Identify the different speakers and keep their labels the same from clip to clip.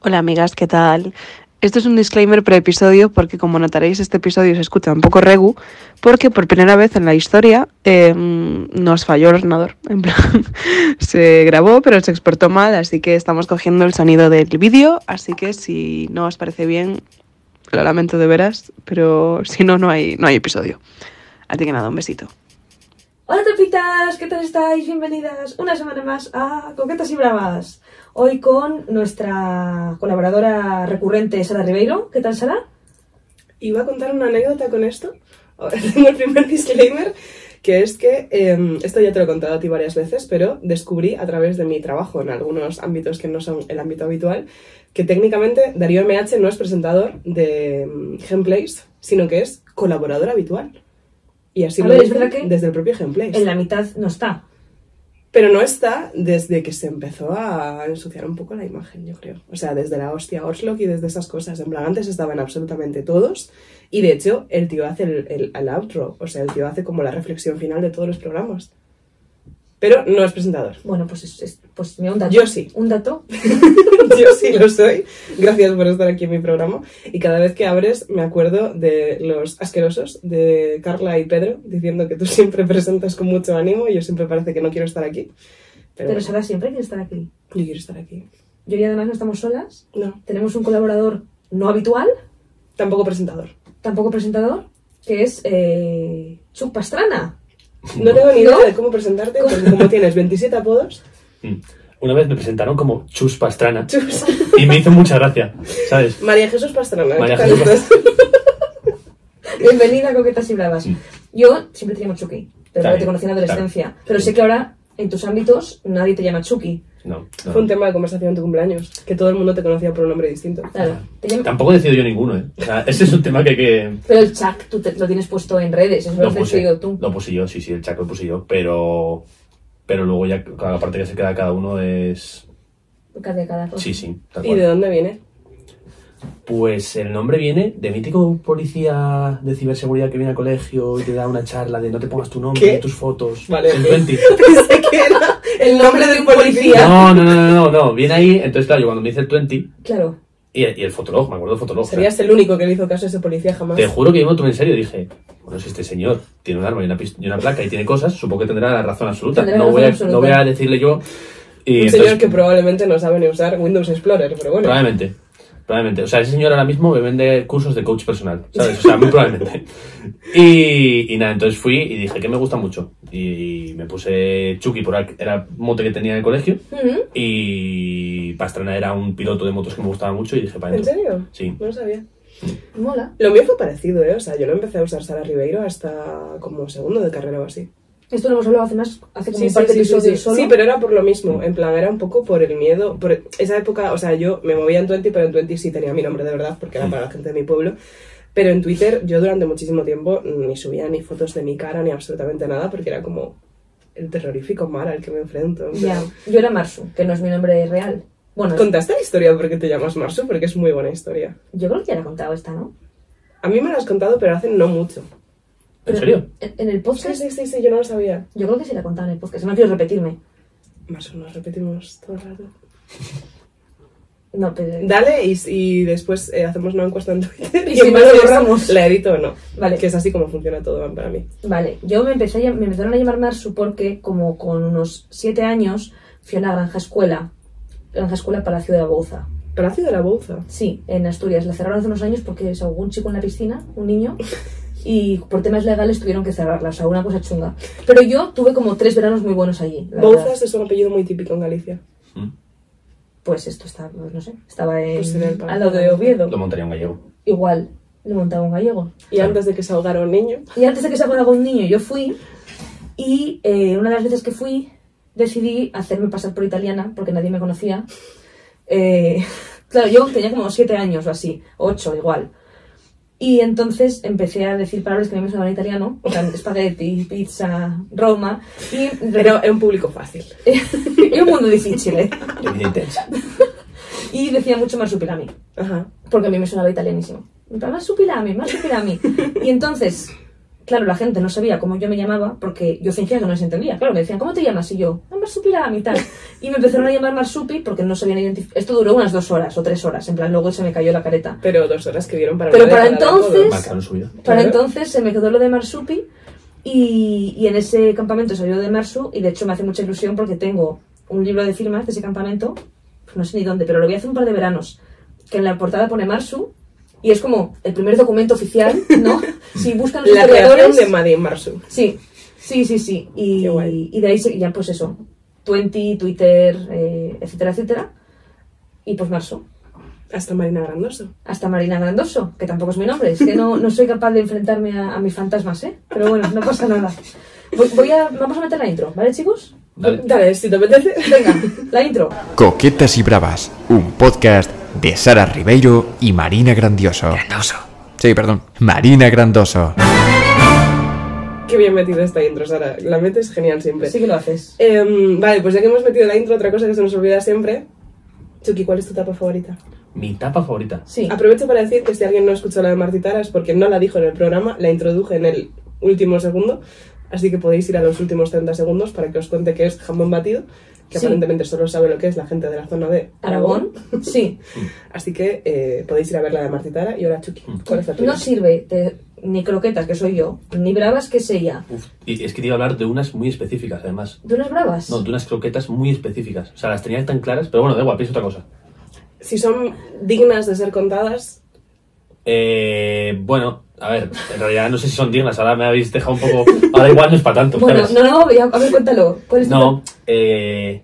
Speaker 1: Hola amigas, ¿qué tal? Esto es un disclaimer pre-episodio porque como notaréis este episodio se escucha un poco regu porque por primera vez en la historia eh, nos falló el ordenador. En plan, se grabó pero se exportó mal, así que estamos cogiendo el sonido del vídeo, así que si no os parece bien, lo lamento de veras, pero si no, no hay, no hay episodio. Así que nada, un besito.
Speaker 2: Hola topitas, ¿qué tal estáis? Bienvenidas una semana más a Coquetas y Bravas. Hoy con nuestra colaboradora recurrente Sara Ribeiro. ¿Qué tal Sara?
Speaker 3: Iba a contar una anécdota con esto. Ahora tengo el primer disclaimer, que es que eh, esto ya te lo he contado a ti varias veces, pero descubrí a través de mi trabajo en algunos ámbitos que no son el ámbito habitual, que técnicamente Darío MH no es presentador de mm, Gameplays, sino que es colaborador habitual. Y así
Speaker 2: A
Speaker 3: lo
Speaker 2: ver, es
Speaker 3: dicen
Speaker 2: verdad que-
Speaker 3: desde el propio Gameplays.
Speaker 2: En la mitad no está.
Speaker 3: Pero no está desde que se empezó a ensuciar un poco la imagen, yo creo. O sea, desde la hostia Orslock y desde esas cosas. En plan, antes estaban absolutamente todos. Y de hecho, el tío hace el, el, el outro. O sea, el tío hace como la reflexión final de todos los programas. Pero no es presentador.
Speaker 2: Bueno, pues, es, es- pues mira, un dato.
Speaker 3: Yo sí.
Speaker 2: Un dato.
Speaker 3: Yo sí lo soy. Gracias por estar aquí en mi programa. Y cada vez que abres, me acuerdo de los asquerosos de Carla y Pedro diciendo que tú siempre presentas con mucho ánimo y yo siempre parece que no quiero estar aquí. Pero,
Speaker 2: Pero
Speaker 3: bueno,
Speaker 2: Sara siempre quiere estar aquí.
Speaker 3: yo quiero estar aquí.
Speaker 2: Yo y además no estamos solas.
Speaker 3: No,
Speaker 2: Tenemos un colaborador no habitual,
Speaker 3: tampoco presentador.
Speaker 2: tampoco presentador, que es eh, Chuck Pastrana.
Speaker 3: No tengo ni idea
Speaker 2: ¿No?
Speaker 3: de cómo presentarte,
Speaker 2: ¿Cómo?
Speaker 3: porque como tienes 27 apodos,
Speaker 4: Mm. Una vez me presentaron como Chus Pastrana
Speaker 3: chus.
Speaker 4: y me hizo mucha gracia, ¿sabes?
Speaker 3: María Jesús Pastrana. ¿qué
Speaker 4: María
Speaker 3: tal
Speaker 4: Jesús
Speaker 3: estás?
Speaker 2: Bienvenida a Coquetas y Bravas.
Speaker 4: Sí.
Speaker 2: Yo siempre te llamo Chucky, pero no
Speaker 4: Claro,
Speaker 2: te conocí en la
Speaker 4: claro.
Speaker 2: adolescencia. Pero
Speaker 4: Sí.
Speaker 2: sé que ahora en tus ámbitos nadie te llama Chucky.
Speaker 4: No, no.
Speaker 3: Fue un tema de conversación en tu cumpleaños, que todo el mundo te conocía por un nombre distinto.
Speaker 2: Claro, te llama-
Speaker 4: Tampoco he decidido yo ninguno, ¿eh? O sea, ese es un tema que... que...
Speaker 2: Pero el Chuck tú te- lo tienes puesto en redes, eso lo has decidido tú.
Speaker 4: lo puse yo, sí, sí, el chaco lo puse yo, pero... Pero luego ya, cada parte que se queda cada uno es...
Speaker 2: Cada, cada cosa.
Speaker 4: Sí, sí, tal
Speaker 3: ¿Y de
Speaker 4: cual.
Speaker 3: dónde viene?
Speaker 4: Pues el nombre viene de mítico policía de ciberseguridad que viene al colegio y te da una charla de no te pongas tu nombre,
Speaker 3: ¿Qué?
Speaker 4: tus fotos.
Speaker 3: Vale,
Speaker 4: el
Speaker 3: ok.
Speaker 4: 20.
Speaker 3: Pensé que era el nombre del policía.
Speaker 4: No, no, no, no, no, no, viene ahí, entonces claro, yo cuando me hice el 20 y,
Speaker 2: Claro.
Speaker 4: y el fotolog, me acuerdo del fotolog. o sea,
Speaker 3: Serías el único que le hizo caso a ese policía jamás.
Speaker 4: Te juro que yo me lo tomé en serio y dije, bueno, si este señor tiene un arma y una, pist- y una placa y tiene cosas, supongo que tendrá la razón absoluta.
Speaker 2: Tendrá la
Speaker 4: No voy, a,
Speaker 2: razón absoluta.
Speaker 4: no voy a decirle yo. Y
Speaker 3: un
Speaker 4: entonces,
Speaker 3: señor que probablemente no sabe ni usar Windows Explorer, pero bueno.
Speaker 4: Probablemente. Probablemente. O sea, ese señor ahora mismo me vende cursos de coach personal, ¿sabes? O sea, muy probablemente. Y, y nada, entonces fui y dije que me gusta mucho. Y me puse Chucky, por ahí, era mote que tenía en el colegio.
Speaker 2: Ujú.
Speaker 4: Y Pastrana era un piloto de motos que me gustaba mucho y dije, para
Speaker 3: ¿En
Speaker 4: dentro.
Speaker 3: serio?
Speaker 4: Sí.
Speaker 3: No lo sabía.
Speaker 2: Mola.
Speaker 3: Lo mío fue parecido, ¿eh? O sea, yo no empecé a usar Sara Ribeiro hasta como segundo de carrera o así.
Speaker 2: Esto lo hemos hablado hace más, hace como
Speaker 3: Sí,
Speaker 2: un
Speaker 3: sí,
Speaker 2: par de
Speaker 3: sí, sí,
Speaker 2: episodios
Speaker 3: sí.
Speaker 2: solo.
Speaker 3: Sí, pero era por lo mismo. En plan, era un poco por el miedo. Por esa época, o sea, yo me movía en Twenty, pero en Twenty sí tenía mi nombre de verdad, porque
Speaker 2: Mm.
Speaker 3: era para la gente de mi pueblo. Pero en Twitter yo durante muchísimo tiempo mm, ni subía ni fotos de mi cara ni absolutamente nada, porque era como el terrorífico mal al que me enfrento. en plan.
Speaker 2: Ya. Yo era Marsu, que no es mi nombre real. Bueno, es-
Speaker 3: ¿Contaste la historia de por qué te llamas Marsu? Porque es muy buena historia.
Speaker 2: yo creo que ya la he contado esta, ¿no?
Speaker 3: A mí me la has contado, pero hace no mucho.
Speaker 4: ¿En
Speaker 2: Pero
Speaker 4: serio?
Speaker 2: En, en el
Speaker 3: Sí,
Speaker 2: podcast,
Speaker 3: sí, sí, sí, yo no lo sabía.
Speaker 2: yo creo que sí la he contado en el podcast. No quiero repetirme.
Speaker 3: Marsu, nos repetimos todo el rato.
Speaker 2: No, pero...
Speaker 3: Dale y, y después eh, hacemos una encuesta en Twitter
Speaker 2: Y
Speaker 3: y,
Speaker 2: si
Speaker 3: en
Speaker 2: no,
Speaker 3: base a
Speaker 2: lo
Speaker 3: eso
Speaker 2: borramos.
Speaker 3: La edito o no.
Speaker 2: Vale.
Speaker 3: Que es así como funciona todo van, para mí.
Speaker 2: Vale, yo me, empecé a llam- me empezaron a llamar Marsu porque como con unos siete años fui a una granja escuela, granja escuela Palacio de la Bouza.
Speaker 3: Palacio de la Bouza.
Speaker 2: Sí, en Asturias. La cerraron hace unos años porque se ahogó un chico en la piscina, un niño, y por temas legales tuvieron que cerrarla, o sea, una cosa chunga. Pero yo tuve como tres veranos muy buenos allí. la verdad.
Speaker 3: Bouzas es un apellido muy típico en Galicia.
Speaker 4: Mm.
Speaker 2: Pues esto estaba, no sé, estaba en,
Speaker 3: Pues en el
Speaker 2: al lado de Oviedo.
Speaker 4: Lo montaría un gallego.
Speaker 2: Igual, le montaba un gallego.
Speaker 3: Y antes de que se ahogara un niño,
Speaker 2: Y antes de que se haga un niño, yo fui. Y eh, una de las veces que fui, decidí hacerme pasar por italiana, porque nadie me conocía. Eh, claro, yo tenía como siete años o así, ocho igual. Y entonces empecé a decir palabras que a mí me sonaban italiano, en plan, espagueti, pizza, Roma. Y
Speaker 3: pero es un público fácil.
Speaker 2: era un mundo difícil. ¿eh?
Speaker 4: De vida intensa.
Speaker 2: Y decía mucho marsupilami.
Speaker 3: Ajá.
Speaker 2: porque a mí me sonaba italianísimo. En plan, Más supilami, más supilami. Y entonces, Claro, la gente no sabía cómo yo me llamaba porque yo fingía que no les entendía. Claro, me decían, ¿cómo te llamas? Y yo, "Ah, Marsupi la mitad. Y me empezaron a llamar Marsupi porque no sabían identificar. Esto duró unas dos horas o tres horas. En plan, luego se me cayó la careta.
Speaker 3: Pero dos horas que dieron para
Speaker 2: Pero
Speaker 3: hablar de
Speaker 2: para
Speaker 3: cada lado,
Speaker 2: entonces-
Speaker 4: Marcaron su vida.
Speaker 2: Para
Speaker 3: Claro.
Speaker 2: entonces se me quedó lo de Marsupi y, y en ese campamento salió de Marsu y de hecho me hace mucha ilusión porque tengo un libro de firmas de ese campamento, pues no sé ni dónde, pero lo vi hace un par de veranos, que en la portada pone Marsu y es como el primer documento oficial, ¿no? si buscan los
Speaker 3: La creación
Speaker 2: historiadores...
Speaker 3: de Madeleine Marsu.
Speaker 2: sí, sí, sí, sí. Y,
Speaker 3: Qué guay.
Speaker 2: y de ahí se- ya pues eso, Twenty, Twitter, eh, etcétera, etcétera. Y pues Marsu
Speaker 3: Hasta Marina Grandoso.
Speaker 2: hasta Marina Grandoso, que tampoco es mi nombre. Es que no, no soy capaz de enfrentarme a, a mis fantasmas, ¿eh? Pero bueno, no pasa nada. Voy, voy a, vamos a meter la intro, ¿vale, chicos?
Speaker 4: Dale.
Speaker 3: Dale, si te apetece.
Speaker 2: Venga, la intro.
Speaker 5: Coquetas y Bravas, un podcast de Sara Ribeiro y Marina Grandioso. Grandoso. Sí, perdón. Marina Grandoso.
Speaker 3: Qué bien metido esta intro, Sara. La metes genial siempre.
Speaker 2: Sí que lo haces.
Speaker 3: Em, vale, pues ya que hemos metido la intro, otra cosa que se nos olvida siempre. Chucky, ¿cuál es tu tapa favorita?
Speaker 4: Mi tapa favorita.
Speaker 2: Sí.
Speaker 3: Aprovecho para decir que si alguien no escuchó la de Martitara es porque no la dijo en el programa, la introduje en el último segundo, así que podéis ir a los últimos 30 segundos para que os cuente qué es jamón batido, que
Speaker 2: Sí.
Speaker 3: aparentemente solo sabe lo que es la gente de la zona de
Speaker 2: Aragón, sí.
Speaker 3: Así que eh, podéis ir a ver la de Martitara y ahora Chucky.
Speaker 4: Mm.
Speaker 3: ¿Cuál es la tuya?
Speaker 2: No sirve de- ni croquetas, que soy yo, ni bravas, que es ella.
Speaker 4: Uf, y es que te iba a hablar de unas muy específicas, además.
Speaker 2: ¿De unas bravas?
Speaker 4: No, de unas croquetas muy específicas. O sea, las tenía tan claras, pero bueno, da igual, pienso otra cosa.
Speaker 3: Si son dignas de ser contadas,
Speaker 4: Eh, bueno, a ver, en realidad no sé si son dignas, ahora me habéis dejado un poco... Ahora igual no es para tanto,
Speaker 2: bueno,
Speaker 4: ¿sabes?
Speaker 2: no, no, ya- a ver, cuéntalo. ¿Cuál es tu-
Speaker 4: No, eh,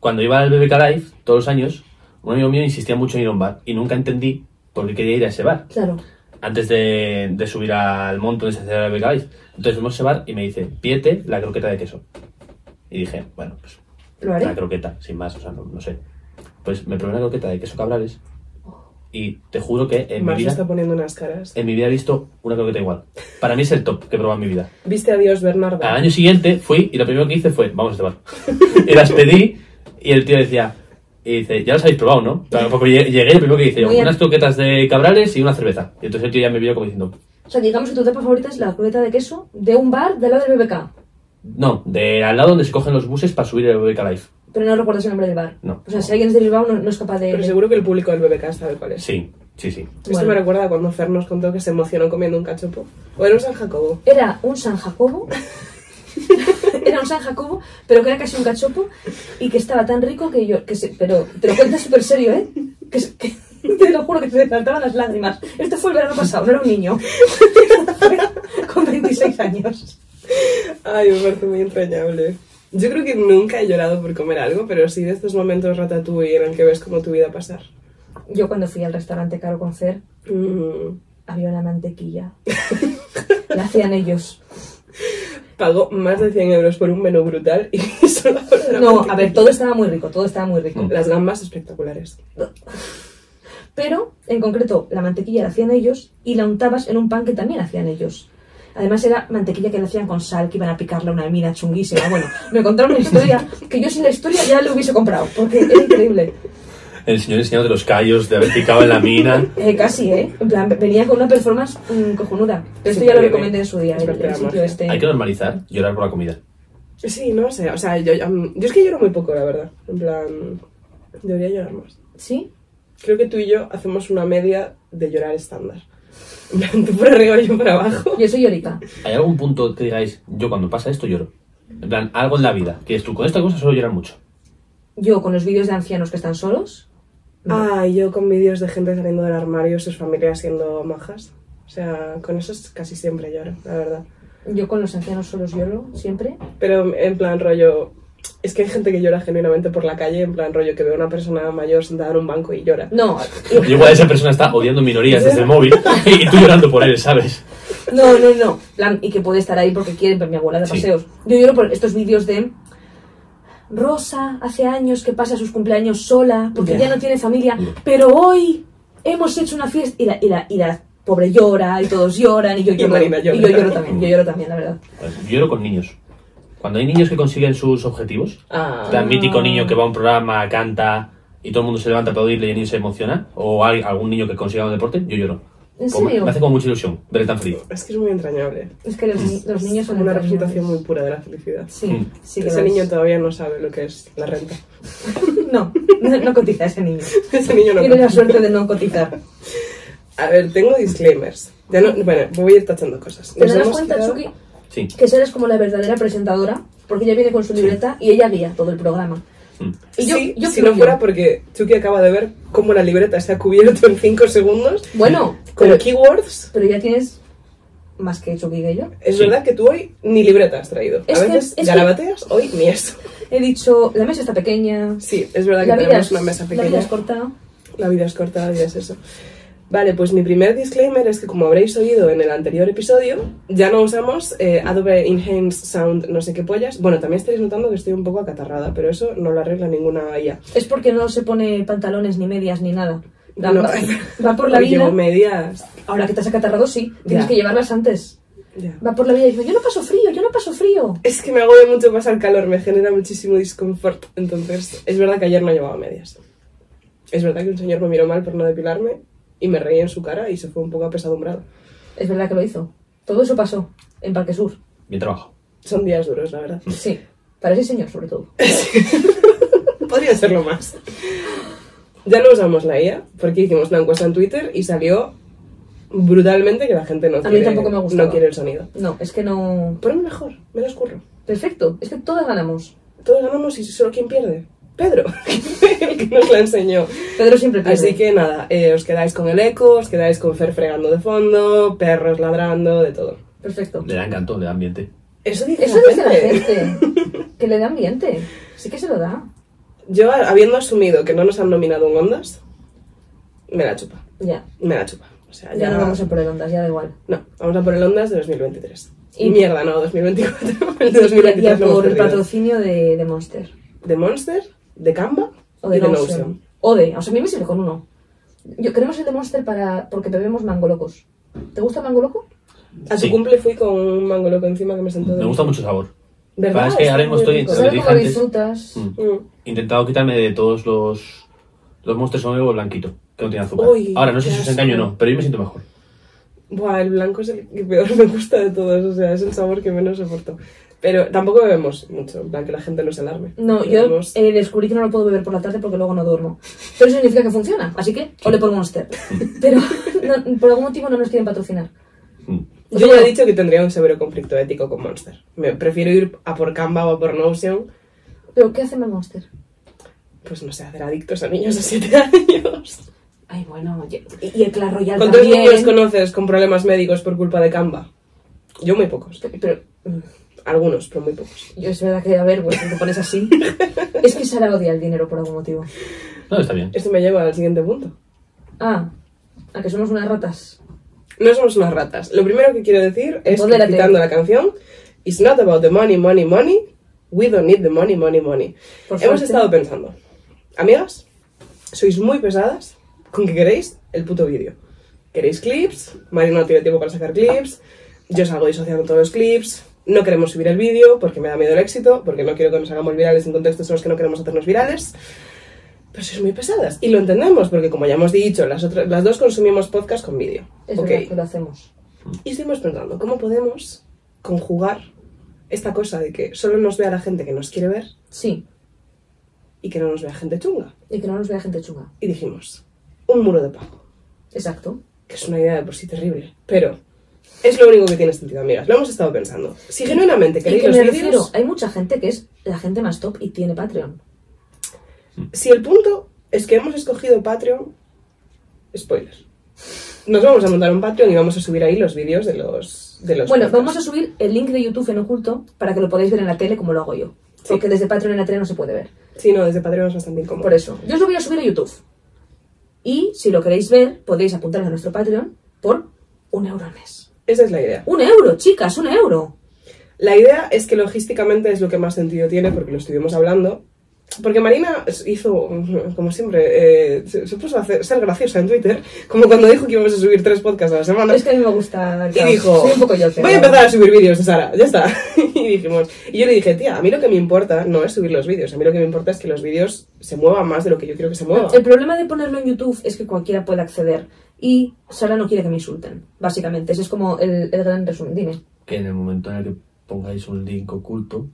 Speaker 4: cuando iba al BBK Live, todos los años, un amigo mío insistía mucho en ir a un bar y nunca entendí por qué quería ir a ese bar
Speaker 2: Claro.
Speaker 4: antes de, de subir al monte donde se hacía el BBK Live. Entonces fuimos a ese bar y me dice, pídete la croqueta de queso. Y dije, bueno, pues
Speaker 2: Lo
Speaker 4: la
Speaker 2: haré.
Speaker 4: croqueta, sin más, o sea, no, no sé. Pues me probé una croqueta de queso cabrales y te juro que en mi,
Speaker 3: Marta
Speaker 4: vida,
Speaker 3: está poniendo unas caras.
Speaker 4: en mi vida he visto una croqueta igual. Para mí es el top que he probado en mi vida.
Speaker 3: Viste a Dios, Bernardo.
Speaker 4: Al año siguiente fui y lo primero que hice fue, vamos a este bar. y las pedí y el tío decía, y dice, ya las habéis probado, ¿no? Claro, Porque lle- llegué y lo primero que hice, yo,
Speaker 2: Muy bien.
Speaker 4: unas croquetas de cabrales y una cerveza. Y entonces el tío ya me vio como diciendo,
Speaker 2: O sea, digamos que tu tapa favorita es la croqueta de queso de un bar del lado del BBK.
Speaker 4: no, de al lado donde se cogen los buses para subir el BBK Live.
Speaker 2: Pero no recuerdas el nombre del bar.
Speaker 4: No.
Speaker 2: O sea, si alguien es de Bilbao no, no es capaz de...
Speaker 3: Pero seguro que el público del BBK sabe cuál es.
Speaker 4: Sí, sí, sí.
Speaker 3: Esto
Speaker 2: Bueno.
Speaker 3: me recuerda cuando Fer nos contó que se emocionó comiendo un cachopo. O era un San Jacobo.
Speaker 2: Era un San Jacobo. era un San Jacobo, pero que era casi un cachopo y que estaba tan rico que yo. Que se- pero te lo cuento súper serio, ¿eh? Que, se- que- te lo juro que se me saltaban las lágrimas. Esto fue el verano pasado, no era un niño. Con 26 años.
Speaker 3: Ay, me parece muy entrañable. Yo creo que nunca he llorado por comer algo, pero sí de estos momentos ratatouille en el que ves cómo tu vida pasar.
Speaker 2: Yo cuando fui al restaurante Caro con Fer,
Speaker 3: Mm.
Speaker 2: había una mantequilla. La hacían ellos.
Speaker 3: Pagó más de 100 euros por un menú brutal y solo por Mm. la
Speaker 2: No,
Speaker 3: mantequilla.
Speaker 2: a ver, todo estaba muy rico, todo estaba muy rico.
Speaker 3: Las gambas espectaculares.
Speaker 2: Pero, en concreto, la mantequilla la hacían ellos y la untabas en un pan que también hacían ellos. Además, era mantequilla que la hacían con sal, que iban a picarla una mina chunguísima. Bueno, me contaron una historia que yo sin la historia ya lo hubiese comprado, porque era increíble.
Speaker 4: El señor enseñándote los callos de haber picado en la mina.
Speaker 2: Eh, casi, ¿eh? En plan, venía con una performance mm, cojonuda. Pero esto
Speaker 3: Sí,
Speaker 2: ya lo
Speaker 3: viene.
Speaker 2: recomendé en su día,
Speaker 3: Es
Speaker 2: el,
Speaker 3: verdad,
Speaker 2: el sitio
Speaker 3: magia.
Speaker 2: este.
Speaker 4: Hay que normalizar llorar por la comida.
Speaker 3: Sí, no sé, o sea, yo, yo- yo es que lloro muy poco, la verdad. En plan, debería llorar más.
Speaker 2: ¿Sí?
Speaker 3: Creo que tú y yo hacemos una media de llorar estándar. En plan, tú por arriba y yo por abajo.
Speaker 2: Yo soy Yorita.
Speaker 4: ¿Hay algún punto que digáis, yo cuando pasa esto lloro? En plan, algo en la vida, que es tú, con esta cosa suelo llorar mucho.
Speaker 2: Yo con los vídeos de ancianos que están solos. no.
Speaker 3: Ay, Ah, yo con vídeos de gente saliendo del armario, sus familias siendo majas. O sea, con esos casi siempre lloro, la verdad.
Speaker 2: Yo con los ancianos solos lloro siempre.
Speaker 3: Pero en plan rollo... Es que hay gente que llora genuinamente por la calle, en plan rollo que ve a una persona mayor sentada en un banco y llora.
Speaker 2: No,
Speaker 4: Y igual esa persona está odiando minorías desde el móvil y tú llorando por él, ¿sabes?
Speaker 2: No, no, no. Plan, y que puede estar ahí porque quiere ver mi abuela de
Speaker 4: Sí.
Speaker 2: paseos. Yo lloro por estos vídeos de Rosa, hace años que pasa sus cumpleaños sola, porque
Speaker 4: Ya.
Speaker 2: ya no tiene familia,
Speaker 4: Ya.
Speaker 2: pero hoy hemos hecho una fiesta. Y la, y la, y la pobre llora, y todos lloran, y yo
Speaker 3: Y
Speaker 2: lloro.
Speaker 3: Marina llora.
Speaker 2: y yo lloro también, yo lloro también, la verdad.
Speaker 4: Pues, Lloro con niños. Cuando hay niños que consiguen sus objetivos,
Speaker 3: Ah,
Speaker 4: el mítico niño que va a un programa, canta y todo el mundo se levanta a aplaudirle y el niño se emociona, o hay algún niño que consiga un deporte, yo lloro.
Speaker 2: ¿En
Speaker 4: Como-
Speaker 2: serio?
Speaker 4: me hace como mucha ilusión ver el tan feliz.
Speaker 3: Es que es muy entrañable.
Speaker 2: Es que los, ni- los niños
Speaker 3: Es
Speaker 2: son
Speaker 3: como una
Speaker 2: entrañables.
Speaker 3: representación muy pura de la felicidad.
Speaker 2: Sí, sí que
Speaker 3: Ese
Speaker 2: lo es.
Speaker 3: niño todavía no sabe lo que es la renta.
Speaker 2: No, no, no cotiza ese niño.
Speaker 3: Ese niño no.
Speaker 2: Tiene la suerte de no cotizar.
Speaker 3: A ver, tengo disclaimers. Ya no, bueno, voy a ir tachando cosas.
Speaker 2: ¿Te
Speaker 3: Nos
Speaker 2: das
Speaker 3: hemos
Speaker 2: cuenta,
Speaker 3: quitado-
Speaker 2: Chucky,
Speaker 4: Sí.
Speaker 2: que Sara es como la verdadera presentadora? Porque ella viene con su libreta y ella guía todo el programa.
Speaker 4: Mm.
Speaker 2: Y yo,
Speaker 3: Sí,
Speaker 2: yo
Speaker 3: si no
Speaker 2: fluyo.
Speaker 3: fuera porque Chucky acaba de ver cómo la libreta se ha cubierto en 5 segundos
Speaker 2: Bueno,
Speaker 3: con
Speaker 2: pero,
Speaker 3: keywords.
Speaker 2: pero ya tienes más que Chucky que yo.
Speaker 3: Es
Speaker 4: Sí.
Speaker 3: verdad que tú hoy ni libreta has traído.
Speaker 2: Es
Speaker 3: a
Speaker 2: que-
Speaker 3: veces
Speaker 2: es
Speaker 3: ya
Speaker 2: que-
Speaker 3: la bateas, hoy ni eso.
Speaker 2: He dicho, la mesa está pequeña,
Speaker 3: Sí, es verdad que
Speaker 2: la, vida
Speaker 3: tenemos
Speaker 2: es,
Speaker 3: una mesa
Speaker 2: la
Speaker 3: pequeña.
Speaker 2: vida es corta.
Speaker 3: La vida es corta, la vida es eso. Vale, pues mi primer disclaimer es que como habréis oído en el anterior episodio, ya no usamos eh, Adobe Enhance Sound no sé qué pollas. Bueno, también estaréis notando que estoy un poco acatarrada, pero eso no lo arregla ninguna IA.
Speaker 2: Es porque no se pone pantalones, ni medias, ni nada. Va,
Speaker 3: No.
Speaker 2: va- va por la
Speaker 3: Hoy
Speaker 2: vida.
Speaker 3: Llevo medias.
Speaker 2: Ahora que te has acatarrado, sí. Tienes
Speaker 3: Ya.
Speaker 2: que llevarlas antes.
Speaker 3: Ya.
Speaker 2: Va por la vida y dice, yo no paso frío, yo no paso frío.
Speaker 3: Es que me agobia mucho pasar calor, me genera muchísimo disconfort. Entonces, es verdad que ayer no llevaba medias. Es verdad que un señor me miró mal por no depilarme y me reí en su cara y se fue un poco apesadumbrado.
Speaker 2: Es verdad que lo hizo. Todo eso pasó en Parque Sur.
Speaker 4: Bien trabajo.
Speaker 3: Son días duros, la verdad.
Speaker 2: Sí. Para ese señor, sobre todo.
Speaker 3: Podría serlo más. Ya no usamos la IA porque hicimos una encuesta en Twitter y salió brutalmente que la gente no,
Speaker 2: A mí
Speaker 3: quiere,
Speaker 2: tampoco me gustaba.
Speaker 3: no quiere el sonido.
Speaker 2: No, es que no.
Speaker 3: Ponme mejor, menos curro.
Speaker 2: Perfecto. Es que todas ganamos.
Speaker 3: Todos ganamos y solo quien pierde. Pedro, el que nos la enseñó.
Speaker 2: Pedro siempre pierde.
Speaker 3: Así que nada, eh, os quedáis con el eco, os quedáis con Fer fregando de fondo, perros ladrando, de todo.
Speaker 2: Perfecto.
Speaker 4: Le da encanto, le da ambiente.
Speaker 3: Eso dice,
Speaker 2: Eso dice la gente. Que le da ambiente. Sí que se lo da.
Speaker 3: Yo, habiendo asumido que no nos han nominado un Ondas, me la chupa.
Speaker 2: Ya.
Speaker 3: Me la chupa. O sea,
Speaker 2: Ya no vamos a poner ondas, ya da igual.
Speaker 3: No, vamos a por el Ondas de 2023.
Speaker 2: Y-
Speaker 3: Y mierda, no, 2024. El
Speaker 2: Y
Speaker 3: de
Speaker 2: a-
Speaker 3: 2023
Speaker 2: y a
Speaker 3: lo hemos
Speaker 2: por el
Speaker 3: perdido.
Speaker 2: patrocinio de, de Monster.
Speaker 3: De Monster, de Canva
Speaker 2: O de
Speaker 3: y de
Speaker 2: Notion.
Speaker 3: Notion.
Speaker 2: O de. O sea, a mí me sirve con uno. Yo queremos el de Monster para, porque bebemos mango locos. ¿Te gusta el mango loco?
Speaker 3: A su
Speaker 4: Sí.
Speaker 3: cumple fui con un mango loco encima que me sentó. de-
Speaker 4: Me gusta mucho el sabor.
Speaker 3: ¿Verdad?
Speaker 4: Pero es que
Speaker 3: Está
Speaker 4: ahora mismo
Speaker 3: muy
Speaker 4: estoy
Speaker 3: rico.
Speaker 4: Lo entre- que
Speaker 2: ¿Sabes
Speaker 4: dije
Speaker 2: cómo lo
Speaker 4: antes.
Speaker 2: disfrutas?
Speaker 4: Mm.
Speaker 3: Mm.
Speaker 4: He intentado quitarme de todos los. Los monsters nuevo blanquito, que no tiene azúcar.
Speaker 3: Uy,
Speaker 4: Ahora, no sé
Speaker 3: qué
Speaker 4: si os engaño o
Speaker 3: asco.
Speaker 4: no, pero yo me siento mejor.
Speaker 3: Buah, el blanco es el que peor me gusta de todos, o sea, es el sabor que menos soporto. Pero tampoco bebemos mucho, en plan que la gente no se alarme.
Speaker 2: No, yo
Speaker 3: Bebemos-
Speaker 2: eh, descubrí que no lo puedo beber por la tarde porque luego no duermo. Pero eso significa que funciona, así que ole por Monster. Pero no, por algún motivo no nos quieren patrocinar.
Speaker 4: Mm.
Speaker 3: Yo ya he dicho que tendría un severo conflicto ético con Monster. Me prefiero ir a por Canva o a por Notion,
Speaker 2: ¿Pero qué hace mal Monster?
Speaker 3: pues no sé, hacer adictos a niños de 7 años.
Speaker 2: Ay, bueno, y, y el Clash Royale
Speaker 3: ¿Cuántos
Speaker 2: también.
Speaker 3: niños conoces con problemas médicos por culpa de Canva? Yo muy pocos.
Speaker 2: Pe- Pero, mm,
Speaker 3: Algunos, pero muy pocos.
Speaker 2: yo es verdad que, a ver, pues si te pones así. es que Sara odia el dinero por algún motivo.
Speaker 4: No, está bien.
Speaker 3: Esto me lleva al siguiente punto.
Speaker 2: Ah, a que somos unas ratas.
Speaker 3: No somos unas ratas. Lo primero que quiero decir es que,
Speaker 2: Modérate.
Speaker 3: quitando la canción, It's not about the money, money, money. We don't need the money, money, money.
Speaker 2: Por
Speaker 3: Hemos
Speaker 2: suerte.
Speaker 3: estado pensando, amigas, sois muy pesadas con que queréis el puto vídeo. Queréis clips, Mari no tiene tiempo para sacar clips, yo salgo disociando todos los clips, no queremos subir el vídeo porque me da miedo el éxito, porque no quiero que nos hagamos virales en contextos en los que no queremos hacernos virales. Pero sois muy pesadas. Y lo entendemos, porque como ya hemos dicho, las, otras, las dos consumimos podcast con vídeo.
Speaker 2: Es
Speaker 3: Ok.
Speaker 2: verdad que lo hacemos.
Speaker 3: Y estuvimos pensando, ¿cómo podemos conjugar esta cosa de que solo nos vea la gente que nos quiere ver
Speaker 2: Sí,
Speaker 3: y que no nos vea gente chunga?
Speaker 2: y que no nos vea gente chunga.
Speaker 3: Y dijimos, un muro de pago,
Speaker 2: Exacto.
Speaker 3: que es una idea de por sí terrible, pero es lo único que tiene sentido, amigas. Lo hemos estado pensando. Si genuinamente
Speaker 2: Y
Speaker 3: queréis
Speaker 2: que
Speaker 3: los
Speaker 2: me refiero,
Speaker 3: vídeos,
Speaker 2: hay mucha gente que es la gente más top y tiene Patreon.
Speaker 3: si el punto es que hemos escogido Patreon, spoiler. Nos vamos a montar un Patreon y vamos a subir ahí los vídeos de los de los
Speaker 2: Bueno,
Speaker 3: podcasts.
Speaker 2: vamos a subir el link de YouTube en oculto para que lo podáis ver en la tele como lo hago yo.
Speaker 3: Sí.
Speaker 2: Porque desde Patreon en la tele no se puede ver.
Speaker 3: Sí, no, desde Patreon es bastante incómodo.
Speaker 2: Por eso, yo os lo voy a subir a YouTube. Y si lo queréis ver, podéis apuntaros a nuestro Patreon por un euro al mes.
Speaker 3: Esa es la idea.
Speaker 2: ¡Un euro, chicas! ¡Un euro!
Speaker 3: La idea es que logísticamente es lo que más sentido tiene porque lo estuvimos hablando Porque Marina hizo, como siempre, eh, se, se puso a hacer- ser graciosa en Twitter, como cuando dijo que íbamos a subir tres podcasts a la semana.
Speaker 2: Es que a mí me gusta. el
Speaker 3: Y
Speaker 2: caos.
Speaker 3: dijo,
Speaker 2: Soy un poco yo,
Speaker 3: voy a empezar a subir vídeos de Sara, ya está. y dijimos, y yo le dije, tía, a mí lo que me importa no es subir los vídeos, a mí lo que me importa es que los vídeos se muevan más de lo que yo quiero que se muevan.
Speaker 2: El problema de ponerlo en YouTube es que cualquiera puede acceder. Y Sara no quiere que me insulten, básicamente. Ese es como el, el gran resumen. Dime.
Speaker 4: Que en el momento en el que pongáis un link oculto.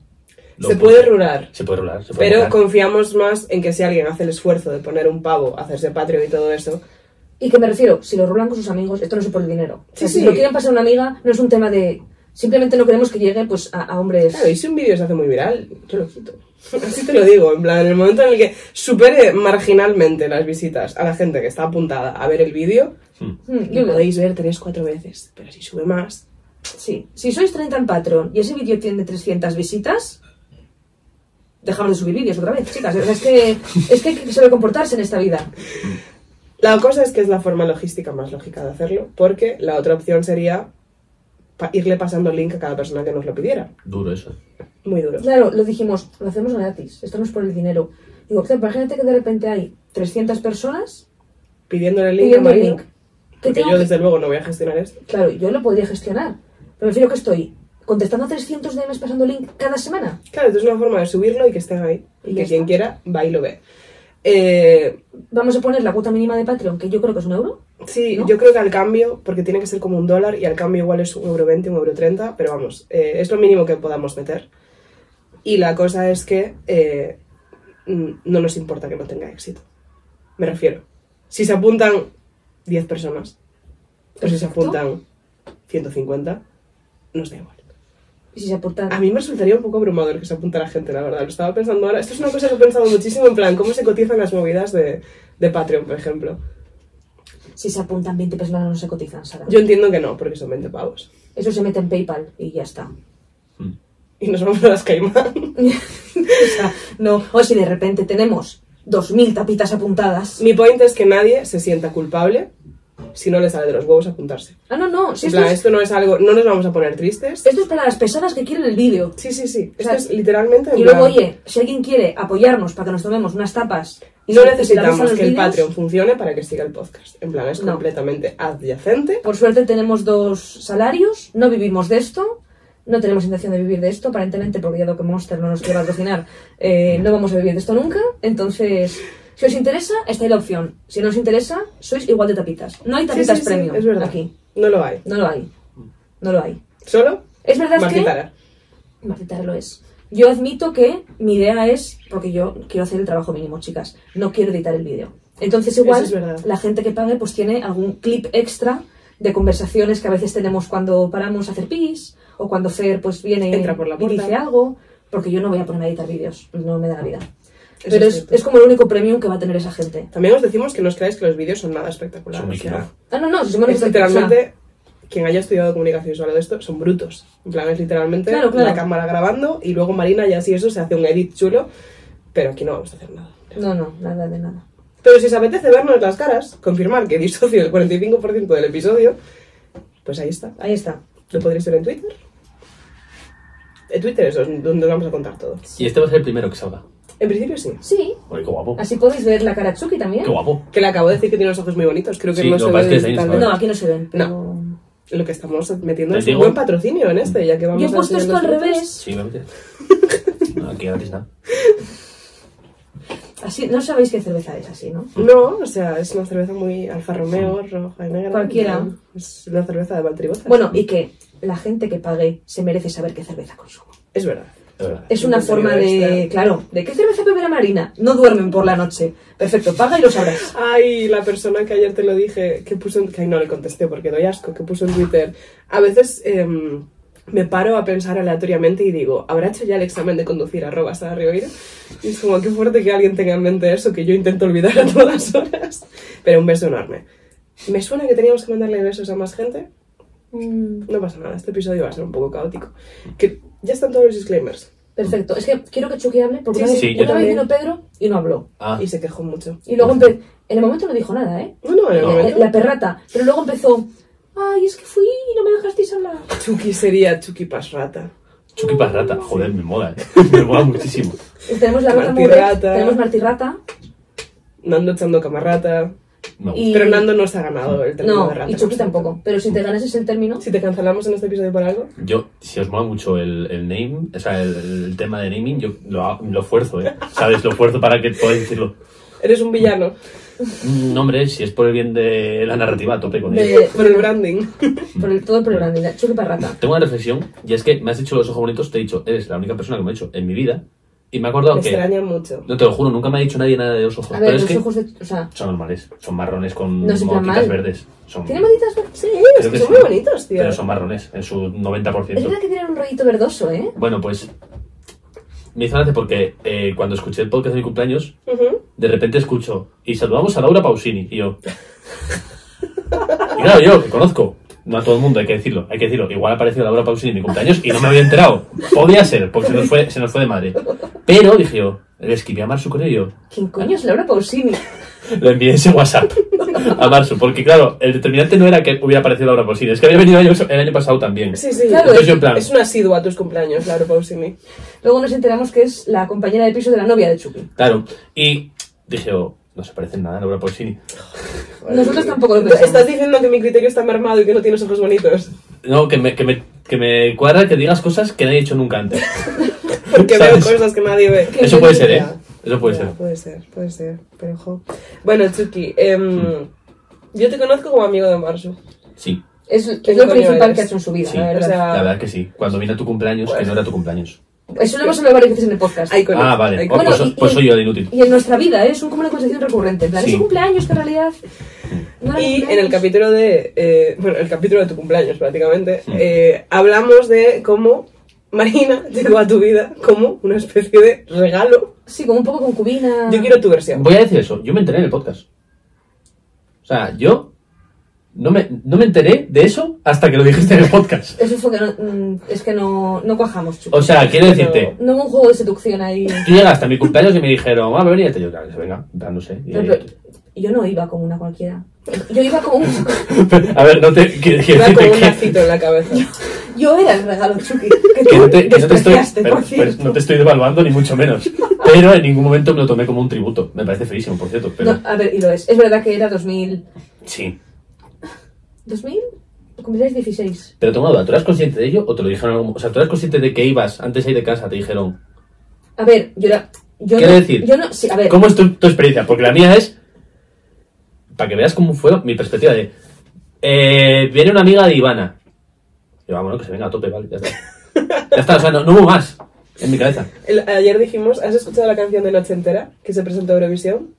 Speaker 4: lo
Speaker 3: Se
Speaker 4: pon-
Speaker 3: puede rular.
Speaker 4: Se puede rular. se puede
Speaker 3: Pero
Speaker 4: rular.
Speaker 3: confiamos más en que si alguien hace el esfuerzo de poner un pavo, hacerse patrio y todo eso,
Speaker 2: ¿Y qué me refiero? Si lo rulan con sus amigos, esto no es por el dinero. O sea,
Speaker 3: Sí,
Speaker 2: si
Speaker 3: sí.
Speaker 2: lo quieren pasar a una amiga, no es un tema de... Simplemente no queremos que llegue pues a, a hombres...
Speaker 3: Claro, y si un vídeo se hace muy viral, yo lo quito. Así te lo digo, en plan, en el momento en el que supere marginalmente las visitas a la gente que está apuntada a ver el vídeo,
Speaker 4: Hmm.
Speaker 2: Hmm,
Speaker 3: lo
Speaker 2: yo-
Speaker 3: podéis ver tres, cuatro veces, pero si sube más...
Speaker 2: sí. Si sois 30 en Patreon y ese vídeo tiene 300 visitas, dejamos de subir vídeos otra vez, chicas. O sea, es, que, es que hay que saber comportarse en esta vida.
Speaker 3: La cosa es que es la forma logística más lógica de hacerlo, porque la otra opción sería pa- irle pasando el link a cada persona que nos lo pidiera.
Speaker 4: Duro eso.
Speaker 3: Muy duro.
Speaker 2: Claro, lo dijimos, lo hacemos gratis, esto no es por el dinero. Digo, claro, imagínate que de repente hay 300 personas
Speaker 3: Pidiéndole el link
Speaker 2: pidiendo
Speaker 3: a
Speaker 2: el
Speaker 3: Marina,
Speaker 2: link. ¿Qué
Speaker 3: Porque
Speaker 2: tengo
Speaker 3: yo,
Speaker 2: que-
Speaker 3: desde luego, no voy a gestionar esto.
Speaker 2: Claro, yo lo podría gestionar. Pero prefiero que estoy contestando a 300 DMs pasando link cada semana.
Speaker 3: Claro, esto es una forma de subirlo y que esté ahí. Y
Speaker 2: Ya
Speaker 3: que
Speaker 2: está.
Speaker 3: quien quiera va y lo ve. Eh,
Speaker 2: Vamos a poner la cuota mínima de Patreon, que yo creo que es un euro.
Speaker 3: Sí,
Speaker 2: ¿no?
Speaker 3: yo creo que al cambio, porque tiene que ser como un dólar y al cambio igual es un euro veinte, un euro treinta, pero vamos, eh, es lo mínimo que podamos meter. Y la cosa es que eh, mm, no nos importa que no tenga éxito. Me refiero, si se apuntan 10 personas o si se
Speaker 2: Perfecto.
Speaker 3: apuntan 150, nos da igual.
Speaker 2: Y si se aporta...
Speaker 3: A mí me resultaría un poco abrumador que se apuntara gente, la verdad. Lo estaba pensando ahora. Esto es una cosa que he pensado muchísimo, en plan, cómo se cotizan las movidas de, de Patreon, por ejemplo.
Speaker 2: Si se apuntan 20 personas no se cotizan, Sara.
Speaker 3: Yo entiendo que no, porque son 20 pavos.
Speaker 2: Eso se mete en PayPal y ya está.
Speaker 4: Hmm.
Speaker 3: y nos vamos a las Caimán.
Speaker 2: o sea, no. O si de repente tenemos 2.000 tapitas apuntadas.
Speaker 3: Mi point es que nadie se sienta culpable si no le sale de los huevos apuntarse.
Speaker 2: Ah, no, no. Si
Speaker 3: En
Speaker 2: esto,
Speaker 3: plan,
Speaker 2: es,
Speaker 3: esto no es algo, no nos vamos a poner tristes.
Speaker 2: esto es para las personas que quieren el vídeo.
Speaker 3: Sí, sí, sí.
Speaker 2: O
Speaker 3: Esto
Speaker 2: sea,
Speaker 3: es literalmente. en
Speaker 2: Y luego,
Speaker 3: plan,
Speaker 2: oye, si alguien quiere apoyarnos para que nos tomemos unas tapas... y
Speaker 3: no
Speaker 2: se- y se la pasan
Speaker 3: necesitamos
Speaker 2: los
Speaker 3: que el
Speaker 2: vídeos,
Speaker 3: Patreon funcione para que siga el podcast. En plan, es
Speaker 2: No.
Speaker 3: completamente adyacente.
Speaker 2: Por suerte tenemos dos salarios, no vivimos de esto, no tenemos intención de vivir de esto, aparentemente, porque ya lo que Monster no nos quiere patrocinar, eh, no vamos a vivir de esto nunca. Entonces, si os interesa, está ahí la opción. Si no os interesa, sois igual de tapitas. No hay
Speaker 3: Sí, sí,
Speaker 2: tapitas
Speaker 3: sí,
Speaker 2: premium
Speaker 3: es verdad.
Speaker 2: aquí.
Speaker 3: No lo hay.
Speaker 2: No lo hay. No lo hay.
Speaker 3: Solo
Speaker 2: Es verdad
Speaker 3: Martín
Speaker 2: que...
Speaker 3: Tara.
Speaker 2: Marcitar lo es. Yo admito que mi idea es, porque yo quiero hacer el trabajo mínimo, chicas, no quiero editar el vídeo. Entonces igual
Speaker 3: Eso es verdad.
Speaker 2: la gente que pague pues tiene algún clip extra de conversaciones que a veces tenemos cuando paramos a hacer pis o cuando Fer pues viene
Speaker 3: Entra por la
Speaker 2: y
Speaker 3: puerta.
Speaker 2: dice algo, porque yo no voy a ponerme a editar vídeos, pues, no me da la vida.
Speaker 3: Eso
Speaker 2: Pero
Speaker 3: es
Speaker 2: es,
Speaker 3: cierto.
Speaker 2: es como el único premium que va a tener esa gente.
Speaker 3: También os decimos que no os creáis que los vídeos son nada espectaculares.
Speaker 4: Son
Speaker 3: o sea,
Speaker 4: making-of.
Speaker 2: Ah, no, no, si somos
Speaker 3: es
Speaker 2: nosotros, o sea,
Speaker 3: literalmente. Quien haya estudiado comunicación visual de esto son brutos. En plan, es literalmente
Speaker 2: Claro, claro.
Speaker 3: la cámara grabando y luego Marina ya si eso se hace un edit chulo. Pero aquí no vamos a hacer nada.
Speaker 2: No, no, nada de nada.
Speaker 3: Pero si os apetece vernos las caras, confirmar que disocio el 45% del episodio, pues ahí está.
Speaker 2: Ahí está.
Speaker 3: Lo podréis ver en Twitter. En Twitter es donde os vamos a contar todo.
Speaker 4: Y este va a ser el primero que salga.
Speaker 3: En principio sí.
Speaker 2: Sí,
Speaker 4: Oye, qué guapo.
Speaker 2: así podéis ver la cara a Tsuki también.
Speaker 4: Qué guapo.
Speaker 3: Que le acabo de decir que tiene los ojos muy bonitos. Creo que
Speaker 4: Sí,
Speaker 3: no
Speaker 4: lo
Speaker 3: se
Speaker 4: que
Speaker 3: ve
Speaker 4: pasa es que es ahí,
Speaker 3: tan-
Speaker 4: ¿sabes?
Speaker 2: No, aquí no se ven, pero...
Speaker 3: Lo que estamos metiendo
Speaker 4: Les
Speaker 3: es un
Speaker 4: digo-
Speaker 3: buen patrocinio en este, ya que vamos
Speaker 2: Yo he
Speaker 3: a
Speaker 2: puesto esto
Speaker 3: enseñar
Speaker 2: al
Speaker 3: las fotos.
Speaker 2: revés.
Speaker 4: Sí, obviamente. No, aquí gratis nada.
Speaker 2: Así, no sabéis qué cerveza es así, ¿no?
Speaker 3: No, o sea, es una cerveza muy Alfa Romeo, roja y negra.
Speaker 2: Cualquiera.
Speaker 3: Es la cerveza de Valtriboza.
Speaker 2: Bueno, y que la gente que pague se merece saber qué cerveza consumo.
Speaker 3: es verdad.
Speaker 4: Es verdad.
Speaker 2: Es una
Speaker 3: Un
Speaker 2: forma de,
Speaker 3: extra.
Speaker 2: claro, ¿de qué cerveza beberá Marina? No duermen por la noche. Perfecto, paga y lo sabrás.
Speaker 3: Ay, la persona que ayer te lo dije, que puso en... Que ay, no le contesté porque doy asco, que puso en Twitter. A veces em, me paro a pensar aleatoriamente y digo, ¿habrá hecho ya el examen de conducir arroba Sara Ribeiro? Y es como, qué fuerte que alguien tenga en mente eso, que yo intento olvidar a todas horas. Pero un beso enorme. Me suena que teníamos que mandarle besos a más gente. No pasa nada, este episodio va a ser un poco caótico. Que ya están todos los disclaimers.
Speaker 2: Perfecto, es que quiero que Chucky hable porque
Speaker 3: Sí,
Speaker 2: una vez,
Speaker 4: sí, yo
Speaker 2: una vez
Speaker 3: también.
Speaker 2: vino Pedro y no habló.
Speaker 4: Ah,
Speaker 3: Y se quejó mucho.
Speaker 2: Y luego empe- en el momento no dijo nada, ¿eh?
Speaker 3: No, no, en el
Speaker 4: No.
Speaker 3: momento.
Speaker 2: La perrata, pero luego empezó, ay, es que fui y no me dejasteis hablar.
Speaker 3: Chucky sería Chucky Pasrata.
Speaker 4: Chucky Parrata, joder, me mola, eh. me mola muchísimo.
Speaker 2: Tenemos la rata
Speaker 3: Martirrata.
Speaker 2: Murek, tenemos Martirrata
Speaker 3: Nando echando camarrata.
Speaker 4: Me gusta.
Speaker 2: y...
Speaker 3: Pero Nando no se ha ganado el término de
Speaker 2: No,
Speaker 3: rata.
Speaker 2: y Chucky tampoco. Pero si te ganas ese término,
Speaker 3: Si te cancelamos en este episodio por algo,
Speaker 4: Yo, si os mola mucho el, el name, o sea, el, el tema de naming, yo lo, ha- lo fuerzo, ¿eh? ¿Sabes? Lo fuerzo para que podáis decirlo.
Speaker 3: eres un villano
Speaker 4: Mm, No, hombre, si es por el bien de la narrativa, a tope con ello.
Speaker 2: de-
Speaker 3: por el branding.
Speaker 2: por el, todo por el branding, la Chucky Parrata.
Speaker 4: Tengo una reflexión, y es que me has hecho los ojos bonitos, te he dicho, eres la única persona que me ha hecho en mi vida, y me he acordado
Speaker 3: Me
Speaker 4: que...
Speaker 3: extraña mucho. Eh,
Speaker 4: No te lo juro, nunca me ha dicho nadie nada de los ojos,
Speaker 2: A
Speaker 4: pero
Speaker 2: ver,
Speaker 4: es
Speaker 2: los
Speaker 4: que
Speaker 2: ojos de. O sea,
Speaker 4: son normales, son marrones con
Speaker 2: No es en plan
Speaker 4: motitas
Speaker 2: mal.
Speaker 4: verdes. Son,
Speaker 2: ¿tiene malditas ver- Sí,
Speaker 3: Es
Speaker 4: creo
Speaker 3: que
Speaker 4: que
Speaker 3: son
Speaker 4: sí.
Speaker 3: muy bonitos, tío.
Speaker 4: Pero son marrones, en su 90%.
Speaker 2: es verdad que tienen un rollito verdoso, ¿eh?
Speaker 4: Bueno, pues me hizo gracia porque eh, cuando escuché el podcast de mi cumpleaños,
Speaker 3: Ujú.
Speaker 4: de repente escucho y saludamos a Laura Pausini. Y yo. y claro, yo que conozco. No a todo el mundo, hay que decirlo, hay que decirlo. Igual apareció Laura Pausini en mi cumpleaños y no me había enterado. Podía ser, porque se nos fue, se nos fue de madre. Pero dije yo, le escribí a Marsu con ello.
Speaker 2: ¿Quién coño es Laura Pausini?
Speaker 4: Le envié ese WhatsApp a Marsu, porque claro, el determinante no era que hubiera aparecido Laura Pausini, es que había venido el año, el año pasado también.
Speaker 3: Sí, sí.
Speaker 2: Claro,
Speaker 4: Entonces yo en plan,
Speaker 3: Es una asidua a tus cumpleaños, Laura Pausini.
Speaker 2: Luego nos enteramos que es la compañera de piso de la novia de Chucky.
Speaker 4: claro. Y dije, oh, no se parece en nada a Laura Pausini.
Speaker 2: Nosotros tampoco lo pensamos.
Speaker 3: Pues Estás diciendo que mi criterio está mermado y que no tienes ojos bonitos.
Speaker 4: No, que me, que me, que me cuadra que digas cosas que nadie ha dicho nunca antes.
Speaker 3: Porque veo
Speaker 4: ¿Sabes?
Speaker 3: cosas que nadie ve.
Speaker 4: Eso puede ser, ¿eh?
Speaker 3: Ya.
Speaker 4: Eso puede
Speaker 3: Ya,
Speaker 4: ser.
Speaker 3: Puede ser, puede ser. Pero ojo. Bueno, Chucky,
Speaker 4: Mm.
Speaker 3: em, yo te conozco como amigo de Marsu.
Speaker 4: Sí,
Speaker 2: Es, es
Speaker 3: ¿Quién
Speaker 2: lo
Speaker 3: coño
Speaker 2: principal
Speaker 3: eres?
Speaker 2: que ha hecho en su vida,
Speaker 4: Sí.
Speaker 2: la
Speaker 3: O
Speaker 2: verdad.
Speaker 3: sea,
Speaker 4: la verdad que sí. Cuando vine a tu cumpleaños, que no era tu cumpleaños.
Speaker 2: Eso lo hemos hablado varias veces en el podcast.
Speaker 3: Ay, con-
Speaker 4: Ah, vale.
Speaker 3: Ay,
Speaker 4: Oh,
Speaker 3: bueno,
Speaker 4: pues,
Speaker 2: y-
Speaker 4: so- pues
Speaker 2: y-
Speaker 4: soy yo el inútil.
Speaker 2: Y en nuestra vida, ¿eh? es un- como una conversación recurrente. En plan,
Speaker 4: Sí.
Speaker 2: es un cumpleaños que en realidad. no era
Speaker 3: Y en
Speaker 2: cumpleaños.
Speaker 3: el capítulo de. eh, bueno, el capítulo de tu cumpleaños, prácticamente. eh, hablamos de cómo Marina llegó a tu vida como una especie de regalo.
Speaker 2: Sí, como un poco concubina.
Speaker 3: Yo quiero tu versión.
Speaker 4: Voy a decir eso. Yo me enteré en el podcast. O sea, yo no me, no me enteré de eso hasta que lo dijiste en el podcast.
Speaker 2: Eso fue que no, mm, es que no, no cuajamos, Chucky.
Speaker 4: O sea, quiero decirte,
Speaker 2: no hubo un juego de seducción ahí.
Speaker 4: tú llegaste a mi cumpleaños y me dijeron, ah, venía. Y yo, claro, venga, en plan, no sé. Y-
Speaker 2: No, pero yo no iba como una cualquiera. Yo iba como un.
Speaker 4: a ver, no te. Quiero quiero
Speaker 3: Iba
Speaker 4: decirte
Speaker 3: con un
Speaker 4: que.
Speaker 3: lacito en la cabeza.
Speaker 2: Yo era el regalo, Chucky. Que
Speaker 4: que
Speaker 2: tú
Speaker 4: no te, que no te estoy,
Speaker 2: despreciaste,
Speaker 4: pero-
Speaker 2: por
Speaker 4: pero
Speaker 2: cierto.
Speaker 4: no te estoy devaluando ni mucho menos. Pero en ningún momento me lo tomé como un tributo. Me parece feísimo, por cierto. Pero
Speaker 2: No, a ver, y lo es. Es verdad que era 2000.
Speaker 4: sí.
Speaker 2: ¿2000? Cumplías 16.
Speaker 4: Pero tengo una duda, ¿tú eras consciente de ello o te lo dijeron algo? O sea, ¿tú eras consciente de que ibas antes de ir de casa? Te dijeron.
Speaker 2: A ver, yo era. Yo
Speaker 4: Quiero
Speaker 2: no-
Speaker 4: decir,
Speaker 2: Yo no. Sí, a ver.
Speaker 4: ¿Cómo es tu, tu experiencia? Porque la mía es. Para que veas cómo fue mi perspectiva de. eh, viene una amiga de Ivana. Yo, ah, bueno, que se venga a tope, vale, ya está. Ya está, o sea, no, no hubo más en mi cabeza.
Speaker 3: El- ayer dijimos, ¿has escuchado la canción de Noche Entera que se presentó a Eurovisión?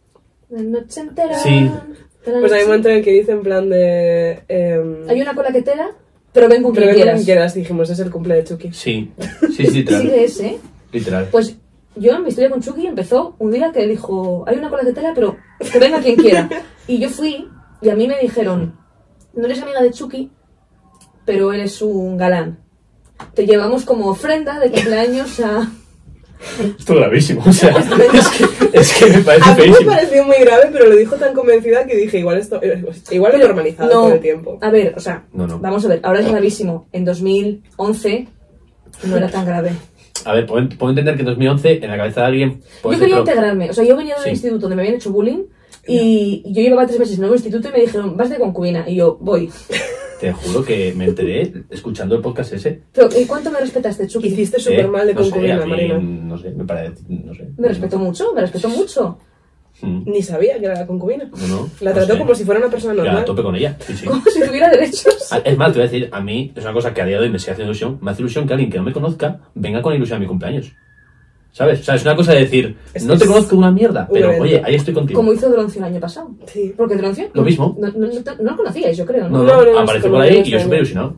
Speaker 2: La noche entera.
Speaker 4: Sí.
Speaker 2: la
Speaker 3: Pues
Speaker 2: noche-
Speaker 3: hay un momento en el que dice en plan de... em,
Speaker 2: Ah, Hay una colaquetera, pero ven con
Speaker 3: Pero
Speaker 2: quien
Speaker 3: ven
Speaker 2: quieras.
Speaker 3: quien quieras, dijimos, es el cumple de Chucky.
Speaker 4: Sí, sí, sí,
Speaker 2: Sí,
Speaker 4: literal.
Speaker 2: que es, ¿eh?
Speaker 4: Literal.
Speaker 2: Pues yo, mi historia con Chucky empezó un día que dijo, hay una colaquetera, pero que venga quien quiera. Y yo fui y a mí me dijeron, no eres amiga de Chucky, pero eres un galán. Te llevamos como ofrenda de cumpleaños a...
Speaker 4: Esto es gravísimo, o sea, es que, es que me parece
Speaker 3: A mí me
Speaker 4: feísimo.
Speaker 3: pareció muy grave, pero lo dijo tan convencida que dije, igual esto eh, igual lo he normalizado
Speaker 2: No,
Speaker 3: todo el tiempo.
Speaker 2: A ver, o sea,
Speaker 4: No, no.
Speaker 2: vamos a ver, ahora es gravísimo. En 2011 no era tan grave.
Speaker 4: A ver, puedo, puedo entender que en 2011 en la cabeza Pues de alguien. puede
Speaker 2: yo
Speaker 4: ser,
Speaker 2: quería
Speaker 4: pero-
Speaker 2: integrarme. O sea, yo venía de un
Speaker 4: Sí.
Speaker 2: instituto donde me habían hecho bullying y yo llevaba tres meses en un nuevo instituto y me dijeron, vas de concubina. Y yo, voy.
Speaker 4: Te juro que me enteré escuchando el podcast ese.
Speaker 2: Pero, ¿y cuánto me respetaste, Chucky?
Speaker 3: Hiciste súper
Speaker 4: eh,
Speaker 3: mal de
Speaker 4: no sé,
Speaker 3: concubina,
Speaker 4: a mí,
Speaker 3: Marina.
Speaker 4: No sé, me parece. No sé.
Speaker 2: Me respetó mucho, me respetó mucho.
Speaker 4: Mm,
Speaker 3: Ni sabía que era la concubina.
Speaker 4: No, no,
Speaker 3: La
Speaker 4: no
Speaker 3: trató
Speaker 4: sé.
Speaker 3: como si fuera una persona
Speaker 4: Ya, a
Speaker 3: normal.
Speaker 4: tope con ella. Sí, sí.
Speaker 2: Como si tuviera derechos.
Speaker 4: Ah, Es más, te voy a decir, a mí es una cosa que a día de hoy me sigue haciendo ilusión. Me hace ilusión que alguien que no me conozca venga con ilusión a mi cumpleaños. ¿Sabes? O sea, es una cosa de decir,
Speaker 3: Es-
Speaker 4: no te
Speaker 3: es
Speaker 4: conozco una mierda,
Speaker 3: un
Speaker 4: pero
Speaker 3: evento.
Speaker 4: oye, ahí estoy contigo.
Speaker 2: Como hizo Droncio el año pasado.
Speaker 3: Sí.
Speaker 2: Porque Droncio...
Speaker 4: Lo mismo.
Speaker 2: No, no, no te- no lo conocíais, yo creo, ¿no?
Speaker 4: No,
Speaker 3: No,
Speaker 4: no,
Speaker 3: no, no,
Speaker 4: apareció
Speaker 3: es
Speaker 4: por
Speaker 3: como
Speaker 4: ahí
Speaker 3: que
Speaker 4: y yo
Speaker 3: está
Speaker 4: súper
Speaker 3: bien.
Speaker 4: ilusionado.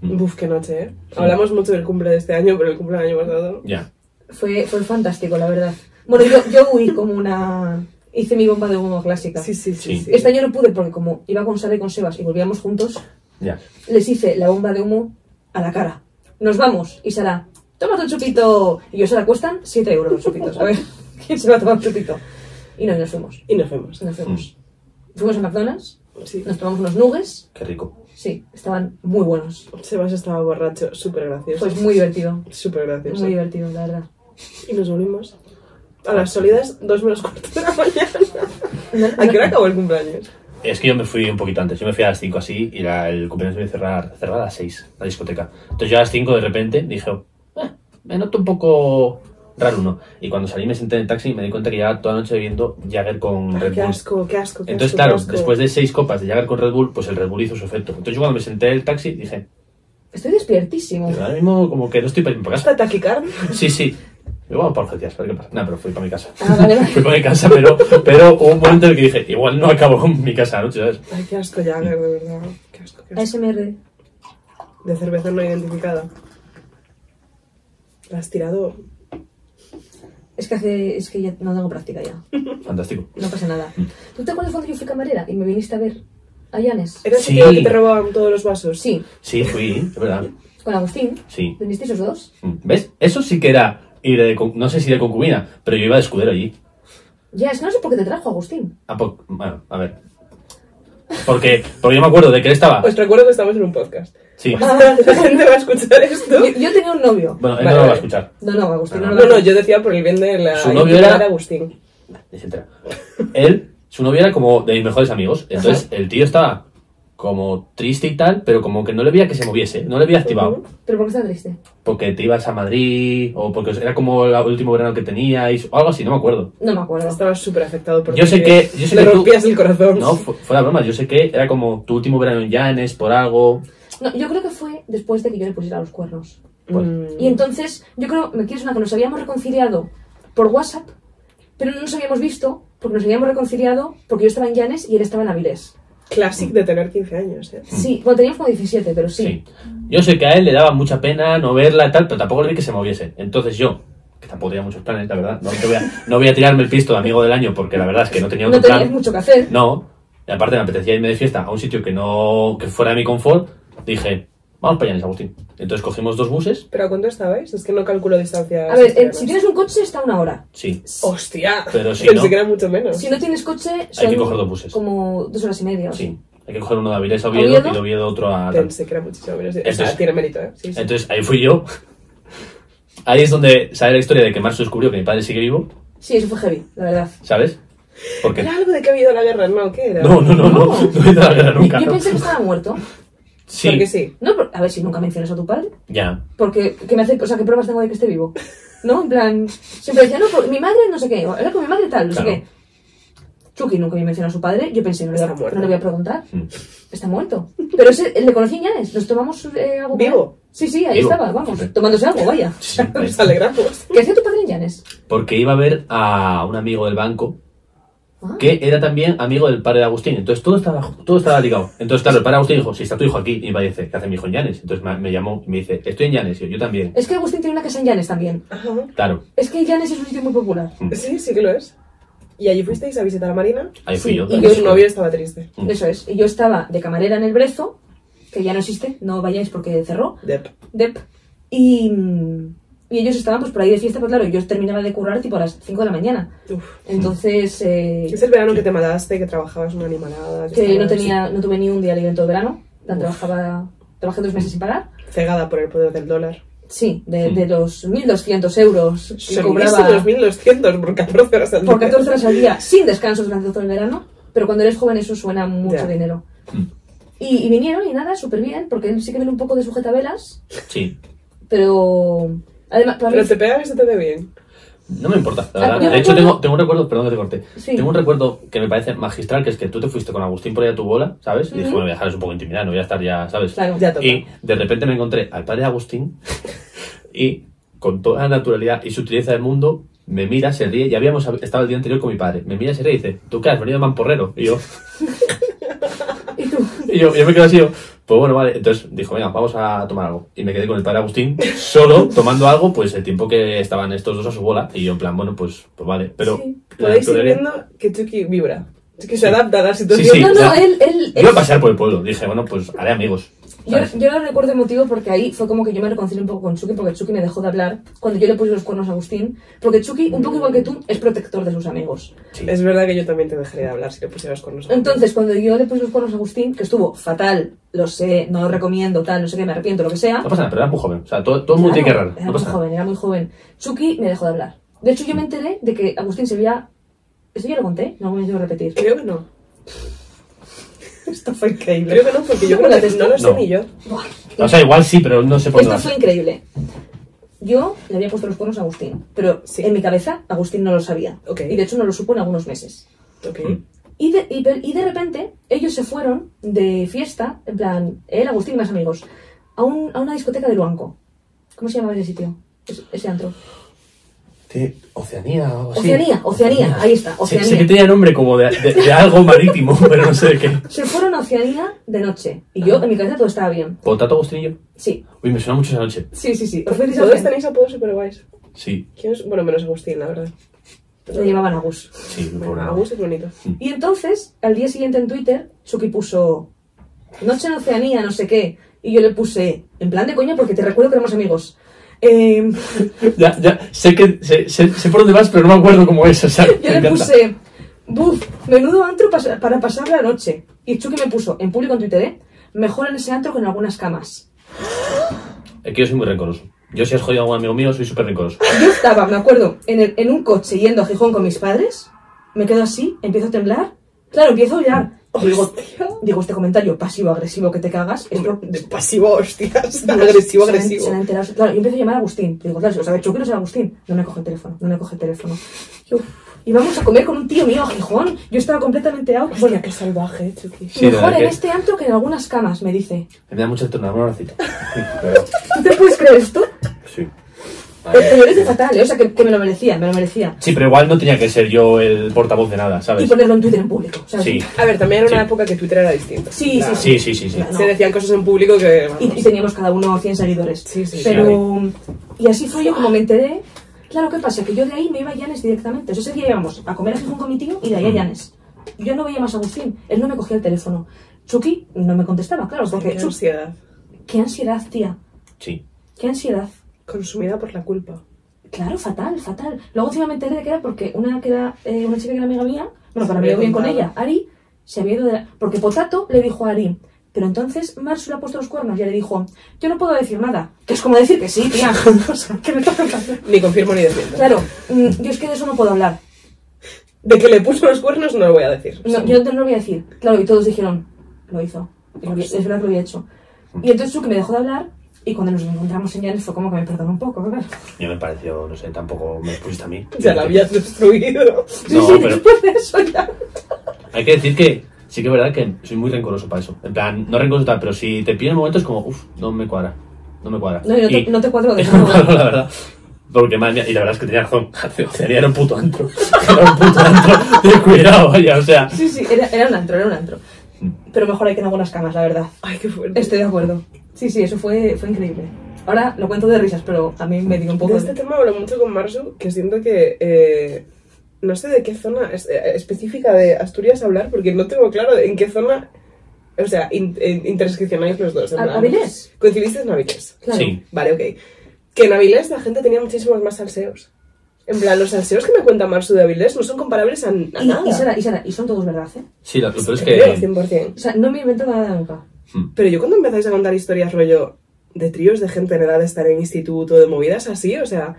Speaker 4: Mm.
Speaker 3: Buf, qué noche, ¿eh? Hablamos mucho del cumple de este año, pero el cumple del año pasado...
Speaker 4: Ya.
Speaker 2: Fue, fue fantástico, la verdad. Bueno, yo, yo huí como una... Hice mi bomba de humo clásica.
Speaker 3: Sí, sí, sí.
Speaker 4: Sí.
Speaker 3: sí.
Speaker 2: Este año no pude porque como iba con Sara y con Sebas y volvíamos juntos,
Speaker 4: Ya.
Speaker 2: les hice la bomba de humo a la cara. Nos vamos. Y Sara, toma tu chupito. Y yo, Sara, cuestan 7 euros los chupitos. A ver, ¿quién se va a tomar un chupito? Y no, y nos fuimos.
Speaker 3: Y nos fuimos. ¿eh?
Speaker 2: Nos fuimos. Fuimos a McDonald's
Speaker 3: Sí.
Speaker 2: Nos tomamos unos nuggets.
Speaker 4: Mm, Qué rico.
Speaker 2: Sí, estaban muy buenos.
Speaker 3: Sebas estaba borracho, súper gracioso.
Speaker 2: Fue muy divertido.
Speaker 3: Súper gracioso.
Speaker 2: Muy divertido, la verdad.
Speaker 3: Y nos volvimos
Speaker 4: Ah,
Speaker 3: a las sólidas 2 menos cuarto de la mañana.
Speaker 2: No-
Speaker 3: ¿A
Speaker 2: no-
Speaker 3: qué hora acabó el cumpleaños?
Speaker 4: Es que yo me fui un poquito antes, yo me fui a las 5 así y la- el cumpleaños me iba a cerrar, cerrar a las 6, la discoteca. Entonces yo a las 5 de repente dije, "Eh, me noto un poco raro, ¿no? Y cuando salí me senté en el taxi y me di cuenta que llevaba toda la noche bebiendo Jagger con
Speaker 3: Ay,
Speaker 4: Red
Speaker 3: qué
Speaker 4: Bull.
Speaker 3: asco, qué asco. qué
Speaker 4: Entonces,
Speaker 3: asco,
Speaker 4: claro,
Speaker 3: qué asco.
Speaker 4: después de seis copas de Jagger con Red Bull, pues el Red Bull hizo su efecto. Entonces yo cuando me senté en el taxi dije,
Speaker 2: Estoy despiertísimo.
Speaker 4: ahora mismo como que no estoy para irme para casa.
Speaker 3: ¿Hasta taquicardia?
Speaker 4: Sí, sí. Me voy a para urgencias, a ver qué pasa. Nada, pero fui para mi casa.
Speaker 2: Ah, vale, vale.
Speaker 4: Fui para mi casa, pero, pero hubo un momento en el que dije, igual no acabo en mi casa anoche, ¿sabes?
Speaker 3: Ay, qué asco, ya, de verdad. Qué asco, qué asco.
Speaker 2: ASMR.
Speaker 3: De cerveza no identificada. La has tirado.
Speaker 2: Es que hace, es que ya no tengo práctica ya.
Speaker 4: Fantástico.
Speaker 2: No pasa nada. ¿Tú te acuerdas cuando yo fui camarera y me viniste a ver a Yanes?
Speaker 3: ¿Era
Speaker 4: Sí.
Speaker 3: ese tío que te robaban todos los vasos?
Speaker 2: Sí,
Speaker 4: Sí, fui, es verdad.
Speaker 2: con Agustín.
Speaker 4: Sí.
Speaker 2: ¿Vinisteis los dos?
Speaker 4: Mm, ¿Ves? Eso sí que era ir de, con- no sé si de concubina, pero yo iba de escudero allí.
Speaker 2: Ya, es que no sé por qué te trajo Agustín.
Speaker 4: A po- bueno, a ver. Porque, porque yo me acuerdo de que él estaba.
Speaker 3: Os Pues recuerdo que estamos en un podcast.
Speaker 4: Sí.
Speaker 3: La gente va a escuchar esto.
Speaker 2: Yo, yo tenía un novio.
Speaker 4: Bueno,
Speaker 3: Vale,
Speaker 4: él no lo va
Speaker 3: vale.
Speaker 4: a escuchar.
Speaker 2: No, no, Agustín. No,
Speaker 4: No,
Speaker 3: ¿Eh? Ah, No, no, yo decía por el bien de la
Speaker 4: Su novio
Speaker 3: intimidad
Speaker 4: era-
Speaker 3: de Agustín.
Speaker 4: Ni se entera. Él, su novia era como de mis mejores amigos. Entonces el tío estaba como triste y tal, pero como que no le veía que se moviese, no le veía activado.
Speaker 2: ¿Pero por qué está triste?
Speaker 4: Porque te ibas a Madrid, o porque era como el último verano que teníais, o algo así, no me acuerdo.
Speaker 2: No me acuerdo.
Speaker 3: Estaba súper afectado por
Speaker 4: Yo
Speaker 3: ti, eh.
Speaker 4: sé que- yo sé
Speaker 3: Le
Speaker 4: que tú-
Speaker 3: rompías el corazón.
Speaker 4: No, fu- fuera broma, yo sé que era como tu último verano en Llanes, por algo.
Speaker 2: No, yo creo que fue después de que yo le pusiera los cuernos.
Speaker 3: Mm.
Speaker 4: Pues,
Speaker 2: Y entonces, yo creo, me quieres una que nos habíamos reconciliado por WhatsApp, pero no nos habíamos visto porque nos habíamos reconciliado porque yo estaba en Llanes y él estaba en Avilés.
Speaker 3: Clásico de tener 15 años, ¿eh?
Speaker 2: Sí, bueno, teníamos como 17, pero sí.
Speaker 4: Mm. Sí. Yo sé que a él le daba mucha pena no verla y tal, pero tampoco le vi que se moviese. Entonces yo, que tampoco tenía muchos planes, la verdad, no, te voy, a, no voy a tirarme el pisto de amigo del año porque la verdad es que no tenía
Speaker 2: no
Speaker 4: otro
Speaker 2: tenías
Speaker 4: plan.
Speaker 2: mucho que hacer.
Speaker 4: No, y aparte me apetecía irme de fiesta a un sitio que no que fuera de mi confort. Dije, vamos para allá, Agustín. Entonces cogimos dos buses.
Speaker 3: ¿Pero a cuánto estabais? Es que no calculo distancias.
Speaker 2: A ver, eh,
Speaker 3: extremas.
Speaker 2: si tienes un coche está una hora.
Speaker 4: Sí,
Speaker 3: ¡Hostia!
Speaker 4: Pero si
Speaker 3: Pensé
Speaker 4: no-
Speaker 3: que era mucho menos.
Speaker 2: Si no tienes coche, son
Speaker 4: que coger dos buses.
Speaker 2: como dos horas y media. o sea.
Speaker 4: sí. Hay que coger uno de Avilés a Oviedo
Speaker 2: ¿Oviedo?
Speaker 4: y de Oviedo otro a... tal.
Speaker 3: Pensé que era muchísimo menos. O
Speaker 4: Entonces-
Speaker 3: sea, tiene mérito, ¿eh? Sí, sí.
Speaker 4: Entonces ahí fui yo. Ahí es donde sale la historia de que Marzo descubrió que mi padre sigue vivo,
Speaker 2: Sí, eso fue heavy, la verdad.
Speaker 4: ¿sabes? Porque...
Speaker 3: ¿Era algo de que ha habido la guerra? No, ¿qué era?
Speaker 4: No, no, no, no, no, he ido a la guerra nunca.
Speaker 2: Yo pensé que estaba muerto.
Speaker 4: Sí,
Speaker 3: Porque sí.
Speaker 2: No, pero- a ver si nunca mencionas a tu padre.
Speaker 4: ya.
Speaker 2: Porque, ¿qué me hace? O sea, ¿qué pruebas tengo de que esté vivo? ¿No? En plan, siempre decía, no, por- mi madre no sé qué, era con mi madre tal, no
Speaker 4: Claro.
Speaker 2: sé qué. Chucky nunca me mencionó a su padre, yo pensé, no le voy a,
Speaker 3: Está muerto.
Speaker 2: no le voy a preguntar.
Speaker 4: Mm.
Speaker 2: Está muerto. Pero ese, le conocí en Llanes, nos tomamos eh, algo. con él.
Speaker 3: ¿Vivo?
Speaker 2: Sí, sí, ahí
Speaker 4: Vivo.
Speaker 2: estaba, vamos,
Speaker 4: Sí.
Speaker 2: tomándose algo, vaya.
Speaker 4: Sí, ahí
Speaker 3: Nos
Speaker 4: está.
Speaker 3: alegramos.
Speaker 2: ¿Qué hacía tu padre en Llanes?
Speaker 4: Porque iba a ver a un amigo del banco
Speaker 2: Ah.
Speaker 4: que era también amigo del padre de Agustín. Entonces todo estaba, todo estaba ligado. Entonces, claro, el padre de Agustín dijo: Si está tu hijo aquí, y me dice: ¿Qué hace mi hijo en Llanes? Entonces me, me llamó y me dice: Estoy en Llanes. Y yo, yo también.
Speaker 2: Es que Agustín tiene una casa en Llanes también.
Speaker 3: Ajá.
Speaker 4: Claro,
Speaker 2: Es que Llanes es un sitio muy popular.
Speaker 3: Sí, sí que lo es. Y allí fuisteis a visitar a Marina.
Speaker 4: ahí fui
Speaker 2: Sí,
Speaker 4: yo.
Speaker 2: y
Speaker 4: claro.
Speaker 3: Y su novio estaba triste.
Speaker 4: Mm.
Speaker 2: Eso es. Y yo estaba de camarera en el Brezo, que ya no existe, no vayáis porque cerró.
Speaker 3: Dep.
Speaker 2: Dep. Y, mm, y ellos estaban pues por ahí de fiesta, pero claro, yo terminaba de currar tipo a las 5 de la mañana.
Speaker 3: Uf.
Speaker 2: Entonces, eh,
Speaker 3: Es el verano que te mataste, que trabajabas una animalada.
Speaker 2: que no,
Speaker 3: estabas
Speaker 2: tenía, no tuve ni un día libre en todo el verano. La
Speaker 3: Uf.
Speaker 2: trabajaba, trabajé dos meses sin parar.
Speaker 3: Cegada por el poder del dólar.
Speaker 2: Sí, de,
Speaker 4: Mm.
Speaker 2: de los 1.200 euros que
Speaker 3: Solidísimo
Speaker 2: cobraba
Speaker 3: 2.200 por 14 horas al día.
Speaker 2: por 14 horas al día sin descanso durante todo el verano. Pero cuando eres joven eso suena mucho
Speaker 3: Ya.
Speaker 2: dinero.
Speaker 4: Mm,
Speaker 2: Y, y vinieron y nada, súper bien, porque él sí que viene un poco de sujetabelas,
Speaker 4: Sí,
Speaker 2: pero... Además, para mí-
Speaker 3: Pero te pegaba y se te ve bien.
Speaker 4: no me importa,
Speaker 2: Ah,
Speaker 4: la
Speaker 2: yo
Speaker 4: verdad. De
Speaker 2: recuerdo-
Speaker 4: hecho, tengo, tengo un recuerdo, perdón que te corté.
Speaker 2: Sí.
Speaker 4: Tengo un recuerdo que me parece magistral, que es que tú te fuiste con Agustín por ahí a tu bola, ¿sabes? Y dije,
Speaker 2: Ujú.
Speaker 4: bueno, voy a dejaros un poco intimidar, no voy a estar ya, ¿sabes?
Speaker 2: Claro.
Speaker 3: Ya toca.
Speaker 4: Y de repente me encontré al padre de Agustín y con toda la naturalidad y sutileza del mundo me mira, se ríe. Ya habíamos hab- estado el día anterior con mi padre. Me mira, se ríe y dice, ¿tú qué has venido mamporrero? Y yo,
Speaker 2: ¿Y tú?
Speaker 4: y yo, yo me quedo así, yo, pues bueno, vale. Entonces dijo, venga, vamos a tomar algo. Y me quedé con el padre Agustín solo tomando algo, pues el tiempo que estaban estos dos a su bola. Y yo, en plan, bueno, pues, pues vale. Pero
Speaker 2: Sí.
Speaker 4: la
Speaker 3: Podéis ir
Speaker 4: naturalidad-
Speaker 3: viendo que Chucky vibra. Chucky se adapta a la situación.
Speaker 4: Sí,
Speaker 2: no, no,
Speaker 4: ya.
Speaker 2: él... él,
Speaker 4: Iba a
Speaker 2: él-
Speaker 4: pasear por el pueblo. Dije, bueno, pues haré amigos.
Speaker 2: Yo,
Speaker 4: ¿sabes?
Speaker 2: yo lo recuerdo emotivo porque ahí fue como que yo me reconcilié un poco con Chucky porque Chucky me dejó de hablar cuando yo le puse los cuernos a Agustín. Porque Chucky, un poco igual que tú, es protector de sus amigos.
Speaker 4: Sí.
Speaker 3: Es verdad que yo también te dejaría de hablar si le pusieras con nosotros.
Speaker 2: Entonces, cuando yo le puse los cuernos a Agustín, que estuvo fatal, lo sé, no lo recomiendo, tal, no sé qué, me arrepiento, lo que sea.
Speaker 4: No pasa nada, pero era muy joven. O sea, todo, todo el mundo
Speaker 2: Claro,
Speaker 4: tiene que errar.
Speaker 2: Era muy
Speaker 4: No pasa nada.
Speaker 2: joven, era muy joven. Chucky me dejó de hablar. De hecho, yo me enteré de que Agustín se veía. Eso ya lo conté, no me quiero repetir.
Speaker 3: Creo que no.
Speaker 2: Esto fue increíble.
Speaker 3: Creo que no, porque yo
Speaker 2: ¿No me
Speaker 3: creo
Speaker 2: la
Speaker 3: que
Speaker 2: testó?
Speaker 3: no lo sé
Speaker 4: No.
Speaker 3: ni yo.
Speaker 2: Buah,
Speaker 4: O sea, igual sí, pero no sé por
Speaker 2: Esto
Speaker 4: dónde.
Speaker 2: fue
Speaker 4: va.
Speaker 2: increíble. Yo le había puesto los cuernos a Agustín, pero
Speaker 3: Sí.
Speaker 2: en mi cabeza Agustín no lo sabía.
Speaker 3: Ok.
Speaker 2: Y de hecho no lo supo en algunos meses.
Speaker 3: Ok.
Speaker 4: Mm.
Speaker 2: Y de, y, per- y de repente ellos se fueron de fiesta, en plan, él, Agustín y más amigos, a, un- a una discoteca de Luanco. ¿Cómo se llamaba ese sitio? Ese, ese antro.
Speaker 4: Sí, Oceanía o algo así.
Speaker 2: Oceanía, Oceanía, ahí está,
Speaker 4: Sí,
Speaker 2: Oceanía.
Speaker 4: Sé, que tenía nombre como de, de- de algo marítimo, pero no sé de qué.
Speaker 2: Se fueron a Oceanía de noche. Y yo, en mi cabeza, todo estaba bien.
Speaker 4: ¿Potato Agustinillo?
Speaker 2: Sí.
Speaker 4: Uy, me suena mucho esa noche.
Speaker 2: Sí, sí, sí. Os fuisteis a
Speaker 3: Pues Todos
Speaker 2: Oceanía.
Speaker 3: tenéis apodos super guays.
Speaker 4: Sí,
Speaker 3: ¿Quién es? Bueno, menos Agustín, la verdad.
Speaker 2: Le llevaban a Gus.
Speaker 4: sí, me
Speaker 3: Bueno,
Speaker 4: pongo
Speaker 3: Agus es bonito.
Speaker 2: Y entonces, al día siguiente en Twitter, Chucky puso Noche en Oceanía, no sé qué. Y yo le puse, en plan de coña, porque te recuerdo que éramos amigos. Eh,
Speaker 4: Ya, ya, sé, que, sé, sé- sé por dónde vas, pero no me acuerdo cómo es. O sea, me
Speaker 2: yo le
Speaker 4: encanta.
Speaker 2: puse, buf, menudo antro pas- para pasar la noche. Y Chucky me puso, en público en Twitter, ¿eh? Mejor en ese antro con algunas camas.
Speaker 4: Aquí yo soy muy rencoroso. Yo, si has jodido a algún amigo mío, soy súper rencoroso.
Speaker 2: Yo estaba, me acuerdo, en, el- en un coche yendo a Gijón con mis padres. Me quedo así, empiezo a temblar. Claro, empiezo a llorar. Digo, digo, este comentario pasivo-agresivo que te cagas es pro-
Speaker 3: De pasivo, hostias. agresivo,
Speaker 2: Se me- Se me ha
Speaker 3: agresivo.
Speaker 2: enterado. Claro, yo empiezo a llamar a Agustín. Digo, claro, si lo sabe Chucky, lo sabe Agustín. No me coge el teléfono, no me coge el teléfono. Yo, y vamos a comer con un tío mío a Gijón. Yo estaba completamente out. Bueno,
Speaker 3: Hostia, qué salvaje, Chucky.
Speaker 4: Sí, la
Speaker 2: mejor
Speaker 4: verdad
Speaker 2: en
Speaker 4: que-
Speaker 2: este antro que en algunas camas, me dice.
Speaker 4: Me da mucha ternura, un abracito. Pero,
Speaker 2: ¿Tú te puedes creer esto?
Speaker 4: sí.
Speaker 2: Pero Este yo lo hice fatal, ¿eh? o sea, que, que me lo merecía, me lo merecía.
Speaker 4: Sí, pero igual no tenía que ser yo el portavoz de nada,
Speaker 2: Y
Speaker 4: ¿sabes?
Speaker 2: ponerlo en Twitter en público, ¿sabes?
Speaker 4: Sí,
Speaker 3: A ver, también era una
Speaker 4: Sí.
Speaker 3: época que Twitter era distinto.
Speaker 2: Sí, sí,
Speaker 3: Claro.
Speaker 4: sí, sí, sí. sí.
Speaker 2: No.
Speaker 3: Se decían cosas en público que. vamos.
Speaker 2: Y, y teníamos cada uno 100 seguidores.
Speaker 3: Sí, sí,
Speaker 2: Pero. Y así fue yo como me enteré. Claro, ¿qué pasa? Que yo de ahí me iba a Llanes directamente. O sea, ese día íbamos a comer a Gijón con mi tío y de ahí a Llanes. Yo no veía más a Agustín. Él no me cogía el teléfono. Chucky no me contestaba, claro, porque.
Speaker 3: Qué
Speaker 2: Chucky,
Speaker 3: ansiedad.
Speaker 2: qué ansiedad, tía.
Speaker 4: Sí.
Speaker 2: Qué ansiedad.
Speaker 3: Consumida por la culpa.
Speaker 2: Claro, fatal, fatal. Luego encima me enteré de que era porque una que era eh, una chica que era amiga mía, bueno, para mí bien con ella, Ari, se había ido de la... Porque Potato le dijo a Ari, pero entonces Marsu le ha puesto los cuernos y le dijo, yo no puedo decir nada, que es como decir que sí, tía. O sea, que me toca hacer.
Speaker 3: Ni confirmo ni desmiento.
Speaker 2: Claro, mm, yo es que de eso no puedo hablar.
Speaker 3: De que le puso los cuernos no lo voy a decir.
Speaker 2: No, yo no lo voy a decir. Claro, y todos dijeron, lo hizo. Y lo había- Es verdad que lo había hecho. Y entonces Chuck me dejó de hablar y cuando nos encontramos en Llanes fue como que me perdonó un poco, ¿verdad?
Speaker 4: Yo me pareció, no sé, tampoco me pusiste a mí.
Speaker 3: Ya la habías destruido.
Speaker 4: No,
Speaker 2: sí,
Speaker 4: pero-
Speaker 2: después de eso ya.
Speaker 4: Hay que decir que sí que es verdad que soy muy rencoroso para eso. En plan, no rencoroso tal, pero si te piden momentos como, uff, no me cuadra. No me cuadra.
Speaker 2: No, yo no te-
Speaker 4: Y-
Speaker 2: no te cuadro de
Speaker 4: no,
Speaker 2: nada.
Speaker 4: la verdad. Porque madre mía, y la verdad es que tenía razón. Oceanía era un puto antro. Era un puto antro. Ten cuidado, vaya, o sea.
Speaker 2: Sí, sí, era, era un antro, era un antro. Pero mejor hay que en algunas camas, la verdad.
Speaker 3: Ay, qué fuerte.
Speaker 2: Estoy de acuerdo. Sí, sí, eso fue, fue increíble. Ahora lo cuento de risas, pero a mí me dio un poco
Speaker 3: De este
Speaker 2: de...
Speaker 3: tema hablo mucho con Marsu, que siento que eh, no sé de qué zona es- eh, específica de Asturias hablar, porque no tengo claro en qué zona, o sea, in- in- interseccionáis los dos. en
Speaker 2: ¿A-
Speaker 3: plan.
Speaker 2: Avilés?
Speaker 3: Coincidiste en Avilés.
Speaker 2: Claro.
Speaker 4: Sí.
Speaker 3: Vale, ok. Que en Avilés la gente tenía muchísimos más salseos. En plan, los salseos que me cuenta Marsu de Avilés no son comparables a, a
Speaker 2: Y,
Speaker 3: nada.
Speaker 2: y Sara, y Sara, y son todos verdad, ¿eh?
Speaker 4: Sí, lo, lo peor
Speaker 3: Te
Speaker 4: es
Speaker 3: creo,
Speaker 4: que. mm,
Speaker 3: 100%.
Speaker 2: O sea, no me he inventado nada nunca.
Speaker 3: Pero yo cuando empezáis a contar historias rollo de tríos de gente en edad de estar en instituto, de movidas así, o sea,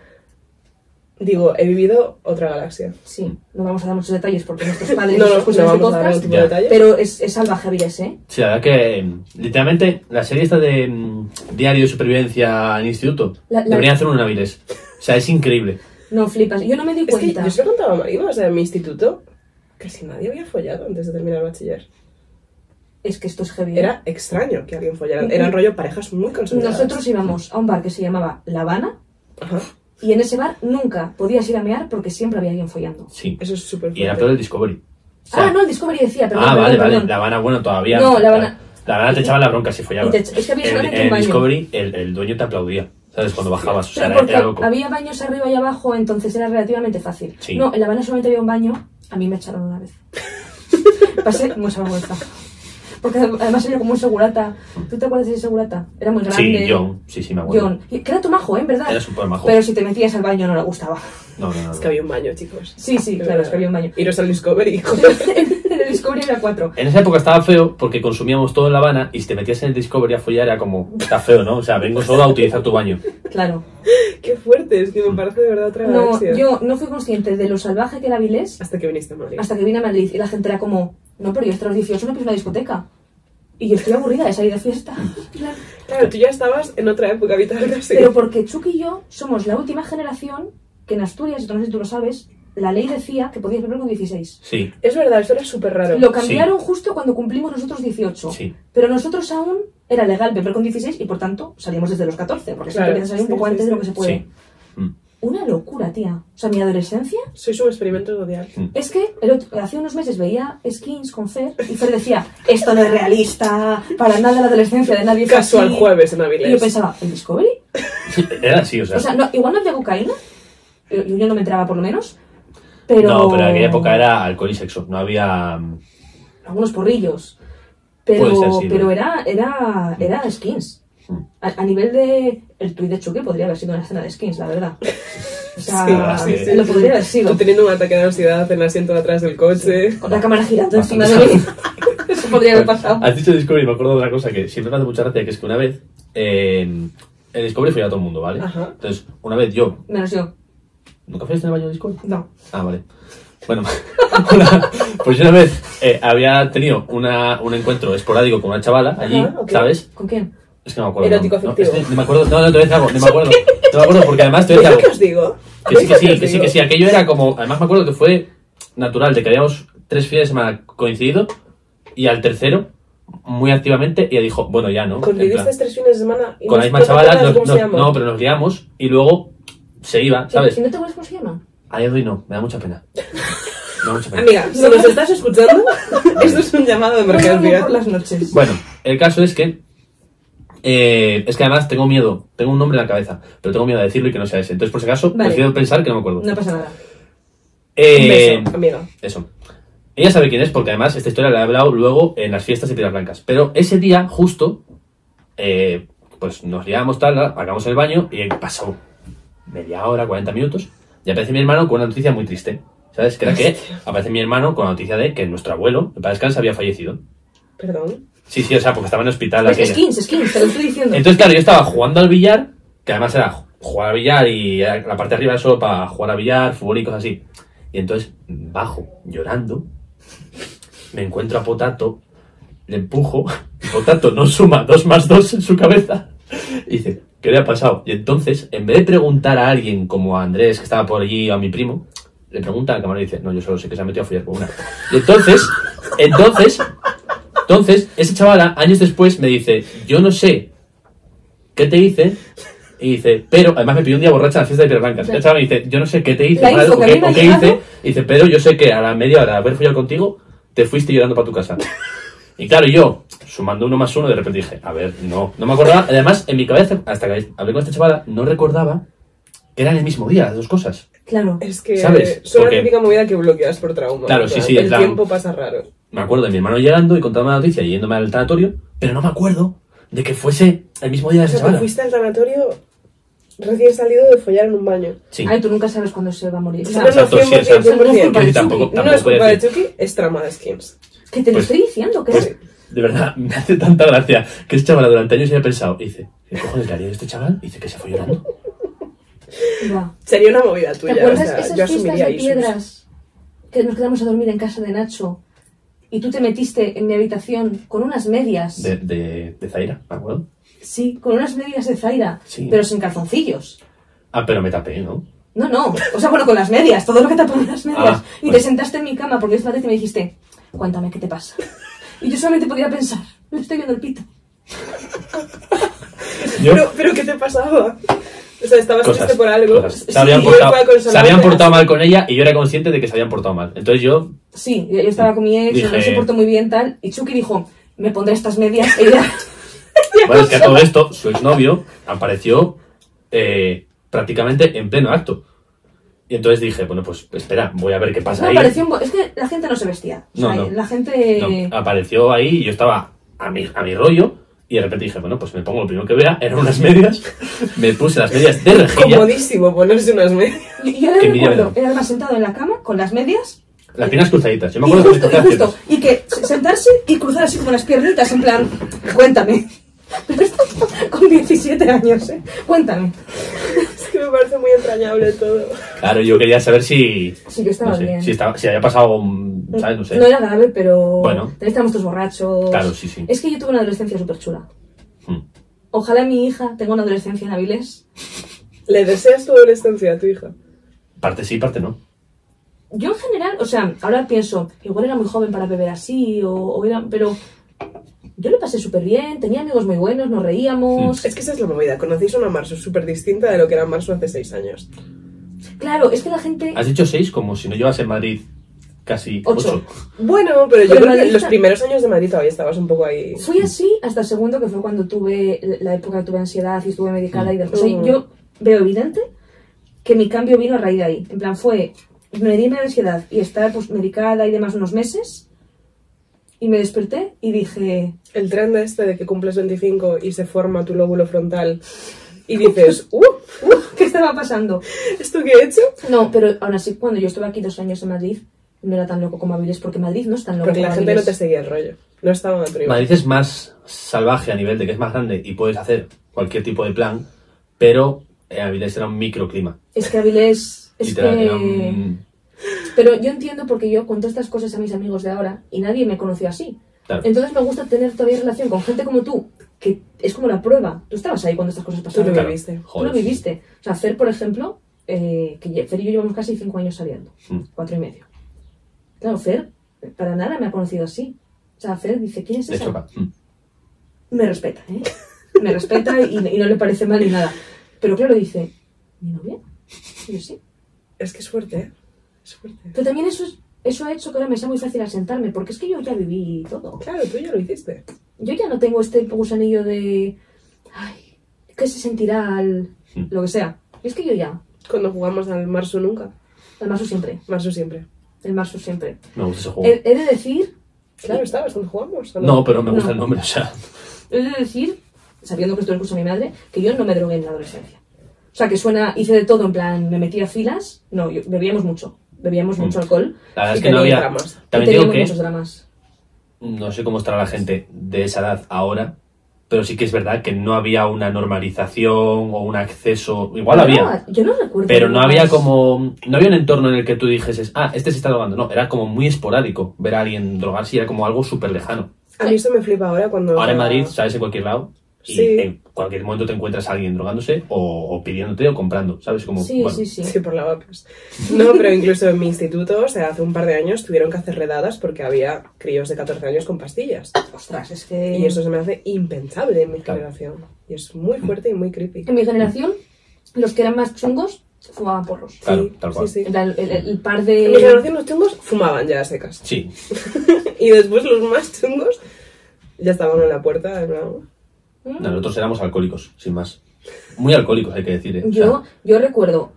Speaker 3: digo, he vivido otra galaxia.
Speaker 2: Sí, no vamos a dar muchos detalles porque nuestros padres
Speaker 3: No,
Speaker 2: no,
Speaker 3: no,
Speaker 2: escuchan
Speaker 3: no
Speaker 2: este
Speaker 3: vamos a dar
Speaker 2: podcast,
Speaker 3: ningún tipo de detalle.
Speaker 2: pero es, es salvaje Avilés, ¿eh?
Speaker 4: Sí, la verdad que. mm, Literalmente, la serie esta de mm, Diario de Supervivencia en Instituto.
Speaker 2: La- la-
Speaker 4: Deberían hacer un Naviles. O sea, es increíble.
Speaker 2: No flipas. Yo no me di
Speaker 3: Es que
Speaker 2: cuenta.
Speaker 3: yo se lo contaba a Marima, o sea, en mi instituto casi nadie había follado antes de terminar el bachiller.
Speaker 2: Es que esto es heavy. ¿eh?
Speaker 3: Era extraño que alguien follara. Eran rollo parejas muy consolidadas.
Speaker 2: Nosotros íbamos a un bar que se llamaba La Habana
Speaker 3: Ajá.
Speaker 2: y en ese bar nunca podías ir a mear porque siempre había alguien follando.
Speaker 4: Sí.
Speaker 3: Eso es súper
Speaker 4: Y era
Speaker 3: fuerte.
Speaker 4: peor el Discovery. O sea,
Speaker 2: ah, no, el Discovery decía, perdón.
Speaker 4: Ah,
Speaker 2: perdón,
Speaker 4: vale, vale.
Speaker 2: perdón.
Speaker 4: La Habana, bueno, todavía.
Speaker 2: No, La Habana-
Speaker 4: La Habana te echaba la bronca si follaba.
Speaker 2: Y te echa- es que había
Speaker 4: en,
Speaker 2: solamente un
Speaker 4: en
Speaker 2: baño.
Speaker 4: Discovery, el, el dueño te aplaudía, ¿sabes? Cuando bajabas. O sea,
Speaker 2: Pero
Speaker 4: era,
Speaker 2: porque
Speaker 4: era loco.
Speaker 2: había baños arriba y abajo, entonces era relativamente fácil.
Speaker 4: Sí.
Speaker 2: No, en La Habana solamente había un baño, a mí me echaron una vez. Pasé mucha vergüenza. Porque además era como un segurata. ¿Tú te acuerdas de ese segurata? Era muy grande.
Speaker 4: Sí, John. Sí, sí, me acuerdo.
Speaker 2: John. Y- Que era tu majo, ¿eh? En verdad.
Speaker 4: Era súper majo.
Speaker 2: Pero si te metías al baño no le gustaba.
Speaker 4: No, no, no.
Speaker 3: Es
Speaker 4: no.
Speaker 3: que había un baño, chicos.
Speaker 2: Sí, sí, claro, es que había un baño.
Speaker 3: Iros al Discovery, joder.
Speaker 2: en el Discovery era cuatro.
Speaker 4: En esa época estaba feo porque consumíamos todo en La Habana y si te metías en el Discovery a follar era como, está feo, ¿no? O sea, vengo solo a utilizar tu baño.
Speaker 2: Claro.
Speaker 3: Qué fuerte, es que me parece de verdad otra
Speaker 2: No,
Speaker 3: galaxia.
Speaker 2: yo no fui consciente de lo salvaje que era Vilés
Speaker 3: Hasta que viniste a Madrid.
Speaker 2: hasta que vine a Madrid y la gente era como, no, pero yo hasta los 18 no piso una discoteca. Y yo estoy aburrida de salir de fiesta. Claro.
Speaker 3: Claro, tú ya estabas en otra época vital casi.
Speaker 2: Pero porque Chucky y yo somos la última generación que en Asturias, no sé si tú lo sabes, la ley decía que podías beber con 16.
Speaker 4: Sí.
Speaker 3: Es verdad, eso era súper raro.
Speaker 2: Lo cambiaron justo cuando cumplimos nosotros 18.
Speaker 4: Sí.
Speaker 2: Pero nosotros aún era legal beber con 16 y por tanto salíamos desde los 14, porque
Speaker 3: Claro,
Speaker 2: siempre empiezas a salir un
Speaker 3: sí,
Speaker 2: poco
Speaker 3: sí,
Speaker 2: antes
Speaker 3: sí.
Speaker 2: de lo que se puede.
Speaker 4: Sí. Mm.
Speaker 2: Una locura, tía. O sea, mi adolescencia
Speaker 3: Sois un experimento social.
Speaker 2: Es que el otro- hace unos meses veía skins con Fer y Fer decía, esto no es realista, para nada la adolescencia de nadie es
Speaker 3: Casual
Speaker 2: así".
Speaker 3: jueves en
Speaker 2: Y
Speaker 3: Avilés.
Speaker 2: yo pensaba, ¿el Discovery?
Speaker 4: Era así, o sea.
Speaker 2: O sea, no, igual no había cocaína, yo, yo no me enteraba por lo menos, pero...
Speaker 4: No, pero en aquella época era alcohol y sexo. No había. mm,
Speaker 2: Algunos porrillos, pero,
Speaker 4: Puede ser, sí,
Speaker 2: pero
Speaker 4: ¿no?
Speaker 2: era, era, era skins.
Speaker 4: Mm.
Speaker 2: A, a nivel de... El tuit de Chucky podría haber sido una escena de skins, la verdad. O sea,
Speaker 4: Sí, sí, sí.
Speaker 2: "Ah, lo podría haber sido.
Speaker 3: Tú teniendo un ataque de ansiedad en el asiento de atrás del coche.
Speaker 2: Con la cámara girando
Speaker 4: Ah,
Speaker 2: encima de mí. Eso podría haber pasado.
Speaker 4: Pues, Has dicho Discovery, me acuerdo de otra cosa que siempre me hace mucha gracia, que es que una vez. eh, el Discovery fue a todo el mundo, ¿vale?
Speaker 3: Ajá.
Speaker 4: Entonces, una vez yo.
Speaker 2: Menos yo.
Speaker 4: ¿Nunca fuiste en el baño de Discovery?
Speaker 2: No.
Speaker 4: Ah, vale. Bueno, una- pues yo una vez eh, había tenido una, un encuentro esporádico con una chavala allí,
Speaker 3: Ajá, ok.
Speaker 4: ¿sabes?
Speaker 2: ¿Con quién?
Speaker 4: Es que no me acuerdo.
Speaker 3: Erótico
Speaker 4: no, no,
Speaker 3: afectivo.
Speaker 4: es que no me acuerdo, no, no, te voy a decir algo, no me acuerdo. No me acuerdo porque además te voy a
Speaker 3: ¿Veis lo
Speaker 4: decir
Speaker 3: que
Speaker 4: algo.
Speaker 3: os digo?
Speaker 4: Que sí,
Speaker 3: ¿Veis
Speaker 4: que
Speaker 3: lo
Speaker 4: sí,
Speaker 3: os
Speaker 4: que sí,
Speaker 3: digo?
Speaker 4: que sí. Aquello era como. Además, me acuerdo que fue natural, de que habíamos tres fines de semana coincidido y al tercero, muy activamente, ella dijo, bueno, ya no. en plan,
Speaker 3: Convivisteis tres fines de semana y
Speaker 4: con
Speaker 3: no-
Speaker 4: la misma
Speaker 3: no te
Speaker 4: chavala,
Speaker 3: acuerdas
Speaker 4: nos-
Speaker 3: cómo se
Speaker 4: nos-
Speaker 3: llama.
Speaker 4: no, pero nos guiamos y luego se iba, ¿sabes?
Speaker 2: ¿Y no te acuerdas cómo se llama?
Speaker 4: A Edwin no, me da mucha pena. Me da mucha pena.
Speaker 3: Amiga, si nos estás escuchando, esto es un llamado de emergencia.
Speaker 2: por las noches.
Speaker 4: Bueno, el caso es que. eh, es que además tengo miedo, tengo un nombre en la cabeza, pero tengo miedo de decirlo y que no sea ese. Entonces, por si acaso,
Speaker 2: Vale.
Speaker 4: prefiero pensar que no me acuerdo.
Speaker 2: No pasa nada.
Speaker 3: Un
Speaker 4: Eh,
Speaker 3: beso, amiga.
Speaker 4: Eso. Ella sabe quién es porque además esta historia la he hablado luego en las fiestas de Piedras Blancas. Pero ese día, justo, eh, pues nos liábamos tal, acabamos el baño y pasó media hora, 40 minutos. Y aparece mi hermano con una noticia muy triste. ¿Sabes? Que era que aparece mi hermano con la noticia de que nuestro abuelo, el padre descansa, había fallecido.
Speaker 3: Perdón.
Speaker 4: Sí, sí, o sea, porque estaba en el hospital.
Speaker 2: Pues Es
Speaker 4: aquella.
Speaker 2: skins, skins, te lo estoy diciendo.
Speaker 4: Entonces, claro, yo estaba jugando al billar, que además era ju- jugar al billar y era- la parte de arriba era solo para jugar al billar, fútbol y cosas así. Y entonces bajo llorando, me encuentro a Potato, le empujo, Potato no suma dos más dos en su cabeza, y dice, ¿qué le ha pasado? Y entonces, en vez de preguntar a alguien como a Andrés, que estaba por allí, o a mi primo, le pregunta al camarero y dice, no, yo solo sé que se ha metido a follar con una. Y entonces, entonces, entonces, esa chavala, años después, me dice, yo no sé qué te hice. Y dice, pero, además me pidió un día borracha en la fiesta de Piedras Blancas.
Speaker 2: Claro.
Speaker 4: La chavala me dice, yo no sé qué te hice,
Speaker 2: La info
Speaker 4: o
Speaker 2: que
Speaker 4: qué,
Speaker 2: a mí me ha
Speaker 4: o qué
Speaker 2: llegado.
Speaker 4: hice. Y dice, pero yo sé que a la media hora de haber follado contigo, te fuiste llorando para tu casa. Y claro, yo, sumando uno más uno, de repente dije, a ver, no, no me acordaba. Además, en mi cabeza, hasta que hablé con esta chavala, no recordaba que eran el mismo día las dos cosas.
Speaker 2: Claro.
Speaker 3: Es que
Speaker 4: ¿Sabes?
Speaker 3: es una
Speaker 4: Porque-
Speaker 3: típica movida que bloqueas por trauma.
Speaker 4: Claro,
Speaker 3: en plan,
Speaker 4: sí, sí, en
Speaker 3: El
Speaker 4: plan-
Speaker 3: tiempo pasa raro.
Speaker 4: me acuerdo de mi hermano llegando y contando la noticia y yéndome al tanatorio, pero no me acuerdo de que fuese el mismo día
Speaker 3: O
Speaker 4: de esa
Speaker 3: sea, te
Speaker 4: semana.
Speaker 3: fuiste al sanatorio recién salido de follar en un baño.
Speaker 4: Sí.
Speaker 2: Ay, tú nunca sabes cuándo se va a morir. O sea,
Speaker 3: No, no,
Speaker 4: Exacto, sí,
Speaker 3: 100%,
Speaker 4: exacto.
Speaker 3: 100%.
Speaker 2: Quiero decir,
Speaker 4: tampoco-
Speaker 3: no
Speaker 4: tampoco
Speaker 3: es culpa
Speaker 4: puede
Speaker 3: de
Speaker 4: decir.
Speaker 3: Chucky, es trama de skins.
Speaker 2: que te lo
Speaker 4: Pues-
Speaker 2: estoy diciendo, que
Speaker 4: Pues,
Speaker 2: es-
Speaker 4: de verdad, me hace tanta gracia que este chaval durante años haya pensado, y dice, ¿qué cojones le haría a este chaval? Y dice que se fue llorando.
Speaker 2: Ya.
Speaker 3: Sería una movida
Speaker 2: ¿Te
Speaker 3: tuya.
Speaker 2: acuerdas
Speaker 3: pues o
Speaker 2: esas
Speaker 3: sea, yo
Speaker 2: fiestas
Speaker 3: asumiría
Speaker 2: de
Speaker 3: issues.
Speaker 2: piedras que nos quedamos a dormir en casa de Nacho y tú te metiste en mi habitación con unas medias?
Speaker 4: De, de, de Zaira, ¿me acuerdo?
Speaker 2: Sí, con unas medias de Zaira,
Speaker 4: Sí.
Speaker 2: pero sin calzoncillos.
Speaker 4: Ah, pero me tapé, ¿no?
Speaker 2: No, no. O sea, bueno, con las medias, todo lo que te ponen las medias.
Speaker 4: Ah,
Speaker 2: y
Speaker 4: bueno.
Speaker 2: te sentaste en mi cama porque yo estaba atenta y me dijiste, cuéntame qué te pasa. Y yo solamente podía pensar, le estoy viendo el pito.
Speaker 4: Yo,
Speaker 3: Pero, pero ¿qué te pasaba? O sea, estabas triste por algo.
Speaker 4: cosas.
Speaker 3: Sí,
Speaker 4: Se habían,
Speaker 3: y yo
Speaker 4: portado,
Speaker 3: fui a consolarte.
Speaker 4: se habían portado mal con ella y yo era consciente de que se habían portado mal. Entonces yo,
Speaker 2: Sí, yo yo estaba con mi ex,
Speaker 4: Dije-
Speaker 2: no se portó muy bien, tal. Y Chucky dijo, me pondré estas medias. Y ya.
Speaker 4: bueno, es que a todo esto, su exnovio apareció eh, prácticamente en pleno acto. Y entonces dije, bueno, pues espera, voy a ver qué pasa
Speaker 2: No,
Speaker 4: ahí.
Speaker 2: parecía un bo- Es que la gente no se vestía. O sea,
Speaker 4: No, Ah, no.
Speaker 2: La gente...
Speaker 4: No, apareció ahí y yo estaba a mi, a mi rollo. Y de repente dije, bueno, pues me pongo lo primero que vea, eran unas medias. Me puse las medias de rejilla.
Speaker 3: Comodísimo ponerse unas medias.
Speaker 2: Y yo ahora
Speaker 4: Qué envidia
Speaker 2: recuerdo,
Speaker 4: me da.
Speaker 2: era además sentado en la cama con las medias.
Speaker 4: Las piernas cruzaditas. Yo me
Speaker 2: Y
Speaker 4: acuerdo
Speaker 2: justo,
Speaker 4: que
Speaker 2: y
Speaker 4: las
Speaker 2: justo.
Speaker 4: piernas.
Speaker 2: Y que se- sentarse y cruzar así como las piernitas, en plan, cuéntame. Pero esto con 17 años, ¿eh? Cuéntame.
Speaker 3: Es que me parece muy entrañable todo.
Speaker 4: Claro, yo quería saber si.
Speaker 2: Sí, yo estaba
Speaker 4: no sé,
Speaker 2: bien.
Speaker 4: Si, estaba- si había pasado. un- ¿Sabes? No sé.
Speaker 2: era grave, pero
Speaker 4: Bueno.
Speaker 2: también estábamos todos borrachos.
Speaker 4: Claro, sí, sí.
Speaker 2: Es que yo tuve una adolescencia súper chula.
Speaker 4: Mm.
Speaker 2: Ojalá mi hija tenga una adolescencia en Avilés.
Speaker 3: ¿Le deseas tu adolescencia a tu hija?
Speaker 4: Parte sí, parte no.
Speaker 2: Yo en general, o sea, ahora pienso, igual era muy joven para beber así, o, o era, pero yo lo pasé súper bien, tenía amigos muy buenos, nos reíamos.
Speaker 3: Es que esa es la movida. Conocéis una Marzo súper distinta de lo que era Marzo hace seis años.
Speaker 4: Mm.
Speaker 2: Claro, es que la gente...
Speaker 4: Has dicho seis como si no llevas en Madrid casi
Speaker 2: Ocho.
Speaker 4: ocho.
Speaker 3: Bueno, pero yo
Speaker 2: Pero
Speaker 3: creo que
Speaker 2: Madrid
Speaker 3: los
Speaker 2: está-
Speaker 3: primeros años de Madrid todavía estabas un poco ahí.
Speaker 2: Fui así hasta segundo, que fue cuando tuve la época que tuve ansiedad y estuve medicada y demás. O sea,
Speaker 3: Mm.
Speaker 2: yo veo evidente que mi cambio vino a raíz de ahí. En plan, fue medirme la ansiedad y estar pues, medicada y demás unos meses. Y me desperté y dije,
Speaker 3: El tren de este de que cumples 25 y se forma tu lóbulo frontal y dices, ¡uh! uh,
Speaker 2: ¿qué estaba pasando?
Speaker 3: ¿Esto que he hecho?
Speaker 2: No, pero aún así, cuando yo estuve aquí dos años en Madrid, no era tan loco como Avilés, porque Madrid no es tan loco
Speaker 3: Porque la
Speaker 2: como
Speaker 3: gente no
Speaker 2: Avilés.
Speaker 3: te seguía el rollo. No estaban a tu nivel.
Speaker 4: Madrid es más salvaje a nivel de que es más grande y puedes hacer cualquier tipo de plan, pero en Avilés era un microclima.
Speaker 2: Es que Avilés... Es
Speaker 4: Literal,
Speaker 2: que...
Speaker 4: era un-
Speaker 2: Pero yo entiendo porque yo cuento estas cosas a mis amigos de ahora y nadie me conoció así.
Speaker 4: Claro.
Speaker 2: Entonces me gusta tener todavía relación con gente como tú, que es como la prueba. Tú estabas ahí cuando estas cosas
Speaker 3: Tú
Speaker 2: pasaron.
Speaker 3: lo
Speaker 4: Claro.
Speaker 3: viviste.
Speaker 2: Tú lo
Speaker 4: Joder, sí.
Speaker 2: viviste. O sea, Fer, por ejemplo, eh, que ye- Fer y yo llevamos casi cinco años saliendo.
Speaker 4: Mm.
Speaker 2: Cuatro y medio. Claro, Fer, para nada me ha conocido así. O sea, Fer dice, ¿quién es
Speaker 4: Le
Speaker 2: esa?
Speaker 4: choca. Mm.
Speaker 2: Me respeta, ¿eh? Me respeta y, y no le parece mal ni nada. Pero claro, dice, ¿mi novia? Y yo sí.
Speaker 3: Es que es fuerte, ¿eh? Es fuerte.
Speaker 2: Pero también eso, es- eso ha hecho que ahora me sea muy fácil asentarme, porque es que yo ya viví todo.
Speaker 3: Claro, tú ya lo hiciste.
Speaker 2: Yo ya no tengo este gusanillo de. Ay, ¿qué se sentirá al.
Speaker 4: Mm.
Speaker 2: lo que sea? Y es que yo ya.
Speaker 3: Cuando jugamos al Marzo nunca.
Speaker 2: El marzo siempre.
Speaker 3: Marzo siempre.
Speaker 2: El marzo siempre.
Speaker 4: Me gusta ese juego.
Speaker 2: He, he de decir.
Speaker 3: Claro, estabas cuando jugamos. ¿o
Speaker 4: No, pero me gusta
Speaker 2: No.
Speaker 4: el nombre, o sea.
Speaker 2: He de decir, sabiendo que esto lo escucha mi madre, que yo no me drogué en la adolescencia. O sea, que suena. hice de todo, en plan, me metí a filas. No, yo- bebíamos mucho. Bebíamos
Speaker 4: Mm.
Speaker 2: mucho alcohol.
Speaker 4: La verdad
Speaker 3: Sí,
Speaker 4: es que no
Speaker 3: tenía
Speaker 4: había.
Speaker 3: dramas.
Speaker 4: También
Speaker 2: y
Speaker 4: digo
Speaker 2: teníamos
Speaker 4: que
Speaker 2: muchos dramas.
Speaker 4: no sé cómo estará la gente de esa edad ahora, pero sí que es verdad que no había una normalización o un acceso. Igual
Speaker 2: No,
Speaker 4: había.
Speaker 2: Yo no recuerdo.
Speaker 4: Pero no
Speaker 2: dramas.
Speaker 4: había como. No había un entorno en el que tú dijeses, ah, este se está drogando. No, era como muy esporádico ver a alguien drogarse y era como algo súper lejano.
Speaker 3: A mí esto me flipa ahora cuando...
Speaker 4: Ahora en Madrid sales en cualquier lado y
Speaker 3: Sí.
Speaker 4: en cualquier momento te encuentras a alguien drogándose o, o pidiéndote o comprando, ¿sabes? Como,
Speaker 2: Sí,
Speaker 4: bueno,
Speaker 2: sí, sí.
Speaker 3: Sí, por la vapes. No, pero incluso en mi instituto, o sea, hace un par de años tuvieron que hacer redadas porque había críos de 14 años con pastillas.
Speaker 2: Ostras, es que.
Speaker 3: Y eso se me hace impensable en mi
Speaker 4: Claro.
Speaker 3: generación. Y es muy fuerte y muy creepy.
Speaker 2: En mi generación, los que eran más chungos fumaban porros.
Speaker 4: Claro,
Speaker 3: Sí,
Speaker 4: tal cual.
Speaker 3: Sí, sí.
Speaker 2: En plan, el, el- el par
Speaker 3: En mi
Speaker 2: de.
Speaker 3: generación los chungos fumaban ya a secas.
Speaker 4: Sí,
Speaker 3: Y después los más chungos ya estaban en la puerta. en plan,
Speaker 4: No, nosotros éramos alcohólicos, sin más. Muy alcohólicos, hay que decir. ¿eh? O sea,
Speaker 2: Yo, yo recuerdo,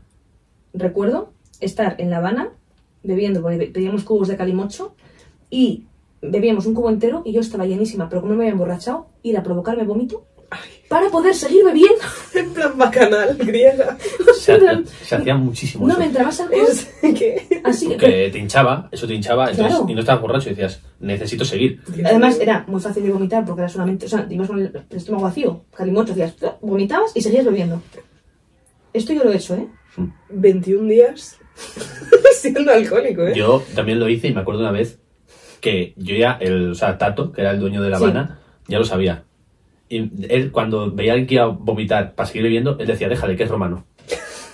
Speaker 2: recuerdo estar en La Habana bebiendo, porque pedíamos cubos de calimocho y bebíamos un cubo entero y yo estaba llenísima, pero como no me había emborrachado, ir a provocarme vómito para poder seguir bebiendo.
Speaker 3: En plan bacanal, griega.
Speaker 4: se, hacía, se hacía muchísimo
Speaker 2: No
Speaker 4: eso.
Speaker 2: me entraba más alcohol,
Speaker 3: Es que...
Speaker 2: así que...
Speaker 4: Porque te hinchaba, eso te hinchaba, entonces,
Speaker 2: Claro.
Speaker 4: y no estabas borracho y decías, necesito seguir.
Speaker 2: Además, era muy fácil de vomitar porque era solamente, o sea, ibas con el estómago vacío, calimocho, hacías, ¡pua! vomitabas y seguías bebiendo. Esto yo lo he hecho, ¿eh?
Speaker 3: 21 días siendo alcohólico, ¿eh?
Speaker 4: Yo también lo hice y me acuerdo una vez que yo ya, el, o sea, Tato, que era el dueño de La
Speaker 2: Sí.
Speaker 4: Habana, ya lo sabía. Y él, cuando veía a alguien que iba a vomitar para seguir bebiendo, él decía, déjale, que es romano.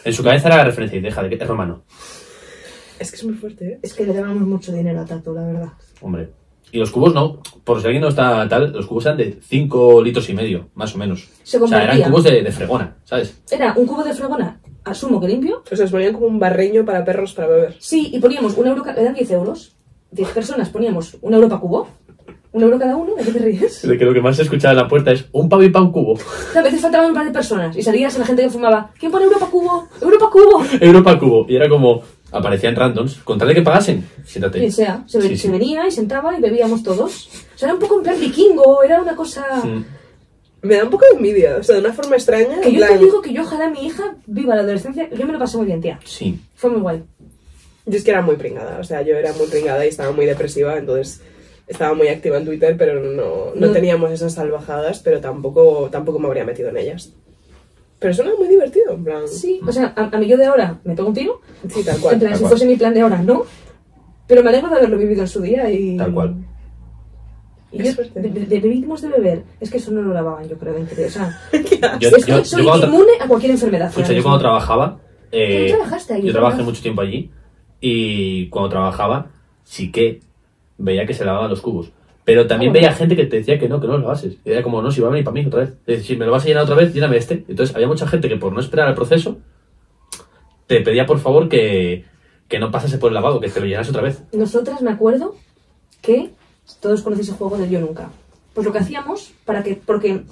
Speaker 4: En su cabeza era la referencia, y déjale, que es romano.
Speaker 3: Es que es muy fuerte, ¿eh?
Speaker 2: Es que le dábamos mucho dinero a Tato, la verdad.
Speaker 4: Hombre. Y los cubos no, por si alguien no está tal, los cubos eran de 5 litros y medio, más o menos.
Speaker 2: Se
Speaker 4: o sea, eran
Speaker 2: convertía.
Speaker 4: cubos de, de fregona, ¿sabes?
Speaker 2: Era un cubo de fregona, asumo que limpio.
Speaker 3: O sea, os ponían como un barreño para perros para beber.
Speaker 2: Sí, y poníamos un euro, ca- eran 10 euros. 10 personas poníamos un euro para cubo. Un euro cada uno, ¿de qué te ríes?
Speaker 4: De que lo que más se escuchaba en la puerta es un pavo y pa' un cubo.
Speaker 2: O sea, A veces faltaban un par de personas y salías a la gente que fumaba. ¿Quién pone euro para cubo? ¡Euro para cubo!
Speaker 4: Europa Cubo. Y era como, aparecían randoms, con tal de que pagasen, siéntate.
Speaker 2: Quien sea, se, ve-
Speaker 4: Sí, sí.
Speaker 2: se venía y sentaba y bebíamos todos. O sea, era un poco en plan vikingo, era una cosa...
Speaker 4: Mm.
Speaker 3: Me da un poco de envidia, o sea, de una forma extraña.
Speaker 2: Que
Speaker 3: en
Speaker 2: yo te
Speaker 3: plan-
Speaker 2: digo que yo ojalá mi hija viva la adolescencia. Yo me lo pasé muy bien, tía.
Speaker 4: Sí.
Speaker 2: Fue muy guay.
Speaker 3: Yo es que era muy pringada, o sea, yo era muy pringada y estaba muy depresiva, entonces estaba muy activa en Twitter, pero no, no
Speaker 2: No.
Speaker 3: teníamos esas salvajadas, pero tampoco, tampoco me habría metido en ellas. Pero suena muy divertido, en plan.
Speaker 2: Sí, o sea, a, a mí yo de ahora me pego un tiro.
Speaker 3: Sí, tal cual.
Speaker 2: en plan,
Speaker 4: tal
Speaker 2: si
Speaker 4: cual.
Speaker 2: fuese mi plan de ahora, no. Pero me alegro de haberlo vivido en su día y...
Speaker 4: Tal cual.
Speaker 2: Y
Speaker 3: Qué
Speaker 2: yo-
Speaker 3: suerte.
Speaker 2: de- de- debimos de beber. Es que eso no lo lavaban, yo creo, dentro de- O sea,
Speaker 4: Yo,
Speaker 2: Ah, es que
Speaker 4: yo-
Speaker 2: soy
Speaker 4: yo cuando tra-
Speaker 2: inmune a cualquier enfermedad.
Speaker 4: Escucha,
Speaker 2: ahora
Speaker 4: yo
Speaker 2: mismo.
Speaker 4: cuando trabajaba. eh,
Speaker 2: Tú trabajaste allí,
Speaker 4: Yo trabajé
Speaker 2: ¿verdad?
Speaker 4: mucho tiempo allí. Y cuando trabajaba, sí que veía que se lavaban los cubos. Pero también
Speaker 2: Ah, bueno.
Speaker 4: veía gente que te decía que no, que no los lavases. Y era como, no, si va a venir para mí otra vez. Es decir, si me lo vas a llenar otra vez, lléname este. Entonces había mucha gente que por no esperar al proceso, te pedía por favor que, que no pasase por el lavado, que te lo llenas otra vez.
Speaker 2: Nosotras me acuerdo que todos conocéis el juego del yo nunca. Pues lo que hacíamos para que porque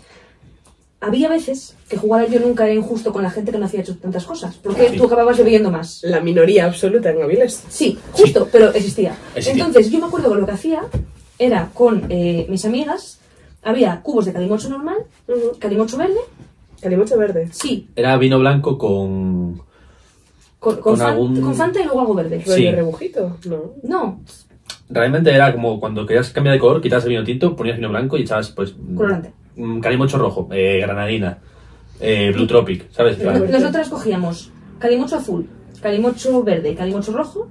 Speaker 2: había veces que jugar al yo nunca era injusto con la gente que no hacía hecho tantas cosas, porque
Speaker 4: Ah, Sí.
Speaker 2: tú acababas bebiendo más.
Speaker 3: La minoría absoluta en Gaviles.
Speaker 2: Sí, justo, pero existía.
Speaker 4: Existía.
Speaker 2: Entonces, yo me acuerdo que lo que hacía era con eh, mis amigas, había cubos de calimocho normal, calimocho verde,
Speaker 3: Calimocho verde.
Speaker 2: sí,
Speaker 4: Era vino blanco con.
Speaker 2: con, con
Speaker 4: Con
Speaker 2: fan-
Speaker 4: algún-
Speaker 2: con Fanta y luego algo verde.
Speaker 4: Sí.
Speaker 3: ¿Rollo rebujito? No.
Speaker 2: No,
Speaker 4: Realmente era como cuando querías cambiar de color, quitabas el vino tinto, ponías vino blanco y echabas, pues.
Speaker 2: Colorante.
Speaker 4: mm, Calimocho rojo, eh, granadina, eh, Blue Tropic, ¿sabes?
Speaker 3: Pero-
Speaker 4: Claro.
Speaker 2: Nosotras cogíamos calimocho azul, calimocho verde, calimocho rojo,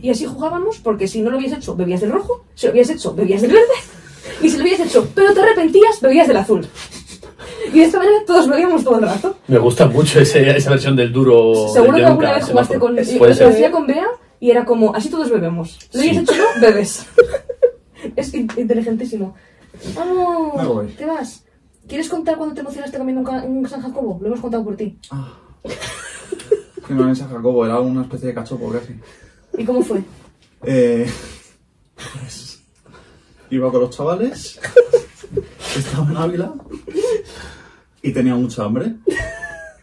Speaker 2: y así jugábamos porque si no lo habías hecho, bebías del rojo, si lo habías hecho, bebías del verde, y si lo habías hecho, pero te arrepentías, bebías del azul. Y de esta manera todos bebíamos todo el rato.
Speaker 4: Me gusta mucho ese- esa versión del duro.
Speaker 2: Seguro que
Speaker 4: del Yonka,
Speaker 2: alguna vez jugaste
Speaker 4: semáforo.
Speaker 2: con...
Speaker 4: Es-
Speaker 2: Yo
Speaker 4: Puede
Speaker 2: lo
Speaker 4: ser.
Speaker 2: hacía con Bea y era como, así todos bebemos. Lo habías
Speaker 4: Sí.
Speaker 2: hecho, no, bebes. es in- inteligentísimo. Vamos,
Speaker 6: Me voy.
Speaker 2: te vas. ¿Quieres contar cuando te emocionaste comiendo un, ca- un San Jacobo? Lo hemos contado por ti.
Speaker 6: Que no es a Jacobo, era una especie de cachopo casi.
Speaker 2: ¿Y cómo fue?
Speaker 6: Eh, pues, iba con los chavales, estaba en Ávila y tenía mucha hambre.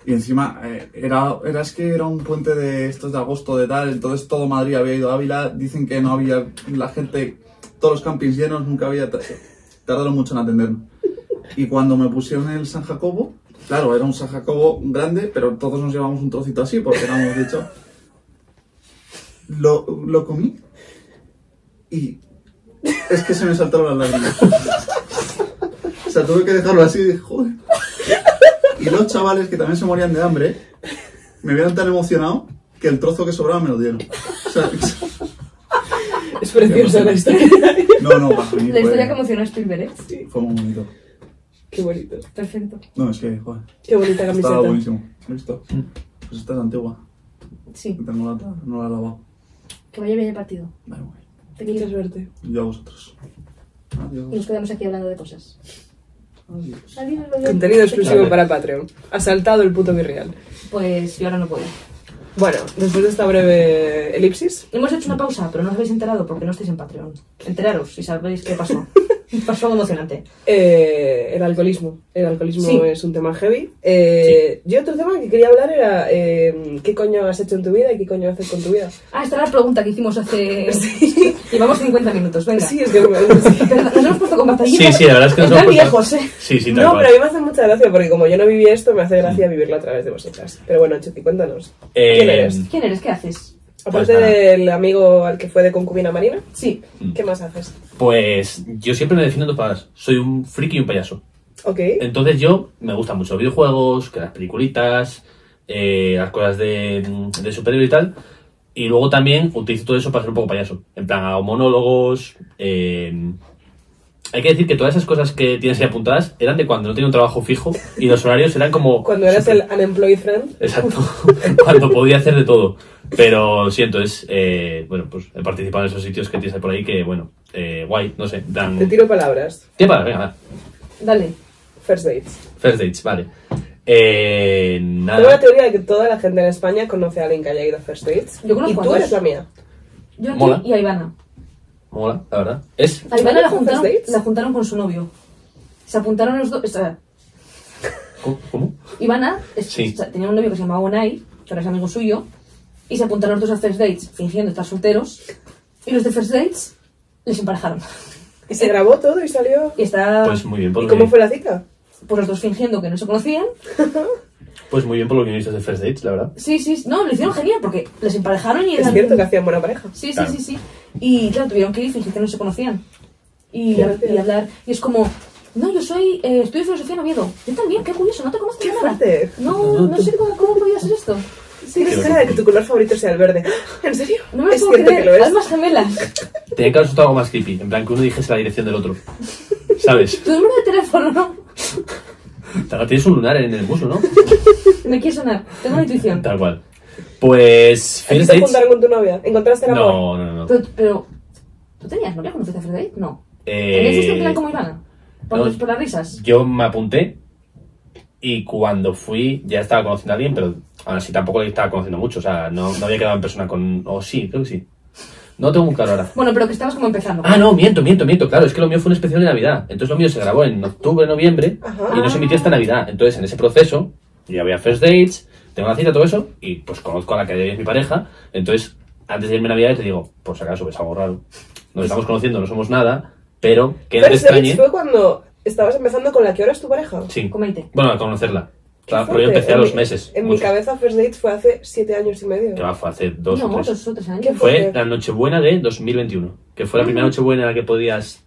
Speaker 6: Y encima, eh, era, era es que era un puente de estos de agosto de tal, entonces todo Madrid había ido a Ávila. Dicen que no había la gente, todos los campings llenos, nunca había. ta- Tardaron mucho en atenderme. Y cuando me pusieron el San Jacobo, claro, era un San Jacobo grande, pero todos nos llevamos un trocito así porque éramos dicho. Lo, lo comí y es que se me saltaron las lágrimas. O sea, tuve que dejarlo así, dije, joder. Y los chavales que también se morían de hambre me vieron tan emocionado que el trozo que sobraba me lo dieron. O sea,
Speaker 3: Es preciosa la historia.
Speaker 6: no, no, para mí
Speaker 2: La historia que
Speaker 6: fue,
Speaker 2: emociona a Spielberg, ¿eh?
Speaker 6: fue muy bonito.
Speaker 3: Qué bonito.
Speaker 2: Perfecto.
Speaker 6: No, es que, joder,
Speaker 3: Qué bonita
Speaker 6: estaba
Speaker 3: camiseta.
Speaker 6: buenísimo. ¿Listo? Pues esta es antigua.
Speaker 2: Sí,
Speaker 6: que Tengo la, no la he lavado.
Speaker 2: que vaya bien el partido.
Speaker 6: Da igual.
Speaker 2: Te
Speaker 3: Mucha
Speaker 2: quiero.
Speaker 3: suerte.
Speaker 6: Yo a vosotros.
Speaker 2: Y
Speaker 6: Adiós.
Speaker 2: nos quedamos aquí hablando de cosas.
Speaker 6: Adiós.
Speaker 2: Adiós, adiós.
Speaker 3: Contenido exclusivo
Speaker 4: Vale.
Speaker 3: para Patreon. Asaltado el puto virreal.
Speaker 2: Pues yo ahora no puedo.
Speaker 3: Bueno, después de esta breve elipsis,
Speaker 2: Hemos hecho una pausa, pero no os habéis enterado porque no estáis en Patreon. Enteraros y sabréis qué pasó. pasó algo emocionante.
Speaker 3: Eh, el alcoholismo. El alcoholismo
Speaker 2: Sí.
Speaker 3: es un tema heavy. Eh, Yo otro tema que quería hablar era eh, qué coño has hecho en tu vida y qué coño haces con tu vida.
Speaker 2: Ah, esta era la pregunta que hicimos hace... Llevamos 50 minutos, venga.
Speaker 3: Sí, es que... sí.
Speaker 2: Pero nos hemos puesto con batallitas.
Speaker 4: Sí, sí, la verdad es que nos
Speaker 2: Están
Speaker 4: hemos puesto-
Speaker 2: viejos, ¿eh?
Speaker 4: Sí, sí, tal
Speaker 3: no,
Speaker 4: cual.
Speaker 3: pero a mí me hace mucha gracia porque como yo no viví esto, me hace gracia vivirlo a través de vosotras. Pero bueno, Chucky, cuéntanos.
Speaker 4: Eh,
Speaker 3: ¿Quién eres?
Speaker 2: ¿Quién eres? ¿Qué haces?
Speaker 3: Aparte
Speaker 4: nada.
Speaker 3: del amigo al que fue de concubina marina,
Speaker 2: Sí.
Speaker 3: ¿qué más haces?
Speaker 4: Pues yo siempre me defino en dos palabras. Soy un friki y un payaso.
Speaker 3: Ok.
Speaker 2: Eh,
Speaker 4: Entonces yo me gustan mucho los videojuegos, que las peliculitas, eh, las cosas de, de superhéroe y tal. Y luego también utilizo todo eso para ser un poco payaso. En plan, hago monólogos. eh, hay que decir que todas esas cosas que tienes ahí apuntadas eran de cuando no tenía un trabajo fijo y los horarios eran como...
Speaker 3: Cuando eras el unemployed friend,
Speaker 4: Exacto, cuando podía hacer de todo. Pero sí, entonces, eh, bueno, pues he participado en esos sitios que tienes ahí por ahí que, bueno, eh, guay, no sé, dan...
Speaker 3: te tiro palabras.
Speaker 4: Tira para, venga, va.
Speaker 2: Dale.
Speaker 3: First dates.
Speaker 4: First dates, vale.
Speaker 2: Ah.
Speaker 4: Eh,
Speaker 3: Tengo la
Speaker 4: nada.
Speaker 3: teoría de que toda la gente en España conoce a alguien que haya ido a first dates.
Speaker 2: Yo conozco
Speaker 3: y
Speaker 2: a
Speaker 3: tú
Speaker 2: dos.
Speaker 3: eres la mía.
Speaker 2: Yo a ti
Speaker 4: Mola.
Speaker 2: y a Ivana.
Speaker 4: Mola, la verdad. Es...
Speaker 2: A Ivana la
Speaker 3: ¿First
Speaker 2: juntaron,
Speaker 3: dates?
Speaker 2: la juntaron con su novio. Se apuntaron los dos... o sea,
Speaker 4: ¿Cómo?
Speaker 2: Ivana es-
Speaker 4: Sí.
Speaker 2: o sea, tenía un novio que se llamaba Unai, que ahora es amigo suyo, y se apuntaron los dos a first dates fingiendo estar solteros y los de first dates les emparejaron.
Speaker 3: Y se grabó todo y salió.
Speaker 2: Y está
Speaker 4: Pues muy bien por
Speaker 3: Ah, ¿Y
Speaker 4: los
Speaker 3: cómo
Speaker 4: guionistas-
Speaker 3: fue la cita?
Speaker 2: pues los dos fingiendo que no se conocían.
Speaker 4: pues muy bien por los guionistas de First Dates, la verdad.
Speaker 2: Sí, sí, sí. no, lo hicieron genial porque les emparejaron y
Speaker 3: Es
Speaker 2: eran-
Speaker 3: cierto que hacían buena pareja.
Speaker 2: Sí, sí,
Speaker 4: Claro.
Speaker 2: sí, sí. Y claro, tuvieron que ir y fingir que no se conocían. Y,
Speaker 3: Qué
Speaker 2: y
Speaker 3: rápido.
Speaker 2: hablar. Y es como, no, yo soy, eh, estudio filosofía en Oviedo. Yo también, qué curioso, no te conozco
Speaker 3: ¡Qué
Speaker 2: de nada.
Speaker 3: fuerte!
Speaker 2: No, no sé cómo, cómo podía ser esto.
Speaker 3: Tienes cara de que tu color favorito sea el verde. ¿En serio?
Speaker 2: No me lo
Speaker 3: es
Speaker 2: puedo
Speaker 3: cierto
Speaker 2: creer.
Speaker 3: que lo es.
Speaker 2: Almas gemelas.
Speaker 4: Tenía que haber soltado algo más creepy, en plan que uno dijese la dirección del otro. ¿Sabes?
Speaker 2: Tu número de teléfono, ¿no?
Speaker 4: Tara, Tienes un lunar en el muslo, ¿no?
Speaker 2: Me quiere sonar. Tengo una intuición.
Speaker 4: Tal cual. Pues.
Speaker 3: ¿A ti
Speaker 4: First
Speaker 3: te
Speaker 4: Dates.
Speaker 3: juntaron con tu novia? ¿Encontraste el amor?
Speaker 4: No, no, no.
Speaker 2: Pero, pero ¿tú tenías novia cuando fuiste a First Date? No. ¿Tenías este plan
Speaker 4: Eh,
Speaker 2: como Ivana? Por,
Speaker 4: no.
Speaker 2: por las risas.
Speaker 4: yo me apunté y cuando fui ya estaba conociendo a alguien, pero aún así tampoco le estaba conociendo mucho. O sea, no, no había quedado en persona con. O sí, creo que sí. No tengo muy claro ahora.
Speaker 2: Bueno, pero que estabas como empezando.
Speaker 4: Ah, no, miento, miento, miento. Claro, es que lo mío fue un especial de Navidad. Entonces lo mío se grabó en octubre, noviembre y no se emitió hasta Navidad. Entonces en ese proceso ya había first dates, tengo una cita, todo eso, y pues conozco a la que es mi pareja. Entonces antes de irme a Navidad te digo, por si acaso ves algo raro. Nos estamos conociendo, no somos nada, pero que no te
Speaker 3: First dates
Speaker 4: extrañe.
Speaker 3: fue cuando estabas empezando con la que ahora es tu pareja.
Speaker 4: Sí.
Speaker 2: Con 20.
Speaker 4: Bueno, a conocerla. O sea,
Speaker 3: Qué
Speaker 4: pero yo
Speaker 3: fuerte.
Speaker 4: empecé a
Speaker 3: En
Speaker 4: los
Speaker 3: mi-
Speaker 4: meses.
Speaker 3: En mi
Speaker 4: mucho.
Speaker 3: cabeza First Dates fue hace siete años y medio.
Speaker 4: Que va, fue hace dos
Speaker 2: no,
Speaker 4: o tres.
Speaker 2: dos o tres años.
Speaker 3: ¿Qué
Speaker 4: Fue
Speaker 3: Joder.
Speaker 4: la Nochebuena de 2021, que fue la primera Nochebuena en la que podías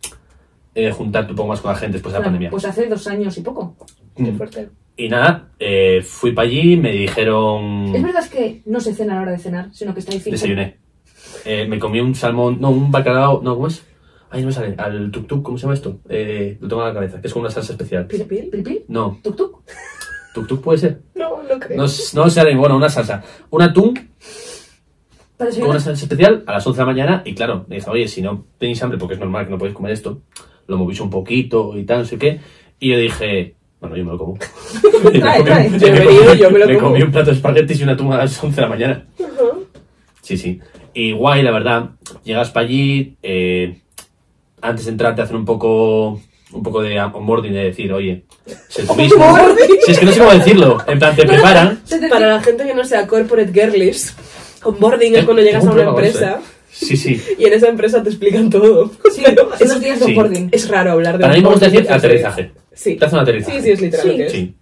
Speaker 4: eh, juntarte un poco más con la gente después de la
Speaker 2: Claro,
Speaker 4: pandemia.
Speaker 2: Pues hace dos años y poco.
Speaker 3: Qué
Speaker 4: Mm.
Speaker 3: fuerte.
Speaker 4: Y nada, eh, fui para allí, me
Speaker 2: Es
Speaker 4: dijeron.
Speaker 2: verdad es que no se cena a la hora de cenar, sino que está difícil.
Speaker 4: Mm. Desayuné. Eh, me comí un salmón, no, un bacalao, no, ¿cómo es? Ay, no me sale. Al tuk tuk, ¿cómo se llama esto? Eh, lo tengo en la cabeza, que es como una salsa especial.
Speaker 2: ¿Piripil? ¿Piripil?
Speaker 4: No,
Speaker 2: ¿Tuk tuk?
Speaker 4: tuk tuk puede ser.
Speaker 3: No, no creo.
Speaker 4: No, s- no sé, bueno, una salsa. Un atún
Speaker 2: Para
Speaker 4: con una
Speaker 2: desayunar.
Speaker 4: salsa especial a las 11 de la mañana y claro, me dije, oye, si no tenéis hambre, porque es normal que no podéis comer esto, lo movís un poquito y tal, no sé qué. Y yo dije, bueno, yo me lo como. Y me
Speaker 2: Trae,
Speaker 4: comí-
Speaker 2: trae.
Speaker 4: y me
Speaker 3: Bienvenido,
Speaker 4: comí-
Speaker 3: yo me lo como.
Speaker 4: comí un plato de espaguetis y una tuma a las 11 de la mañana. Sí, sí. Y guay, la verdad. Llegas para allí, eh, antes de entrar te hacen un poco un poco de onboarding de decir, oye, si es lo mismo. si es que no sé cómo decirlo. En plan, te preparan.
Speaker 2: Se te-
Speaker 3: Para la gente que no sea corporate girlies, onboarding es cuando llegas a
Speaker 4: Tengo Eh, un
Speaker 3: una
Speaker 4: problema con
Speaker 3: empresa
Speaker 4: eso, eh. Sí, sí.
Speaker 3: y en esa empresa te explican todo.
Speaker 2: Sí,
Speaker 3: Pero
Speaker 2: son
Speaker 3: es,
Speaker 2: los días de
Speaker 4: sí.
Speaker 2: onboarding.
Speaker 3: es raro hablar de
Speaker 4: Para mí me gusta
Speaker 3: onboarding
Speaker 4: decir
Speaker 3: de first dates.
Speaker 4: aterrizaje.
Speaker 3: Sí.
Speaker 4: Te hacen un aterrizaje.
Speaker 3: Sí, sí, es literal.
Speaker 2: Sí.
Speaker 3: que es.
Speaker 4: Sí.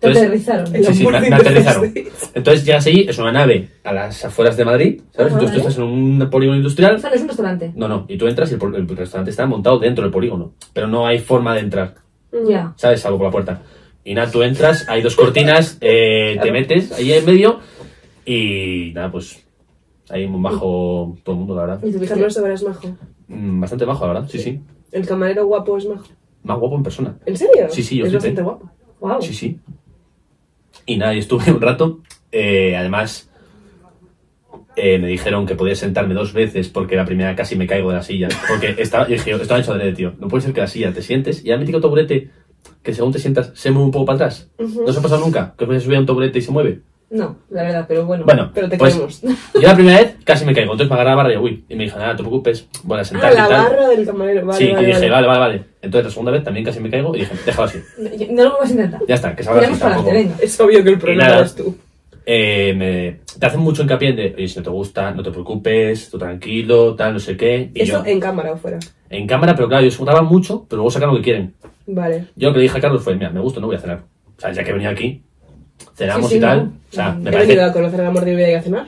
Speaker 2: Te
Speaker 4: Entonces- eh,
Speaker 2: aterrizaron.
Speaker 3: El
Speaker 4: Sí, sí, me,
Speaker 3: onboarding
Speaker 4: me
Speaker 3: de
Speaker 4: aterrizaron.
Speaker 3: first dates.
Speaker 4: Entonces llegas allí, es una nave a las afueras de Madrid, ¿sabes?
Speaker 2: Ajá,
Speaker 4: Entonces tú
Speaker 2: vale.
Speaker 4: estás en un polígono
Speaker 2: O
Speaker 4: industrial.
Speaker 2: sea, no es un restaurante.
Speaker 4: No, no, y tú entras y el, pol- el restaurante está montado dentro del polígono, pero no hay forma de entrar,
Speaker 3: Mm.
Speaker 2: Ya.
Speaker 4: ¿sabes? Salvo por la puerta. Y nada, tú entras, hay dos cortinas, eh, te metes ahí en medio y nada, pues ahí un bajo todo el mundo, la verdad.
Speaker 2: Y tuviste-
Speaker 3: Carlos Sobera es majo.
Speaker 4: Mm, Bastante bajo, la verdad, sí, sí.
Speaker 3: El camarero guapo es majo.
Speaker 4: Más guapo en persona.
Speaker 3: ¿En serio?
Speaker 4: Sí, sí, yo
Speaker 3: Es
Speaker 4: flipé.
Speaker 3: bastante guapo.
Speaker 2: Guau.
Speaker 4: Sí, sí. Y nada, y estuve un rato. Eh, además, eh, me dijeron que podía sentarme dos veces porque la primera casi me caigo de la silla. Porque estaba, yo dije, estaba hecho adrede, tío. No puede ser que la silla te sientes y al mítico taburete que según te sientas se mueve un poco para atrás. No se ha pasado nunca que se sube a un taburete y se mueve.
Speaker 2: No, la verdad, pero bueno.
Speaker 4: Bueno,
Speaker 3: Pero te
Speaker 4: pues,
Speaker 3: creemos.
Speaker 4: yo la primera vez casi me caigo. Entonces me agarra la barra y digo, uy. Y me dijo, nada, no te preocupes, voy a
Speaker 3: Ah,
Speaker 4: sentarme
Speaker 3: la
Speaker 4: y tal.
Speaker 3: barra del camarero. Vale,
Speaker 4: sí,
Speaker 3: vale,
Speaker 4: y dije,
Speaker 3: vale.
Speaker 4: vale, vale, vale. Entonces la segunda vez también casi me caigo y dije, déjalo así.
Speaker 2: No lo vuelvas a intentar.
Speaker 4: Ya está, que salga así
Speaker 2: Miramos para
Speaker 4: tampoco.
Speaker 2: adelante, venga.
Speaker 3: Es obvio que el
Speaker 4: nada.
Speaker 3: problema eres tú.
Speaker 4: eh, me- te hacen mucho hincapié en de, oye, si no te gusta, no te preocupes, tú tranquilo, tal, no sé qué. Y
Speaker 3: Eso
Speaker 4: yo, en...
Speaker 3: en cámara o fuera.
Speaker 4: cámara, pero claro, ellos votaban mucho, pero luego sacan lo que quieren.
Speaker 3: Vale.
Speaker 4: Yo lo que le dije a Carlos fue, mira, me gusta, no voy a cenar. O sea, ya que he venido aquí, cenamos
Speaker 2: Sí, sí,
Speaker 4: y tal.
Speaker 2: ¿no?
Speaker 4: O sea, me
Speaker 3: He venido
Speaker 4: parece,
Speaker 3: a conocer el amor de mi vida y a cenar.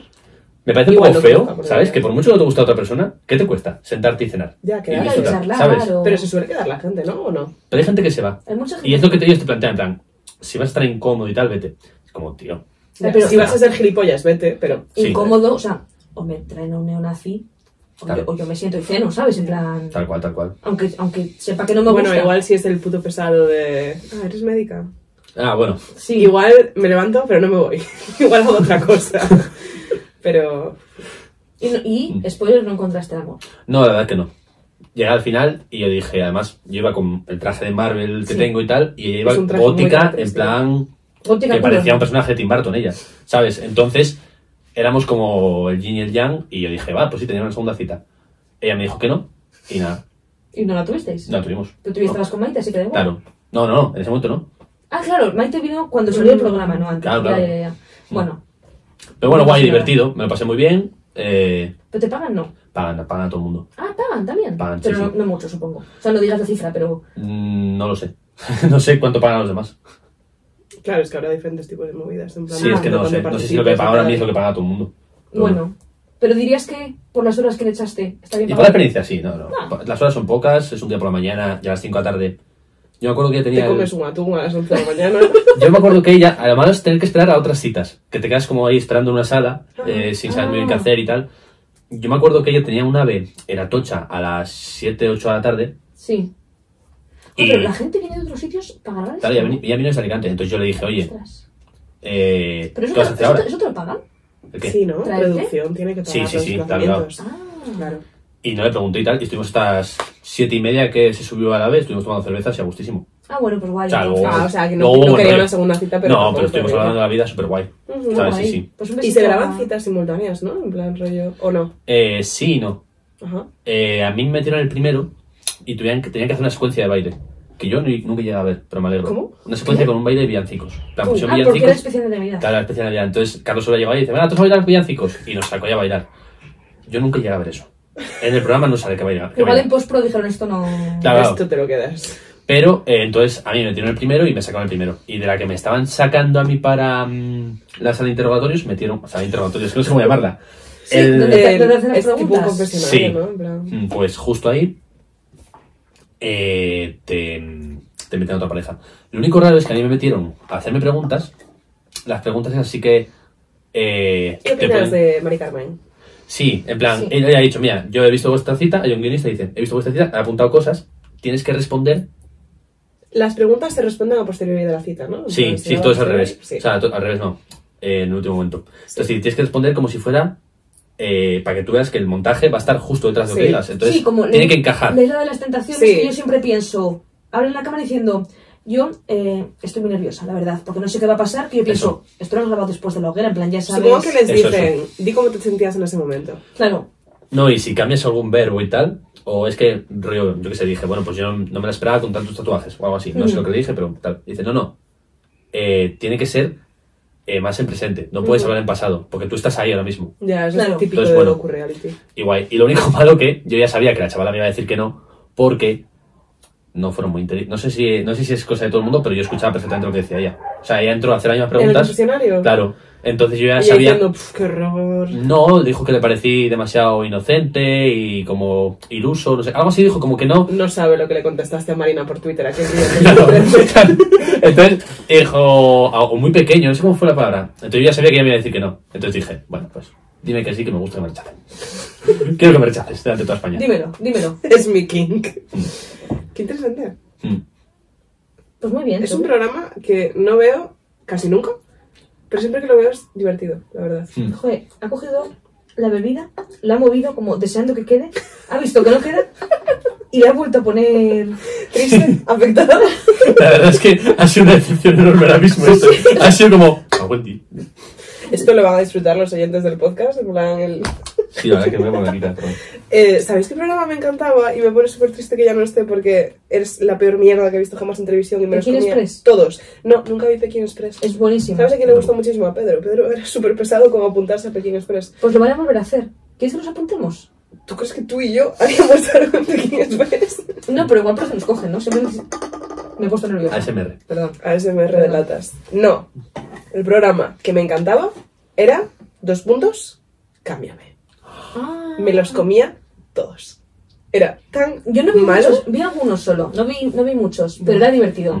Speaker 4: me parece
Speaker 3: Mm,
Speaker 4: un
Speaker 3: Igual
Speaker 4: poco
Speaker 3: no
Speaker 4: feo,
Speaker 3: toca, porque-
Speaker 4: ¿sabes? Que por mucho que no te gusta a otra persona, ¿qué te cuesta? Sentarte y cenar.
Speaker 3: Ya,
Speaker 4: Y
Speaker 3: claro,
Speaker 2: Claro,
Speaker 4: disfrutar,
Speaker 2: charlar,
Speaker 4: ¿sabes?
Speaker 2: o-
Speaker 3: Pero se suele quedar la gente, ¿no? ¿O no?
Speaker 4: Pero hay gente que se va.
Speaker 2: Hay mucha gente.
Speaker 4: Y es lo que te, ellos te plantean, en plan, si vas a estar incómodo y tal, vete. Es como, tío,
Speaker 2: Ya, pero-
Speaker 3: si vas a ser gilipollas, vete, pero...
Speaker 4: Sí.
Speaker 2: Incómodo, o sea, o me traen a un neonazi, o,
Speaker 4: Claro.
Speaker 2: yo, o yo me siento y ceno, ¿sabes? En plan.
Speaker 4: tal cual, tal cual.
Speaker 2: Aunque, aunque sepa que no me
Speaker 3: bueno,
Speaker 2: gusta.
Speaker 3: igual si es el puto pesado de... Ah, eres médica.
Speaker 4: Ah, bueno,
Speaker 2: Sí,
Speaker 3: Igual me levanto, pero no me voy. igual hago otra cosa. pero...
Speaker 2: Y, no-
Speaker 4: Mm.
Speaker 2: y spoiler, no encontraste el amor.
Speaker 4: No, la verdad que no. Llegué al final y yo dije, además, yo iba con el traje de Marvel que
Speaker 2: Sí.
Speaker 4: tengo y tal, y ella iba
Speaker 3: Es un traje muy este.
Speaker 4: gótica, en
Speaker 3: característico.
Speaker 4: plan,
Speaker 2: Gótica
Speaker 4: que
Speaker 2: pura.
Speaker 4: parecía un personaje de Tim Burton ella, ¿sabes? Entonces, éramos como el yin y el yang, y yo dije, va, pues sí, teníamos una segunda cita. Ella me dijo que no, y nada,
Speaker 2: ¿Y no la tuvisteis?
Speaker 4: no la tuvimos.
Speaker 2: Tú tuviste
Speaker 4: No.
Speaker 2: las con Maite, así que da igual.
Speaker 4: Claro. No, no, no, en ese momento no.
Speaker 2: Ah, claro, Maite vino cuando salió el programa, no antes.
Speaker 4: Claro, claro.
Speaker 2: Ya, ya, ya. Bueno,
Speaker 4: Pero bueno, guay, divertido. Me lo pasé muy bien. Eh,
Speaker 2: ¿Pero te pagan? No.
Speaker 4: pagan, pagan a todo el mundo.
Speaker 2: Ah, pagan también.
Speaker 4: Pagan,
Speaker 2: pero
Speaker 4: sí,
Speaker 2: no,
Speaker 4: sí.
Speaker 2: no mucho, supongo. O sea, no digas la cifra, pero.
Speaker 4: Mm, No lo sé. no sé cuánto pagan a los demás.
Speaker 3: Claro, es que habrá diferentes tipos de movidas. En plan,
Speaker 4: Sí, es que no lo
Speaker 3: cuando
Speaker 4: sé. No sé si lo que
Speaker 3: participes,
Speaker 4: pagan ahora
Speaker 3: tal.
Speaker 4: mismo es lo que paga a todo el mundo. Pero
Speaker 2: Bueno. Pero dirías que por las horas que le echaste está bien
Speaker 4: Y por la
Speaker 2: pagado.
Speaker 4: experiencia, sí, no, no.
Speaker 3: Ah.
Speaker 4: Las horas son pocas, es un día por la mañana, ya a las 5 de la tarde. Yo me acuerdo que tenía.
Speaker 3: Te
Speaker 4: el-
Speaker 3: comes un atún a las 11 de la mañana.
Speaker 4: Yo me acuerdo que ella, además, tener que esperar a otras citas, que te quedas como ahí esperando en una sala,
Speaker 3: Ah.
Speaker 4: eh, sin saber muy bien qué hacer y tal. Yo me acuerdo que ella tenía un ave, era tocha, a las 7, 8 de la tarde.
Speaker 2: Sí.
Speaker 4: Y-
Speaker 2: Ah, Pero la gente viene de otros sitios pagará.
Speaker 4: Claro, ella, veni- ella vino desde Alicante, entonces yo le dije, oye,
Speaker 2: Ostras.
Speaker 4: eh,
Speaker 2: Pero
Speaker 4: ¿qué
Speaker 2: eso,
Speaker 4: vas a
Speaker 2: te-
Speaker 4: hacer
Speaker 2: eso,
Speaker 4: ahora?
Speaker 2: te- eso te lo pagan.
Speaker 4: ¿El qué?
Speaker 3: Sí, ¿no?
Speaker 2: ¿Traerte?
Speaker 3: Producción tiene que pagar
Speaker 4: Sí, sí,
Speaker 3: los
Speaker 4: sí, está
Speaker 3: desplazamientos.
Speaker 2: Ah.
Speaker 3: Claro.
Speaker 4: Y no le pregunté y tal, y estuvimos hasta las 7 y media que se subió al ave, estuvimos tomando cervezas y a gustísimo.
Speaker 2: Ah, bueno, pues guay.
Speaker 4: O sea,
Speaker 2: entonces.
Speaker 4: luego-
Speaker 3: Ah, o sea, que no-
Speaker 4: luego
Speaker 3: no
Speaker 4: hubo
Speaker 3: quería
Speaker 4: rollo.
Speaker 3: una segunda cita, pero
Speaker 4: No,
Speaker 3: tampoco
Speaker 4: pero estuvimos
Speaker 3: fue
Speaker 4: hablando de la vida súper guay.
Speaker 3: Ujú.
Speaker 4: ¿Sabes? Sí,
Speaker 2: Guay.
Speaker 4: sí.
Speaker 2: Pues un
Speaker 3: Y
Speaker 2: besito
Speaker 3: se graban
Speaker 2: a-
Speaker 3: citas simultáneas, ¿no? En plan rollo. ¿O no?
Speaker 4: Eh, sí y no.
Speaker 3: Ajá.
Speaker 4: Eh, a mí me metieron el primero y tuvieron que, tenían que hacer una secuencia de baile. Que yo ni- nunca llegué a ver, pero me alegro.
Speaker 3: ¿Cómo?
Speaker 4: Una secuencia con un baile de villancicos. La
Speaker 2: Uy, Ah,
Speaker 4: pusieron
Speaker 2: porque era
Speaker 4: villancicos.
Speaker 2: especial de Navidad.
Speaker 4: Claro, la especial Navidad. Entonces Carlos Sola llegó ahí y dice: Venga, todos a bailar villancicos. Y nos sacó ya a bailar. Yo nunca llegué a ver eso. En el programa no sale que baila. que
Speaker 2: Igual
Speaker 4: baila.
Speaker 2: en postpro dijeron esto no.
Speaker 4: Claro, claro.
Speaker 3: Esto te lo quedas.
Speaker 4: Pero eh, entonces a mí me metieron el primero y me sacaron el primero. Y de la que me estaban sacando a mí para mm, la sala de interrogatorios, metieron. Sala de interrogatorios, que no sé cómo llamarla.
Speaker 2: Sí, donde te- te hacen las
Speaker 3: es tipo un
Speaker 2: preguntas.
Speaker 3: confesionario,
Speaker 4: Sí.
Speaker 3: ¿no? En plan.
Speaker 4: Mm, Pues justo ahí eh, te, te meten a otra pareja. Lo único raro es que a mí me metieron a hacerme preguntas. Las preguntas es así que... eh,
Speaker 3: ¿Qué
Speaker 4: te
Speaker 3: opinas
Speaker 4: ponen-
Speaker 3: de Mari Carmen?
Speaker 4: Sí, en plan,
Speaker 2: Sí.
Speaker 4: ella ha dicho, mira, yo he visto vuestra cita, hay un guionista que dice, he visto vuestra cita, ha apuntado cosas, tienes que responder.
Speaker 3: Las preguntas se responden a posteriori de la cita, ¿no? En
Speaker 4: Sí,
Speaker 3: plan,
Speaker 4: sí,
Speaker 3: si
Speaker 4: todo es al
Speaker 3: vas a-
Speaker 4: revés.
Speaker 3: sí.
Speaker 4: O sea, to- al revés no, eh, en el último momento. Entonces sí, tienes que responder como si fuera... eh, para que tú veas que el montaje va a estar justo detrás de lo
Speaker 3: Sí.
Speaker 4: que digas. Entonces,
Speaker 2: sí, como
Speaker 4: tiene
Speaker 2: la-
Speaker 4: que encajar.
Speaker 2: La isla de las tentaciones
Speaker 3: Sí.
Speaker 2: que yo siempre pienso. Abren la cámara diciendo, yo eh, estoy muy nerviosa, la verdad, porque no sé qué va a pasar, que yo pienso, esto lo has grabado después de la hoguera, en plan, ya sabes.
Speaker 3: Supongo que les
Speaker 4: Eso,
Speaker 3: dicen, di cómo te sentías en ese momento.
Speaker 2: Claro,
Speaker 4: No, y si cambias algún verbo y tal, o es que, rollo, yo que sé, dije, bueno, pues yo no, no me la esperaba con tantos tatuajes o algo así, no sé lo que le dije, pero tal. Dice, no, no, eh, tiene que ser eh, más en presente, no puedes hablar en pasado, porque tú estás ahí ahora mismo.
Speaker 3: Ya, eso
Speaker 2: Claro.
Speaker 3: es típico
Speaker 4: Entonces,
Speaker 3: de
Speaker 4: bueno.
Speaker 3: Goku Reality.
Speaker 4: Igual, y lo único malo que yo ya sabía que la chavala me iba a decir que no, porque no fueron muy inteligentes. No sé si, no sé si es cosa de todo el mundo, pero yo escuchaba perfectamente lo que decía ella. O sea, ella entró a hacer las mismas
Speaker 3: ¿En el
Speaker 4: preguntas.
Speaker 3: confesionario?
Speaker 4: Claro, entonces yo ya
Speaker 3: Y ella
Speaker 4: sabía.
Speaker 3: diciendo, "Pf, qué horror.
Speaker 4: No, dijo que le parecí demasiado inocente y como iluso, no sé, algo así dijo, como que no.
Speaker 3: No sabe lo que le contestaste a Marina por Twitter aquel día.
Speaker 4: Claro. Entonces dijo, o muy pequeño, no sé cómo fue la palabra. Entonces yo ya sabía que ella me iba a decir que no. Entonces dije, bueno, pues dime que sí, que me gusta que me rechacen. Quiero que me rechaces delante de toda España.
Speaker 2: dímelo, dímelo.
Speaker 3: es mi king. Qué interesante.
Speaker 4: Mm.
Speaker 2: Pues muy bien.
Speaker 3: Es
Speaker 2: tú.
Speaker 3: un programa que no veo casi nunca, pero siempre que lo veo es divertido, la verdad.
Speaker 4: mm.
Speaker 2: Joder, ha cogido la bebida, la ha movido como deseando que quede, ha visto que no queda y la ha vuelto a poner
Speaker 3: Triste, afectada.
Speaker 4: La verdad es que ha sido una decepción enorme ahora mismo esto. Ha sido como, a Wendy.
Speaker 3: Esto lo van a disfrutar los oyentes del podcast. en plan, el-
Speaker 4: Sí, la verdad que me voy a poner aquí, perdón.
Speaker 3: Eh, ¿Sabéis qué programa me encantaba? Y me pone súper triste que ya no esté porque eres la peor mierda que he visto jamás en televisión y me los
Speaker 2: ¿Pekín
Speaker 3: comía
Speaker 2: Express?
Speaker 3: Todos. No, nunca vi Pekín Express.
Speaker 2: es buenísimo.
Speaker 3: ¿Sabes a quién le gustó muchísimo a Pedro? Pedro era súper pesado como apuntarse a Pekín Express.
Speaker 2: Pues lo van a volver a hacer. ¿Quieres que nos apuntemos?
Speaker 3: ¿Tú crees que tú y yo haríamos algo en Pekín Express?
Speaker 2: No, pero igual por eso nos cogen, ¿no? Siempre nos- Me he puesto
Speaker 3: Ah,
Speaker 2: nerviosa.
Speaker 4: ASMR.
Speaker 2: Perdón.
Speaker 3: ASMR de latas. No. El programa que me encantaba era dos puntos, cámbiame.
Speaker 2: Ah.
Speaker 3: Me los comía todos. Era tan
Speaker 2: Yo no vi
Speaker 3: malo.
Speaker 2: muchos, vi algunos solo, no vi, no vi muchos, pero era divertido.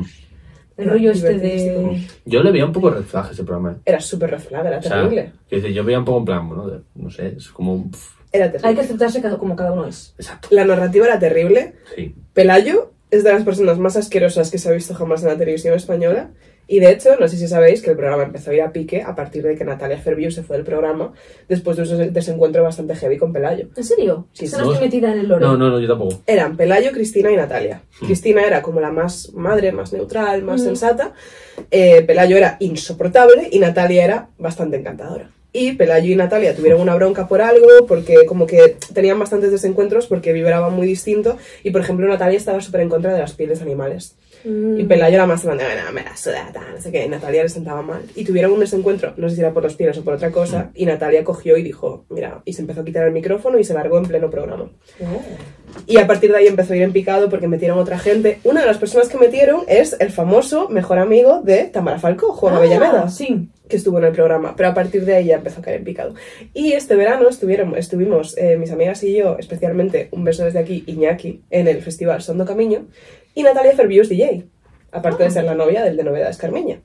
Speaker 2: El
Speaker 3: Era
Speaker 2: rollo este de...
Speaker 3: divertidísimo.
Speaker 4: Mm. Yo le veía un poco red flag a ese programa, ¿eh?
Speaker 3: Era súper razonable, era
Speaker 4: O sea,
Speaker 3: Ah, terrible.
Speaker 4: que dice, yo veía un poco en plan, bueno, de- no sé, es como... pff,
Speaker 3: Era
Speaker 2: Hay que
Speaker 3: terrible.
Speaker 2: aceptarse cada- como cada uno es.
Speaker 4: Exacto.
Speaker 3: La narrativa era terrible.
Speaker 4: Sí.
Speaker 3: Pelayo es de las personas más asquerosas que se ha visto jamás en la televisión española. Y de hecho, no sé si sabéis que el programa empezó a ir a pique a partir de que Natalia Ferviu se fue del programa después de un desencuentro bastante heavy con Pelayo.
Speaker 2: ¿En serio?
Speaker 3: Sí,
Speaker 2: Se
Speaker 3: sí.
Speaker 2: no estoy metida en el loro.
Speaker 4: No, no, no, yo tampoco.
Speaker 3: eran Pelayo, Cristina y Natalia. Cristina era como la más madre, más neutral, más sensata. eh, Pelayo era insoportable y Natalia era bastante encantadora. Y Pelayo y Natalia tuvieron una bronca por algo, porque como que tenían bastantes desencuentros porque vibraban muy distinto. Y por ejemplo, Natalia estaba súper en contra de las pieles animales.
Speaker 2: Mm.
Speaker 3: Y Pelayo era más en plan de, "Bueno, me la suda, tal", no sé qué. Y Natalia le sentaba mal. Y tuvieron un desencuentro, no sé si era por los pieles o por otra cosa. Y Natalia cogió y dijo, mira, y se empezó a quitar el micrófono y se largó en pleno programa.
Speaker 2: Oh.
Speaker 3: Y a partir de ahí empezó a ir en picado porque metieron otra gente. Una de las personas que metieron es el famoso mejor amigo de Tamara Falcó, Juan
Speaker 2: Ah,
Speaker 3: Avellaneda
Speaker 2: Sí.
Speaker 3: que estuvo en el programa, pero a partir de ahí ya empezó a caer en picado. Y este verano estuvieron, estuvimos eh, mis amigas y yo, especialmente un beso desde aquí, Iñaki, en el festival Sondo Camiño, y Natalia Ferviu es DJ, aparte de ser la novia del de Novedades Carmiña.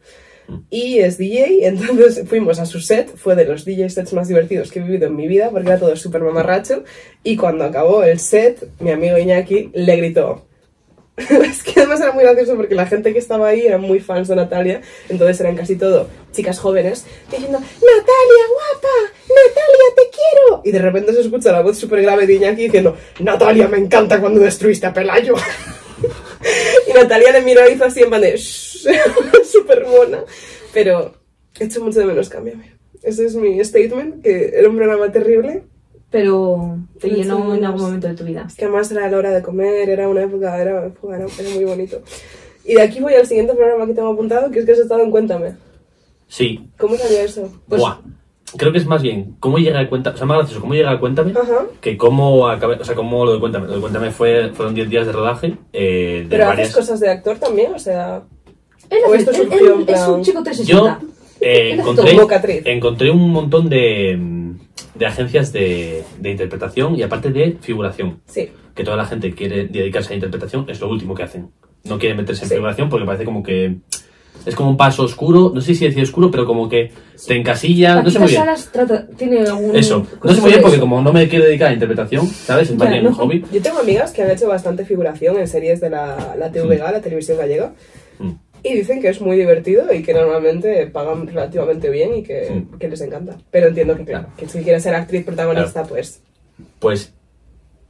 Speaker 3: Y es DJ, entonces fuimos a su set, fue de los DJ sets más divertidos que he vivido en mi vida, porque era todo súper mamarracho, y cuando acabó el set, mi amigo Iñaki le gritó, es que además era muy gracioso porque la gente que estaba ahí eran muy fans de Natalia, entonces eran casi todo chicas jóvenes diciendo ¡Natalia, guapa! ¡Natalia, te quiero! Y de repente se escucha la voz súper grave de Iñaki diciendo ¡Natalia, me encanta cuando destruiste a Pelayo! y Natalia le miró y hizo así en plan de "Shh", súper mona, pero echo mucho de menos Cámbiame. Ese es mi statement, que era un programa terrible,
Speaker 2: Pero te
Speaker 3: Pero
Speaker 2: llenó
Speaker 3: sí,
Speaker 2: en algún
Speaker 3: sí.
Speaker 2: momento de tu vida.
Speaker 3: que además era la hora de comer, era una época, era, era, era muy bonito. Y de aquí voy al siguiente programa que tengo apuntado, que es que has estado en Cuéntame.
Speaker 4: Sí.
Speaker 3: ¿Cómo salió eso?
Speaker 2: Pues-
Speaker 4: Buah. Creo que es más bien cómo llega a cuenta, o sea, más gracioso cómo llega a cuéntame
Speaker 3: Ajá.
Speaker 4: que cómo acabé, o sea, cómo lo de cuéntame. Lo de cuéntame fue, fueron 10 días de rodaje. eh, de
Speaker 3: Pero haces
Speaker 4: varias.
Speaker 3: cosas de actor también, o sea...
Speaker 2: Él,
Speaker 3: O
Speaker 2: hace-
Speaker 3: esto
Speaker 2: él-
Speaker 3: surgió en
Speaker 2: él es un
Speaker 3: plan-
Speaker 2: chico
Speaker 4: Yo
Speaker 2: 360.
Speaker 4: eh,
Speaker 2: Eres
Speaker 4: encontré,
Speaker 3: tu bocatriz.
Speaker 4: encontré un montón de, mm, de agencias de, de interpretación y aparte de figuración.
Speaker 3: Sí.
Speaker 4: Que toda la gente quiere dedicarse a interpretación, es lo último que hacen. No quieren meterse en
Speaker 3: Sí.
Speaker 4: figuración porque parece como que es como un paso oscuro, no sé si decir oscuro, pero como que te encasilla, no sé
Speaker 2: Paquita
Speaker 4: muy bien.
Speaker 2: Salas trata- tiene algún...
Speaker 4: Eso, no
Speaker 2: cosa
Speaker 4: sé muy bien
Speaker 2: sobre
Speaker 4: porque
Speaker 2: eso.
Speaker 4: como no me quiero dedicar a interpretación, ¿sabes? Es más
Speaker 2: Ya,
Speaker 4: bien
Speaker 2: ¿no?
Speaker 4: un hobby.
Speaker 3: Yo tengo amigas que han hecho bastante figuración en series de la, la TVG, la televisión gallega,
Speaker 4: Mm.
Speaker 3: y dicen que es muy divertido y que normalmente pagan relativamente bien y que,
Speaker 4: Sí.
Speaker 3: que les encanta. Pero entiendo que, claro,
Speaker 4: Claro.
Speaker 3: que si quieres ser actriz protagonista, pues...
Speaker 4: Pues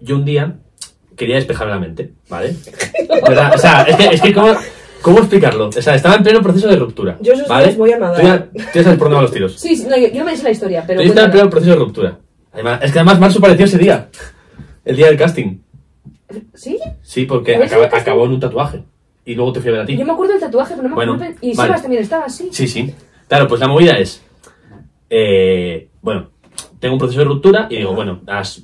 Speaker 4: yo un día quería despejarme la mente, ¿vale? ¿Verdad? O sea, es que, es que ¿cómo, ¿cómo explicarlo? O sea, estaba en pleno proceso de ruptura.
Speaker 3: Yo esos
Speaker 4: ¿vale?
Speaker 3: días voy a nadar.
Speaker 4: Tú ya, tú ya sabes por dónde van los tiros.
Speaker 2: Sí, sí, no, yo, yo me sé la historia, pero...
Speaker 4: Yo estaba en
Speaker 2: cuéntala.
Speaker 4: pleno proceso de ruptura. Además, es que además Marzo apareció ese día, el día del casting.
Speaker 2: ¿Sí?
Speaker 4: Sí, porque
Speaker 2: ¿Habéis
Speaker 4: acaba-
Speaker 2: ido al casting?
Speaker 4: acabó en un tatuaje. Y luego te fui a ver a ti.
Speaker 2: Yo me acuerdo del tatuaje, pero no me
Speaker 4: Bueno,
Speaker 2: acuerdo... Y
Speaker 4: vale.
Speaker 2: Sebas también estaba, sí.
Speaker 4: Sí, sí. Claro, pues la movida es. eh, bueno, tengo un proceso de ruptura y digo, bueno, a las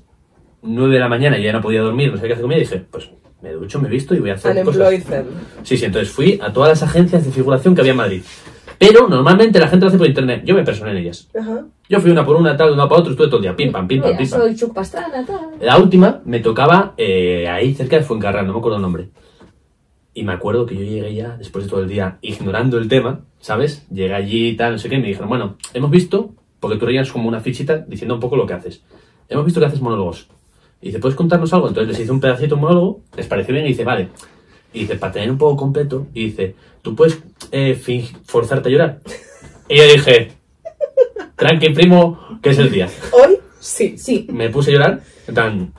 Speaker 4: 9 de la mañana ya no podía dormir, no sé qué hacer comida. Y dije, pues me ducho, me visto y voy a hacer cosas.
Speaker 3: Unemployed them.
Speaker 4: Sí, sí, entonces fui a todas las agencias de figuración que había en Madrid. Pero normalmente la gente lo hace por internet. Yo me personé en ellas.
Speaker 3: Ajá.
Speaker 4: Yo fui una por una, tal, una para otra, estuve todo el día, pim, pam, pim, pam,
Speaker 2: Mira,
Speaker 4: pim, pam.
Speaker 2: soy Chuck Pastrana, tal...
Speaker 4: La última me tocaba eh, ahí cerca de Fuencarral, no me acuerdo el nombre. Y me acuerdo que yo llegué ya, después de todo el día, ignorando el tema, ¿sabes? Llegué allí y tal, no sé qué, y me dijeron, bueno, hemos visto, porque tú rellenas como una fichita diciendo un poco lo que haces. Hemos visto que haces monólogos. Y dice, ¿puedes contarnos algo? Entonces les hice un pedacito de monólogo, les pareció bien y dice, vale. Y dice, para tener un poco completo, y dice, ¿tú puedes eh, fing- forzarte a llorar? Y yo dije, tranqui, primo, que es el día.
Speaker 3: Hoy, sí.
Speaker 2: Sí,
Speaker 4: Me puse a llorar, en plan,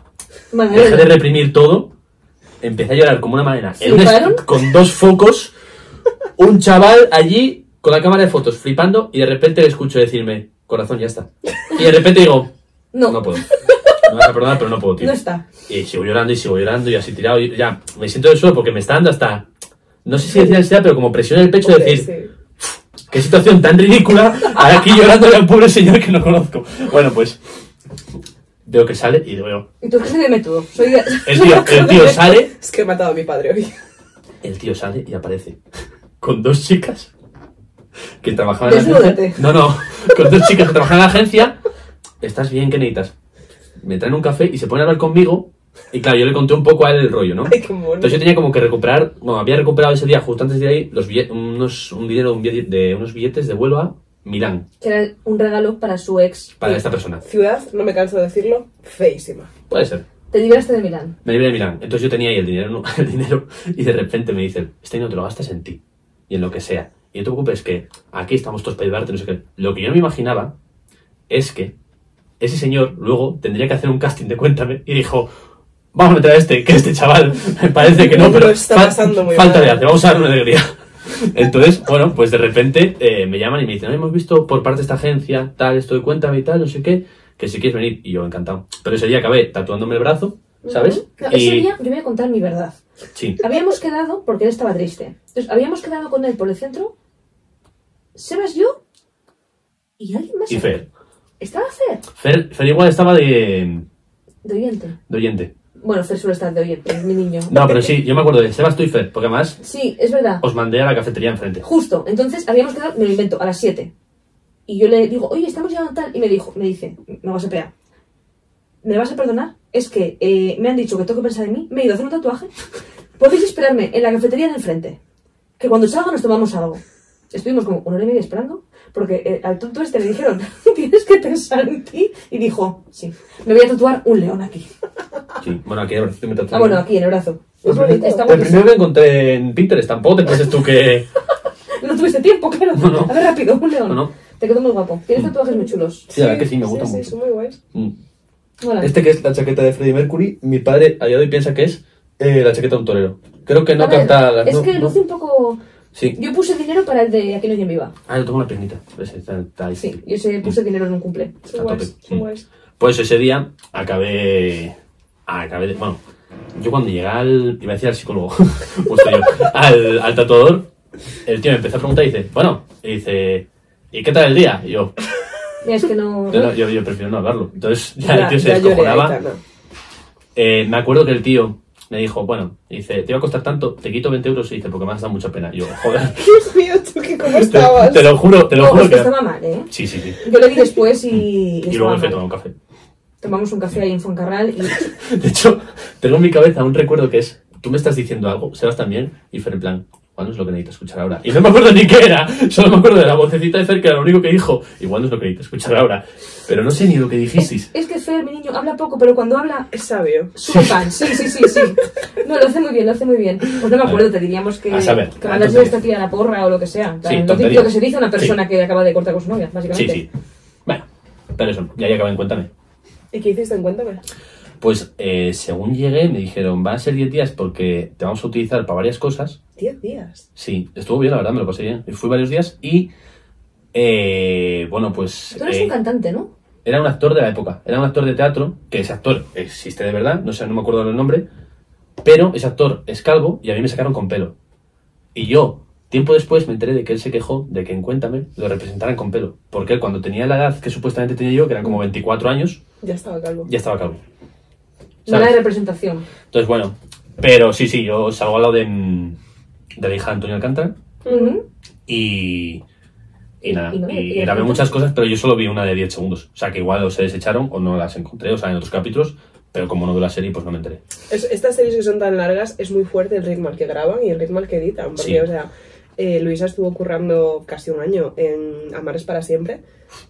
Speaker 4: dejé de
Speaker 2: Manuel.
Speaker 4: reprimir todo, empecé a llorar como una madera, en un
Speaker 2: ¿Fliparon?
Speaker 4: est- con dos focos, un chaval allí con la cámara de fotos flipando y de repente le escucho decirme, corazón, ya está. Y de repente digo,
Speaker 2: No,
Speaker 4: no puedo. No me vas a perdonar, pero no puedo, tío.
Speaker 2: no está.
Speaker 4: Y sigo llorando y sigo llorando y así tirado. Y ya, me siento del suelo porque me está dando hasta, no sé si decir ansiedad, pero como presión en el pecho de
Speaker 3: Hombre,
Speaker 4: decir,
Speaker 3: sí.
Speaker 4: Qué situación tan ridícula. Ahora aquí llorando a un pobre señor que no conozco. Bueno, pues. Veo que sale y veo.
Speaker 2: Y tú que soy de método. Soy de...
Speaker 4: El tío, el tío sale.
Speaker 3: Es que he matado a mi padre hoy.
Speaker 4: El tío sale y aparece. Con dos chicas. Que trabajaban en la
Speaker 2: Desnúdate.
Speaker 4: agencia. No, no. Con dos chicas que trabajaban en la agencia. Estás bien, ¿qué necesitas? Me traen un café y se ponen a hablar conmigo. Y claro, yo le conté un poco a él el rollo, ¿no?
Speaker 3: Ay, qué mono.
Speaker 4: Entonces yo tenía como que recuperar, bueno, había recuperado ese día, justo antes de ahí, los bille- unos, un dinero un billete de unos billetes de vuelo a Milán
Speaker 2: Que era un regalo para su ex.
Speaker 4: para esta persona.
Speaker 3: Ciudad, no me canso de decirlo, feísima.
Speaker 4: Puede ser.
Speaker 2: Te libraste de Milán.
Speaker 4: Me libré de Milán. Entonces yo tenía ahí el dinero, ¿no? el dinero y de repente me dicen, este dinero te lo gastas en ti y en lo que sea. Y no te preocupes que aquí estamos todos para ayudarte, no sé qué. Lo que yo no me imaginaba es que ese señor luego tendría que hacer un casting de Cuéntame y dijo, vamos a meter a este, que este chaval me parece que no,
Speaker 3: No,
Speaker 4: pero
Speaker 3: está pasando muy
Speaker 4: falta
Speaker 3: mal.
Speaker 4: de arte, vamos a dar una alegría. Entonces, bueno, pues de repente eh, me llaman y me dicen, "Oye, hemos visto por parte de esta agencia, tal, esto de cuenta y tal, no sé qué, que si quieres venir. Y yo encantado. Pero ese día acabé tatuándome el brazo, ¿sabes?
Speaker 2: No,
Speaker 4: y
Speaker 2: Ese día yo voy a contar mi verdad.
Speaker 4: sí,
Speaker 2: Habíamos quedado, porque él estaba triste. Entonces, habíamos quedado con él por el centro, Sebas, yo y alguien más.
Speaker 4: y Fer.
Speaker 2: Estaba Fer,
Speaker 4: Fer. Fer igual estaba de,
Speaker 2: de oyente.
Speaker 4: de oyente.
Speaker 2: Bueno, Fer suele estar de oyente, es mi niño.
Speaker 4: No, pero sí, yo me acuerdo de Sebas, tú y Fer, porque además
Speaker 2: Sí, es verdad.
Speaker 4: os mandé a la cafetería enfrente.
Speaker 2: Justo, entonces habíamos quedado, me lo invento, a las 7. Y yo le digo, oye, estamos llegando tal. Y me dijo, me dice, me vas a pegar. ¿Me vas a perdonar? Es que eh, me han dicho que tengo que pensar en mí, me he ido a hacer un tatuaje. Podéis esperarme en la cafetería de enfrente. Que cuando salga nos tomamos algo. Estuvimos como una hora y media esperando, porque eh, al tonto este le dijeron, tienes que pensar en ti. Y dijo, sí, me voy a tatuar un león aquí.
Speaker 4: Sí, bueno, aquí ahora estoy metiendo-
Speaker 2: Ah, bueno, aquí en el brazo. Es
Speaker 4: El
Speaker 2: bonito,
Speaker 4: primero-
Speaker 2: está
Speaker 4: Pues el
Speaker 2: buenísimo.
Speaker 4: primero que encontré en Pinterest tampoco te pienses tú que.
Speaker 2: No tuviste tiempo, claro.
Speaker 4: No, no.
Speaker 2: A ver, rápido, un león.
Speaker 4: No, Mm. no.
Speaker 2: Te quedó muy guapo. Tienes tatuajes muy chulos.
Speaker 4: Sí, la verdad que sí, me gusta
Speaker 3: sí,
Speaker 4: mucho.
Speaker 3: Sí, son muy guays.
Speaker 4: Mm.
Speaker 2: Mola.
Speaker 4: Este que es la chaqueta de Freddie Mercury, mi padre a día de hoy piensa que es eh, la chaqueta de un torero. Creo que no
Speaker 2: A ver,
Speaker 4: canta las
Speaker 2: Es
Speaker 4: no-
Speaker 2: que
Speaker 4: no.
Speaker 2: luce un poco.
Speaker 4: Sí.
Speaker 2: Yo puse dinero para el de Aquí no hay quien viva.
Speaker 4: Ah, yo tengo una piernita. Ves, está- está ahí.
Speaker 2: Sí, yo se
Speaker 4: Mm.
Speaker 2: puse dinero en un cumple.
Speaker 4: A
Speaker 3: Son guays.
Speaker 4: tope.
Speaker 3: Son
Speaker 4: Mm.
Speaker 3: guays.
Speaker 4: Pues ese día acabé. Acabé de. Bueno, yo cuando llegué al. Iba a decir al psicólogo. justo yo. Al, al tatuador, el tío me empezó a preguntar y dice: Bueno, y dice. ¿Y qué tal el día? Y yo,
Speaker 2: Mira, es que no.
Speaker 4: yo, no- yo- yo prefiero no hablarlo. Entonces ya, el
Speaker 3: Ya-
Speaker 4: tío se
Speaker 3: ya lloré,
Speaker 4: descojonaba.
Speaker 3: ahí está, no.
Speaker 4: Eh, me acuerdo que el tío me dijo, bueno, dice, te va a costar tanto, te quito 20 euros y dice, porque me has dado mucha pena. Y yo, joder,
Speaker 3: Dios mío, tú que cómo
Speaker 4: te,
Speaker 3: estabas.
Speaker 4: te lo juro, te lo
Speaker 2: No,
Speaker 4: juro
Speaker 2: Oh, es que
Speaker 4: que...
Speaker 2: estaba mal, ¿eh?
Speaker 4: Sí, sí, sí.
Speaker 2: Yo le vi después y.
Speaker 4: Y
Speaker 2: estaba
Speaker 4: luego me fui a
Speaker 2: mal.
Speaker 4: tomar un café.
Speaker 2: Tomamos un café ahí en Foncarral y.
Speaker 4: De hecho, tengo en mi cabeza un recuerdo que es, tú me estás diciendo algo, Sebas también, y Fer en plan, ¿cuándo es lo que necesito escuchar ahora? Y no me acuerdo ni qué era, solo me acuerdo de la vocecita de Fer que era lo único que dijo, ¿y cuándo es lo que necesito escuchar ahora? Pero no sé ni lo que dijisteis.
Speaker 2: Es que Fer, mi niño, habla poco, pero cuando habla.
Speaker 3: Es sabio.
Speaker 2: Sube pan, sí, sí, sí, sí. No, lo hace muy bien, lo hace muy bien. Pues no me acuerdo, te diríamos que,
Speaker 4: A saber,
Speaker 2: que
Speaker 4: a
Speaker 2: mandase a
Speaker 4: tonterías.
Speaker 2: esta tía a la porra o lo que sea.
Speaker 4: Sí,
Speaker 2: lo
Speaker 4: tonterías.
Speaker 2: típico que se dice a una persona
Speaker 4: Sí.
Speaker 2: que acaba de cortar con su novia,
Speaker 4: Sí,
Speaker 2: básicamente.
Speaker 4: sí. Bueno, pero eso, ya, ya acabé, cuéntame.
Speaker 3: ¿Y qué hiciste? Cuéntame.
Speaker 4: Pues eh, según llegué me dijeron, va a ser 10 días porque te vamos a utilizar para varias cosas.
Speaker 3: Diez días.
Speaker 4: Sí, estuvo bien, la verdad, me lo pasé bien. Y Fui varios días y, eh, bueno, pues...
Speaker 2: Tú eres
Speaker 4: eh,
Speaker 2: un cantante, ¿no?
Speaker 4: era un actor de la época, era un actor de teatro, que ese actor existe de verdad, no sé, no me acuerdo del nombre, pero ese actor es calvo y a mí me sacaron con pelo. Y yo, tiempo después, me enteré de que él se quejó de que en Cuéntame lo representaran con pelo, porque él cuando tenía la edad que supuestamente tenía yo, que eran como 24 años,
Speaker 3: Ya estaba calvo.
Speaker 4: ya estaba calvo.
Speaker 2: Mala
Speaker 4: ¿Sabes?
Speaker 2: de representación.
Speaker 4: Entonces, bueno, pero sí, sí, yo salgo al lado de, mm, de la hija de Antonio Alcántara
Speaker 2: Ujú.
Speaker 4: y, y nada,
Speaker 2: Y no,
Speaker 4: y,
Speaker 2: y-
Speaker 4: y grabé muchas cosas, pero yo solo vi una de 10 segundos. O sea, que igual o se desecharon o no las encontré, o sea, en otros capítulos, pero como no veo la serie, pues no me enteré.
Speaker 3: Es- estas series que son tan largas es muy fuerte el ritmo al que graban y el ritmo al que editan. Porque,
Speaker 4: Sí.
Speaker 3: o sea, eh, Luisa estuvo currando casi un año en Amares para siempre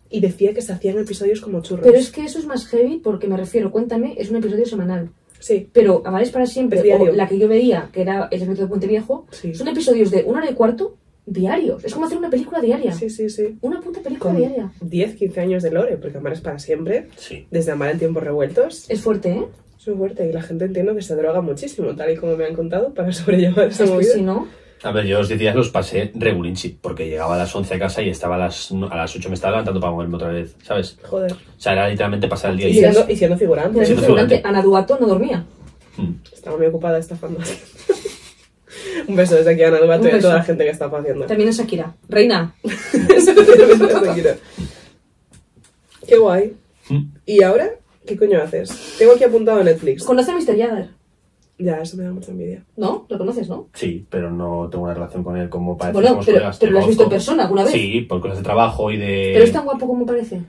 Speaker 3: y decía que se hacían episodios como churros.
Speaker 2: Pero es que eso es más heavy porque me refiero, cuéntame, es un episodio semanal.
Speaker 3: Sí.
Speaker 2: Pero Amares para siempre,
Speaker 3: Es diario.
Speaker 2: o la que yo veía, que era El secreto de Puente Viejo,
Speaker 3: Sí.
Speaker 2: son episodios de una hora y cuarto diarios. Es como hacer una película diaria.
Speaker 3: Sí, sí, sí.
Speaker 2: Una puta película
Speaker 3: Con
Speaker 2: diaria.
Speaker 3: 10, 15 años de lore, porque Amares para siempre,
Speaker 4: Sí.
Speaker 3: desde Amar en tiempos revueltos,
Speaker 2: Es fuerte, ¿eh?
Speaker 3: es muy fuerte y la gente entiendo que se droga muchísimo, tal y como me han contado, para sobrellevar esa
Speaker 2: Es que
Speaker 3: movida.
Speaker 2: si no,
Speaker 4: A ver, yo los 10 días los pasé regulinchi, porque llegaba a las 11 a casa y estaba a las, no- a las 8 me estaba levantando para moverme otra vez, ¿sabes?
Speaker 3: Joder.
Speaker 4: O sea, era literalmente pasar el día
Speaker 3: Y
Speaker 4: y
Speaker 3: siendo, y siendo figurante.
Speaker 2: mira, es
Speaker 4: Sí,
Speaker 2: un
Speaker 4: no
Speaker 2: figurante.
Speaker 4: seguramente.
Speaker 2: Ana Duato no dormía.
Speaker 4: Mm.
Speaker 3: Estaba muy ocupada estafando. Un beso desde aquí a Ana Duarte
Speaker 2: Un
Speaker 3: y a toda
Speaker 2: beso.
Speaker 3: la gente que está haciendo.
Speaker 2: También es Shakira. Reina.
Speaker 3: Qué guay.
Speaker 4: Mm.
Speaker 3: ¿Y ahora? ¿Qué coño haces? Tengo aquí apuntado Netflix.
Speaker 2: Conoce a Mr. Jagger.
Speaker 3: Ya, eso me da mucha envidia.
Speaker 2: ¿No? Lo conoces, ¿no?
Speaker 4: Sí, pero no tengo una relación con él como para
Speaker 2: Bueno, pero-
Speaker 4: decir, somos colegas,
Speaker 2: pero
Speaker 4: te
Speaker 2: lo has visto en
Speaker 4: conozco.
Speaker 2: persona alguna vez.
Speaker 4: Sí, por cosas de trabajo y de...
Speaker 2: Pero es tan guapo como parece.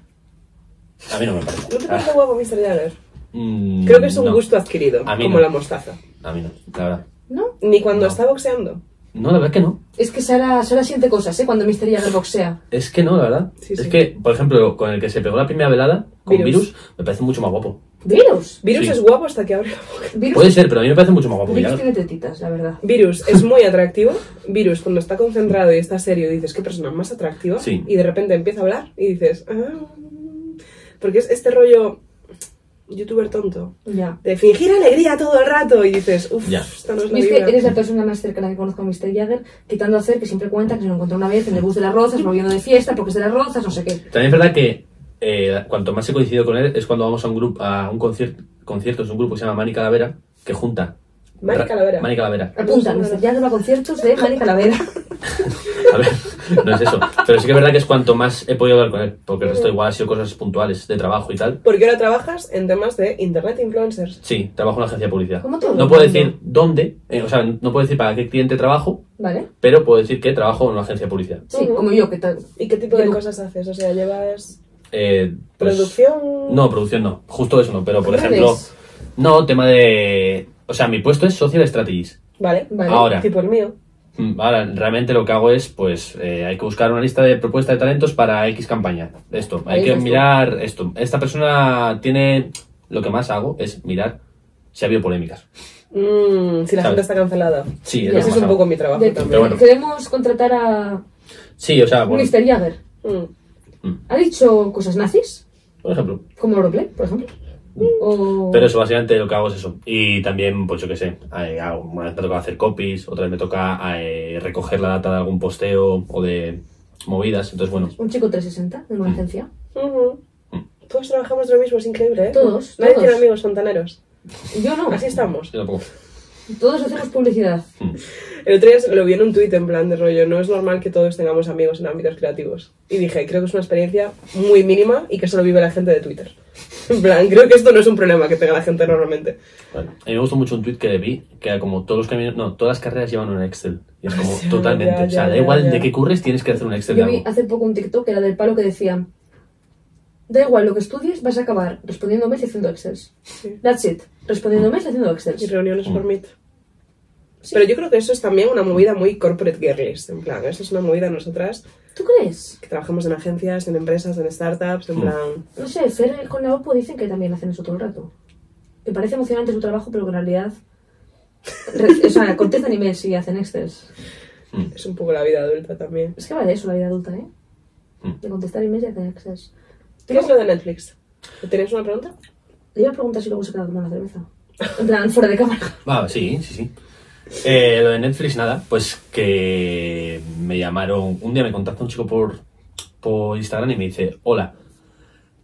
Speaker 4: A mí no me parece.
Speaker 3: ¿No te parece guapo Mr. Jagger?
Speaker 4: Mm,
Speaker 3: Creo que es un
Speaker 4: Ah. no.
Speaker 3: gusto adquirido,
Speaker 4: A mí
Speaker 3: como
Speaker 4: no.
Speaker 3: la mostaza.
Speaker 4: A mí no, la verdad.
Speaker 2: ¿No?
Speaker 3: Ni cuando
Speaker 4: No.
Speaker 3: está boxeando.
Speaker 4: No, la verdad que no.
Speaker 2: Es que Sara, Sara siente cosas, ¿eh? Cuando Mr. Jagger boxea.
Speaker 4: Es que no, la verdad.
Speaker 3: Sí,
Speaker 4: es
Speaker 3: sí.
Speaker 4: que, por ejemplo, con el que se pegó la primera velada, con
Speaker 3: Virus.
Speaker 4: virus, me parece mucho más guapo.
Speaker 2: Virus.
Speaker 3: Virus
Speaker 4: Sí.
Speaker 3: es guapo hasta que abre la boca.
Speaker 2: Virus,
Speaker 4: Puede ser, pero a mí me parece mucho más guapo que
Speaker 2: Virus
Speaker 4: Jagger.
Speaker 2: tiene tetitas, la verdad.
Speaker 3: Virus es muy atractivo. Virus, cuando está concentrado y está serio, dices, qué persona más atractiva.
Speaker 4: Sí.
Speaker 3: Y de repente empieza a hablar y dices, ah. Porque es este rollo. youtuber tonto.
Speaker 2: Ya.
Speaker 3: De fingir alegría todo el rato y dices, uff,
Speaker 4: Ya.
Speaker 3: esta no es
Speaker 2: Y
Speaker 3: la
Speaker 2: es que
Speaker 3: vida.
Speaker 2: eres la persona más cercana que conozco a Mr. Jagger, quitando a Cer, que siempre cuenta que se lo encontró una vez en el bus de las Rozas, volviendo de fiesta, porque es de las Rozas, no sé qué.
Speaker 4: También es verdad que eh, cuanto más he coincidido con él es cuando vamos a un grupo a un concierto, concierto es un grupo que se llama Mani Calavera, que junta.
Speaker 3: Mani
Speaker 4: Ra-
Speaker 3: Calavera.
Speaker 4: Mani Calavera.
Speaker 2: Apunta, Mr. Jagger va a conciertos de Mari Calavera.
Speaker 4: A ver, no es eso. Pero sí que es verdad que es cuanto más he podido hablar con él, porque el resto
Speaker 3: Mm.
Speaker 4: igual ha sido cosas puntuales de trabajo y tal.
Speaker 3: Porque ahora trabajas en temas de internet influencers.
Speaker 4: Sí, trabajo en una agencia de publicidad.
Speaker 2: Como todo
Speaker 4: No
Speaker 2: el
Speaker 4: puedo
Speaker 2: mundo.
Speaker 4: decir dónde, eh, o sea, no puedo decir para qué cliente trabajo,
Speaker 2: ¿Vale?
Speaker 4: pero puedo decir que trabajo en una agencia de publicidad.
Speaker 2: Sí,
Speaker 3: Ujú.
Speaker 2: como yo, que tal.
Speaker 3: ¿Y qué tipo de
Speaker 2: Yo-
Speaker 3: cosas haces? O sea, llevas
Speaker 4: Eh, pues-
Speaker 3: producción.
Speaker 4: No, producción no, justo eso no, pero por
Speaker 2: Redes.
Speaker 4: ejemplo, no, tema de... O sea, mi puesto es Social Strategist.
Speaker 3: Vale,
Speaker 2: Vale.
Speaker 4: Ahora.
Speaker 3: Tipo el mío.
Speaker 4: Mm, Ahora, realmente lo que hago es, pues, eh, hay que buscar una lista de propuesta de talentos para X campaña. Esto, hay
Speaker 2: Ahí
Speaker 4: que
Speaker 2: vas tú.
Speaker 4: mirar esto. Esta persona tiene, lo que más hago es mirar si ha habido polémicas.
Speaker 3: Mm, si la
Speaker 4: ¿Sabes?
Speaker 3: gente está cancelada.
Speaker 4: Sí, es
Speaker 2: Ya,
Speaker 3: Ese
Speaker 4: lo que
Speaker 3: es
Speaker 4: más
Speaker 3: un
Speaker 4: hago.
Speaker 3: poco mi trabajo
Speaker 2: De-
Speaker 3: también.
Speaker 4: Pero bueno.
Speaker 2: Queremos contratar a
Speaker 4: Sí, o sea, bueno,
Speaker 2: Mr. Jagger.
Speaker 3: Mm.
Speaker 2: ¿Ha dicho cosas nazis?
Speaker 4: por ejemplo.
Speaker 2: Como Europlay, por ejemplo. O...
Speaker 3: Mm.
Speaker 4: Pero eso, básicamente lo que hago es eso. Y también, pues yo qué sé, eh, hago- una vez me toca hacer copies, otra vez me toca eh, recoger la data de algún posteo o de movidas. Entonces, bueno, pues,
Speaker 2: Un chico 360 de una agencia.
Speaker 3: Ujú. Todos trabajamos de lo mismo, es increíble, ¿eh?
Speaker 2: Todos,
Speaker 3: Nadie
Speaker 2: todos.
Speaker 3: tiene amigos fontaneros.
Speaker 2: Yo no.
Speaker 3: Así estamos.
Speaker 4: yo tampoco.
Speaker 2: Todos hacemos publicidad.
Speaker 4: hmm.
Speaker 3: El otro día lo vi en un tuit en plan de rollo, no es normal que todos tengamos amigos en ámbitos creativos. Y dije, creo que es una experiencia muy mínima y que solo vive la gente de Twitter. En plan, creo que esto no es un problema que tenga la gente normalmente.
Speaker 4: Bueno, a mí me gustó mucho un tweet que vi, que era como todos los caminos, no, todas las carreras llevan un Excel. Y es como
Speaker 3: Ya,
Speaker 4: totalmente,
Speaker 3: ya,
Speaker 4: o sea,
Speaker 3: ya,
Speaker 4: da
Speaker 3: ya,
Speaker 4: igual
Speaker 3: ya.
Speaker 4: de qué curres, tienes que hacer un Excel de
Speaker 2: Yo vi
Speaker 4: algo.
Speaker 2: hace poco un TikTok que era del palo que decía Da igual lo que estudies, vas a acabar respondiendo mails y haciendo excels. That's it. Respondiendo mails y haciendo
Speaker 3: Y
Speaker 2: excels.
Speaker 3: reuniones por Meet. Pero yo creo que eso es también una movida muy corporate girlies. En plan, eso es una movida nosotras
Speaker 2: ¿Tú crees?
Speaker 3: que trabajamos en agencias, en empresas, en startups, en
Speaker 4: Mm.
Speaker 3: plan...
Speaker 2: No sé, Fer con la OPO dicen que también hacen eso todo el rato. Que parece emocionante su trabajo, pero que en realidad... re- o sea, contestan emails y hacen excels.
Speaker 4: Hmm.
Speaker 3: Es un poco la vida adulta también.
Speaker 2: Es que vale eso la vida adulta, ¿eh?
Speaker 4: Mm.
Speaker 2: De contestar emails y hacer excels.
Speaker 3: ¿Qué es lo de Netflix? ¿Tenéis una pregunta?
Speaker 2: Le iba a preguntar si luego se queda como una cerveza. En plan, fuera de cámara.
Speaker 4: Ah, sí, sí, sí. Eh, lo de Netflix, nada, pues que me llamaron, un día me contacta un chico por, por Instagram y me dice, hola,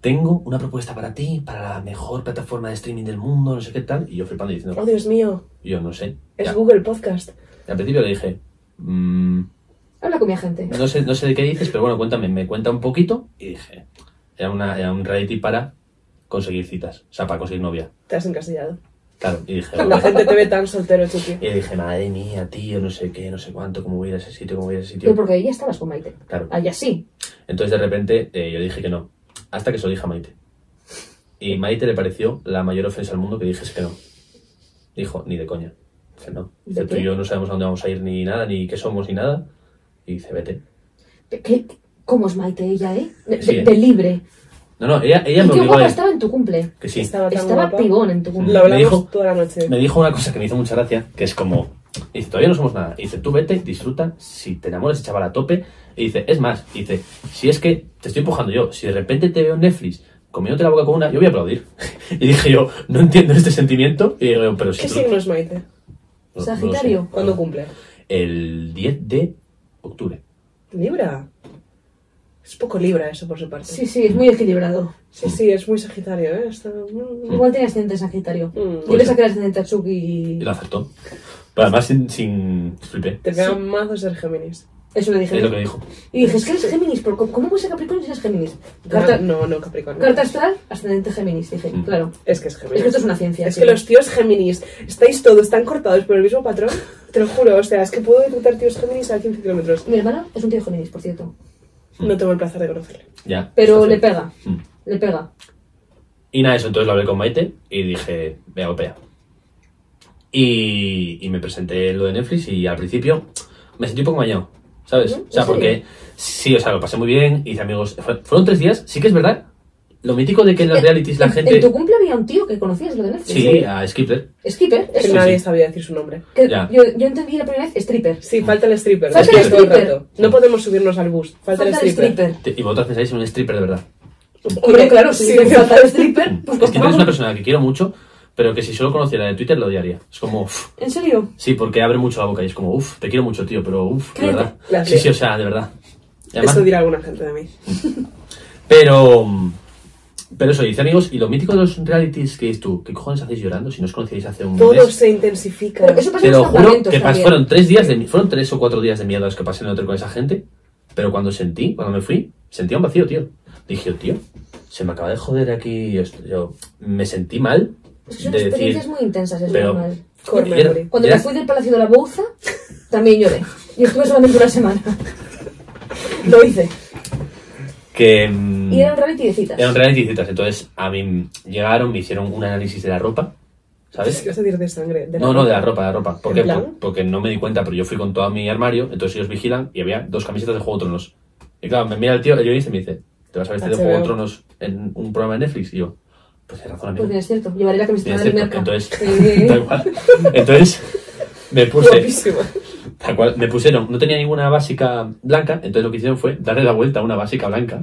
Speaker 4: tengo una propuesta para ti, para la mejor plataforma de streaming del mundo, no sé qué tal, y yo flipando y
Speaker 3: Oh,
Speaker 4: diciendo,
Speaker 3: Dios mío,
Speaker 4: yo no sé.
Speaker 3: es
Speaker 4: Ya.
Speaker 3: Google Podcast.
Speaker 4: Y al principio le dije, "Mm,
Speaker 2: Habla con mi agente.
Speaker 4: No sé, no sé de qué dices, pero bueno, cuéntame, me cuenta un poquito y dije, era, una, era un reality para conseguir citas, o sea, para conseguir novia.
Speaker 3: Te has encasillado.
Speaker 4: Claro, y dije,
Speaker 3: La gente te ve tan soltero, Chucky.
Speaker 4: y dije, madre mía, tío, no sé qué, no sé cuánto, cómo voy a ir a ese sitio, cómo voy a ir a ese
Speaker 2: Pero
Speaker 4: sitio.
Speaker 2: porque ahí ya estabas con Maite.
Speaker 4: Claro.
Speaker 2: Allá sí.
Speaker 4: Entonces de repente eh, yo dije que no, hasta que se lo dije a Maite. Y Maite le pareció la mayor ofensa al mundo que dijese que no. Dijo, ni de coña. Dije, no. Dice,
Speaker 2: ¿De
Speaker 4: tú
Speaker 2: qué?
Speaker 4: y yo no sabemos a dónde vamos a ir ni nada, ni qué somos, ni nada. Y dice, vete.
Speaker 2: ¿Qué- qué- ¿Cómo es Maite ella, eh? De,
Speaker 4: Sí,
Speaker 2: de-
Speaker 4: eh.
Speaker 2: de libre.
Speaker 4: No, no, ella, ella
Speaker 2: ¿Y
Speaker 4: me
Speaker 2: qué
Speaker 4: obligó a
Speaker 2: guapa
Speaker 4: ir.
Speaker 2: estaba en tu cumple?
Speaker 4: Que sí.
Speaker 3: Estaba tan
Speaker 2: Estaba
Speaker 3: guapa.
Speaker 2: pigón en tu cumple.
Speaker 3: Lo
Speaker 4: Me
Speaker 3: hablamos
Speaker 4: dijo-
Speaker 3: toda la noche.
Speaker 4: me dijo una cosa que me hizo mucha gracia, que es como, dice, todavía no somos nada. Y dice, tú vete, disfruta, si te enamoras, chaval a tope. Y dice, es más, y dice, si es que te estoy empujando yo, si de repente te veo en Netflix comiéndote la boca con una, yo voy a aplaudir. Y dije yo, no entiendo este sentimiento. Y digo, pero si
Speaker 3: ¿Qué
Speaker 4: tú-
Speaker 3: signo es Maite?
Speaker 4: no- no lo sé.
Speaker 2: Sagitario.
Speaker 3: ¿Cuándo cumple?
Speaker 4: El 10 de octubre.
Speaker 3: Libra. Es poco Libra eso por su parte.
Speaker 2: Sí, sí, es muy equilibrado.
Speaker 3: sí, sí, es muy Sagitario, ¿eh? Está- mm,
Speaker 2: Igual tiene ascendente en Sagitario.
Speaker 3: Mm.
Speaker 2: Yo le saqué el ascendente a Chucky y...
Speaker 4: Y lo acertó. Pero además sin... sin flipé.
Speaker 3: Te pega más de ser Géminis.
Speaker 2: Eso le
Speaker 4: Es
Speaker 2: dije.
Speaker 4: lo que dijo.
Speaker 2: Y dije, es que eres Géminis. pero ¿Cómo cómo puedes ser Capricornio si eres Géminis? Carta,
Speaker 3: Ah, No, no, Capricornio.
Speaker 2: carta astral, ascendente Géminis. Dije,
Speaker 4: Mm.
Speaker 2: claro.
Speaker 3: Es que es
Speaker 2: Es
Speaker 3: Géminis.
Speaker 2: que esto es una ciencia.
Speaker 3: Pues Es
Speaker 2: sí.
Speaker 3: que los tíos Géminis, estáis todos tan cortados por el mismo patrón, te lo juro, o sea, es que puedo detectar tíos Géminis a 15 kilómetros.
Speaker 2: Mi hermana es un tío Géminis, por cierto.
Speaker 3: No tengo el placer de conocerle.
Speaker 4: Ya.
Speaker 2: Pero
Speaker 4: Está
Speaker 2: le
Speaker 4: feo.
Speaker 2: pega.
Speaker 4: Mm.
Speaker 2: Le pega.
Speaker 4: Y nada, eso entonces lo hablé con Maite y dije, vea, opea. Y, y me presenté lo de Netflix y al principio me sentí un poco mañado, ¿sabes? O sea,
Speaker 2: ¿En serio?
Speaker 4: porque sí, o sea, lo pasé muy bien, hice amigos. Fue- Fueron tres días, sí que es verdad. Lo mítico de que en las realities la
Speaker 2: En-
Speaker 4: gente.
Speaker 2: En tu cumple había un tío que conocías lo de Netflix.
Speaker 4: Sí, a Skipper.
Speaker 2: Skipper.
Speaker 3: Es que
Speaker 2: eso.
Speaker 3: nadie sabía decir su nombre.
Speaker 2: Que
Speaker 4: Ya.
Speaker 2: yo, yo entendí la primera vez stripper.
Speaker 3: Sí, falta el stripper.
Speaker 2: Falta el
Speaker 3: Es que todo
Speaker 2: stripper.
Speaker 3: rato. No podemos subirnos al bus. Falta,
Speaker 2: Falta el stripper.
Speaker 4: Te- Y vosotros pensáis en un stripper de verdad.
Speaker 2: Hombre, claro, si
Speaker 3: sí.
Speaker 2: me falta el stripper, pues
Speaker 4: Es que no es
Speaker 2: cogemos-
Speaker 4: una persona que quiero mucho, pero que si solo conociera de Twitter lo odiaría. Es como, uff,
Speaker 2: ¿En serio?
Speaker 4: sí, porque abre mucho la boca y es como, uff, te quiero mucho, tío, pero uff, de
Speaker 2: Cállate.
Speaker 4: verdad.
Speaker 3: La
Speaker 4: Sí, sí,
Speaker 3: tía.
Speaker 4: o sea, de verdad. Y además-
Speaker 3: Eso dirá alguna gente de mí.
Speaker 4: Pero. mm, Pero eso, dice amigos, y lo mítico de los realities que dices tú, ¿qué cojones hacéis llorando si no os conocíais hace un
Speaker 3: Todo
Speaker 4: mes?
Speaker 3: se intensifica.
Speaker 2: Pero eso pasa
Speaker 4: Te
Speaker 2: en
Speaker 4: lo
Speaker 2: los
Speaker 4: juro
Speaker 2: campamentos
Speaker 4: que pas-
Speaker 2: también.
Speaker 4: fueron tres días de mi- fueron tres o cuatro días de miedo los que pasé en el hotel con esa gente, pero cuando sentí, cuando me fui, sentía un vacío, tío. Dije, "Oh, tío, se me acaba de joder aquí. esto". Yo me sentí mal
Speaker 2: Pues Es que son
Speaker 4: de
Speaker 2: experiencias
Speaker 4: decir.
Speaker 2: muy intensas, es
Speaker 4: pero-
Speaker 2: normal.
Speaker 3: Core
Speaker 4: Mira,
Speaker 3: memory.
Speaker 2: Cuando
Speaker 4: ya-
Speaker 2: me fui del Palacio de la Bouza, también lloré. Y estuve solamente una semana. Lo hice.
Speaker 4: Que. mm,
Speaker 2: Y era un reality de citas.
Speaker 4: eran reality citas. Entonces, a mí mm, llegaron, me hicieron un análisis de la ropa, ¿sabes?
Speaker 3: ¿Qué vas a decir de sangre?
Speaker 4: No, no, de la ropa, de la ropa. ¿Por
Speaker 3: ¿En
Speaker 4: qué?
Speaker 3: plan?
Speaker 4: Por- porque no me di cuenta, pero yo fui con todo mi armario, entonces ellos vigilan y había dos camisetas de Juego de Tronos. Y claro, me mira el tío, el guionista y me dice, ¿te vas a vestir de Juego de
Speaker 3: HBO.
Speaker 4: Tronos en un programa de Netflix? Y yo, pues tienes razón, amigo.
Speaker 2: Pues bien, es cierto. Llevaré la camiseta
Speaker 4: Tienes
Speaker 2: de mi
Speaker 4: cierto.
Speaker 2: marca.
Speaker 4: Entonces,
Speaker 2: Sí.
Speaker 4: da igual. Entonces, me puse,
Speaker 3: Guapísima.
Speaker 4: tal cual, me pusieron, no tenía ninguna básica blanca, entonces lo que hicieron fue darle la vuelta a una básica blanca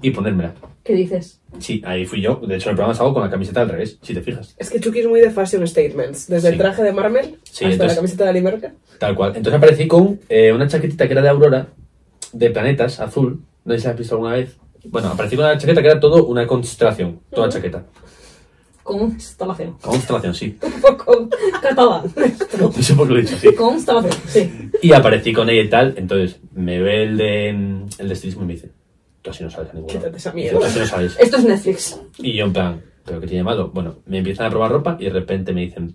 Speaker 4: y ponérmela.
Speaker 2: ¿Qué dices?
Speaker 4: Sí, ahí fui yo. De hecho, en el programa salgo con la camiseta al revés, si te fijas.
Speaker 3: Es que Chucky es muy de fashion statements. Desde
Speaker 4: Sí.
Speaker 3: el traje de Marmel
Speaker 4: Sí,
Speaker 3: hasta
Speaker 4: entonces-
Speaker 3: la camiseta de Alimerca.
Speaker 4: Tal cual. Entonces aparecí con eh, una chaquetita que era de Aurora, de planetas, azul. No sé si la has visto alguna vez. Bueno, aparecí con una chaqueta que era todo una constelación. Toda chaqueta.
Speaker 2: Constalación.
Speaker 4: Constelación, sí.
Speaker 2: Un poco catalán.
Speaker 4: No sé por qué lo he dicho así.
Speaker 2: Constalación, sí.
Speaker 4: Y aparecí con ella y tal. Entonces me ve el de, mm, el de estilismo y me dice: Tú así no sabes a ningún lado".
Speaker 3: Quítate esa
Speaker 4: Dice,
Speaker 3: mierda.
Speaker 4: "Tú así no sabes.
Speaker 2: Esto es Netflix.
Speaker 4: Y yo, en plan, ¿pero qué tiene de malo? Bueno, me empiezan a probar ropa y de repente me dicen.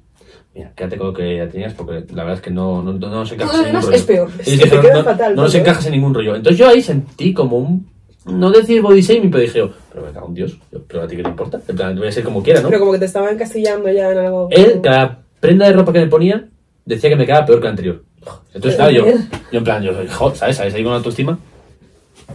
Speaker 4: Mira, quédate con lo que ya tenías porque la verdad es que no, no, no nos encajas
Speaker 2: Todo lo
Speaker 4: en
Speaker 2: demás
Speaker 4: ningún rollo.
Speaker 2: es peor.
Speaker 4: Y
Speaker 3: Es que
Speaker 4: dije,
Speaker 3: te queda
Speaker 4: no,
Speaker 3: fatal,
Speaker 4: no nos
Speaker 3: ¿no?
Speaker 4: encajas en ningún rollo. Entonces yo ahí sentí como un. No decir body shaming, pero dije yo, pero me cago en Dios, yo, pero a ti qué te importa. En plan, voy a ser como quiera, ¿no?
Speaker 3: Pero como que te estaba encastillando ya en algo.
Speaker 4: Él, cada prenda de ropa que me ponía, decía que me quedaba peor que la anterior. Entonces, claro, yo, yo en plan, yo, joder, ¿sabes? ¿Sabes? Ahí con autoestima.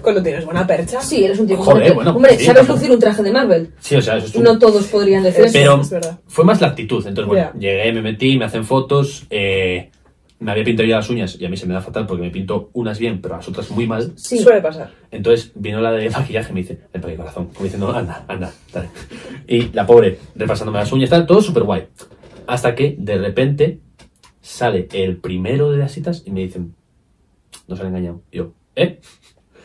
Speaker 3: Cuando tienes buena percha.
Speaker 2: Ah, Sí, eres un tipo
Speaker 4: Joder,
Speaker 2: fuerte.
Speaker 4: bueno,
Speaker 2: Hombre,
Speaker 4: sí,
Speaker 2: ¿sabes
Speaker 4: tampoco.
Speaker 2: lucir un traje de Marvel?
Speaker 4: Sí, o sea, eso es un-
Speaker 2: No todos podrían decir eso.
Speaker 4: Pero
Speaker 3: es verdad.
Speaker 4: fue más la actitud. Entonces, bueno, llegué, me metí, me hacen fotos. eh, me había pintado ya las uñas y a mí se me da fatal porque me pinto unas bien, pero las otras muy mal.
Speaker 2: Sí.
Speaker 3: Suele pasar.
Speaker 4: Entonces vino la de maquillaje y me dice, ven para aquí, corazón. Como diciendo, anda, anda, dale. Y la pobre, repasándome las uñas, tal, todo súper guay. Hasta que, de repente, sale el primero de las citas y me dicen, nos han engañado. Y yo, ¿eh?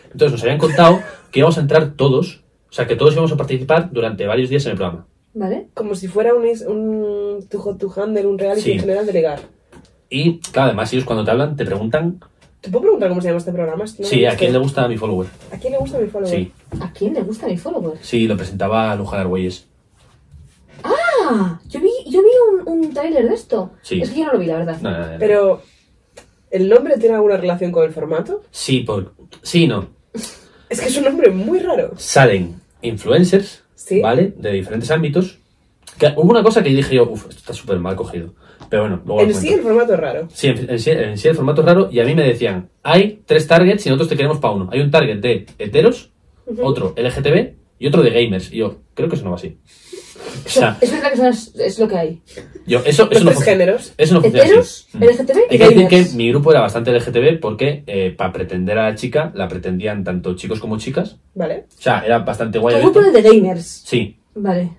Speaker 4: Entonces nos habían contado que íbamos a entrar todos, o sea, que todos íbamos a participar durante varios días en el programa.
Speaker 2: ¿Vale?
Speaker 3: Como si fuera un, is- un tu hot to handle, un reality
Speaker 4: Sí.
Speaker 3: en general de ligar.
Speaker 4: Y, claro, además ellos cuando te hablan te preguntan,
Speaker 3: ¿Te puedo preguntar cómo se llama este programa? Es que no
Speaker 4: sí,
Speaker 3: lo
Speaker 4: ¿a
Speaker 3: sé.
Speaker 4: quién le gusta mi follower?
Speaker 3: ¿A quién le gusta mi follower?
Speaker 4: Sí,
Speaker 2: ¿A quién le gusta mi follower?
Speaker 4: sí, lo presentaba Luján Argüelles.
Speaker 2: Ah, yo vi, yo vi un, un tráiler de esto.
Speaker 4: Sí.
Speaker 2: Es que yo no lo vi, la verdad.
Speaker 4: No, no, no, no.
Speaker 3: Pero, ¿el nombre tiene alguna relación con el formato?
Speaker 4: Sí, por... sí, no.
Speaker 3: Es que es un nombre muy raro.
Speaker 4: salen influencers,
Speaker 3: Sí.
Speaker 4: ¿vale? De diferentes ámbitos. Que hubo una cosa que dije yo, uff, esto está súper mal cogido. Pero bueno, luego
Speaker 3: En
Speaker 4: lo
Speaker 3: sí, el
Speaker 4: cuento.
Speaker 3: formato es raro.
Speaker 4: Sí, en, en sí, en sí el formato es raro y a mí me decían, hay tres targets y nosotros te queremos para uno. Hay un target de heteros, otro LGTB y otro de gamers. Y yo, creo que eso no va así. O sea,
Speaker 2: Es verdad que son las- es lo que hay.
Speaker 4: yo, eso,
Speaker 3: Los
Speaker 4: eso, no
Speaker 3: tres
Speaker 4: funciona,
Speaker 3: géneros.
Speaker 4: eso no funciona
Speaker 2: Heteros,
Speaker 4: así. Mm.
Speaker 2: LGTB y
Speaker 4: Hay que decir que
Speaker 2: gamers.
Speaker 4: mi grupo era bastante LGTB porque para pretender a la chica la pretendían tanto chicos como chicas.
Speaker 3: ¿Vale?
Speaker 4: O sea, era bastante guay. ¿eh?
Speaker 2: Tu
Speaker 4: abierto.
Speaker 2: grupo es de gamers.
Speaker 4: Sí,
Speaker 2: Vale.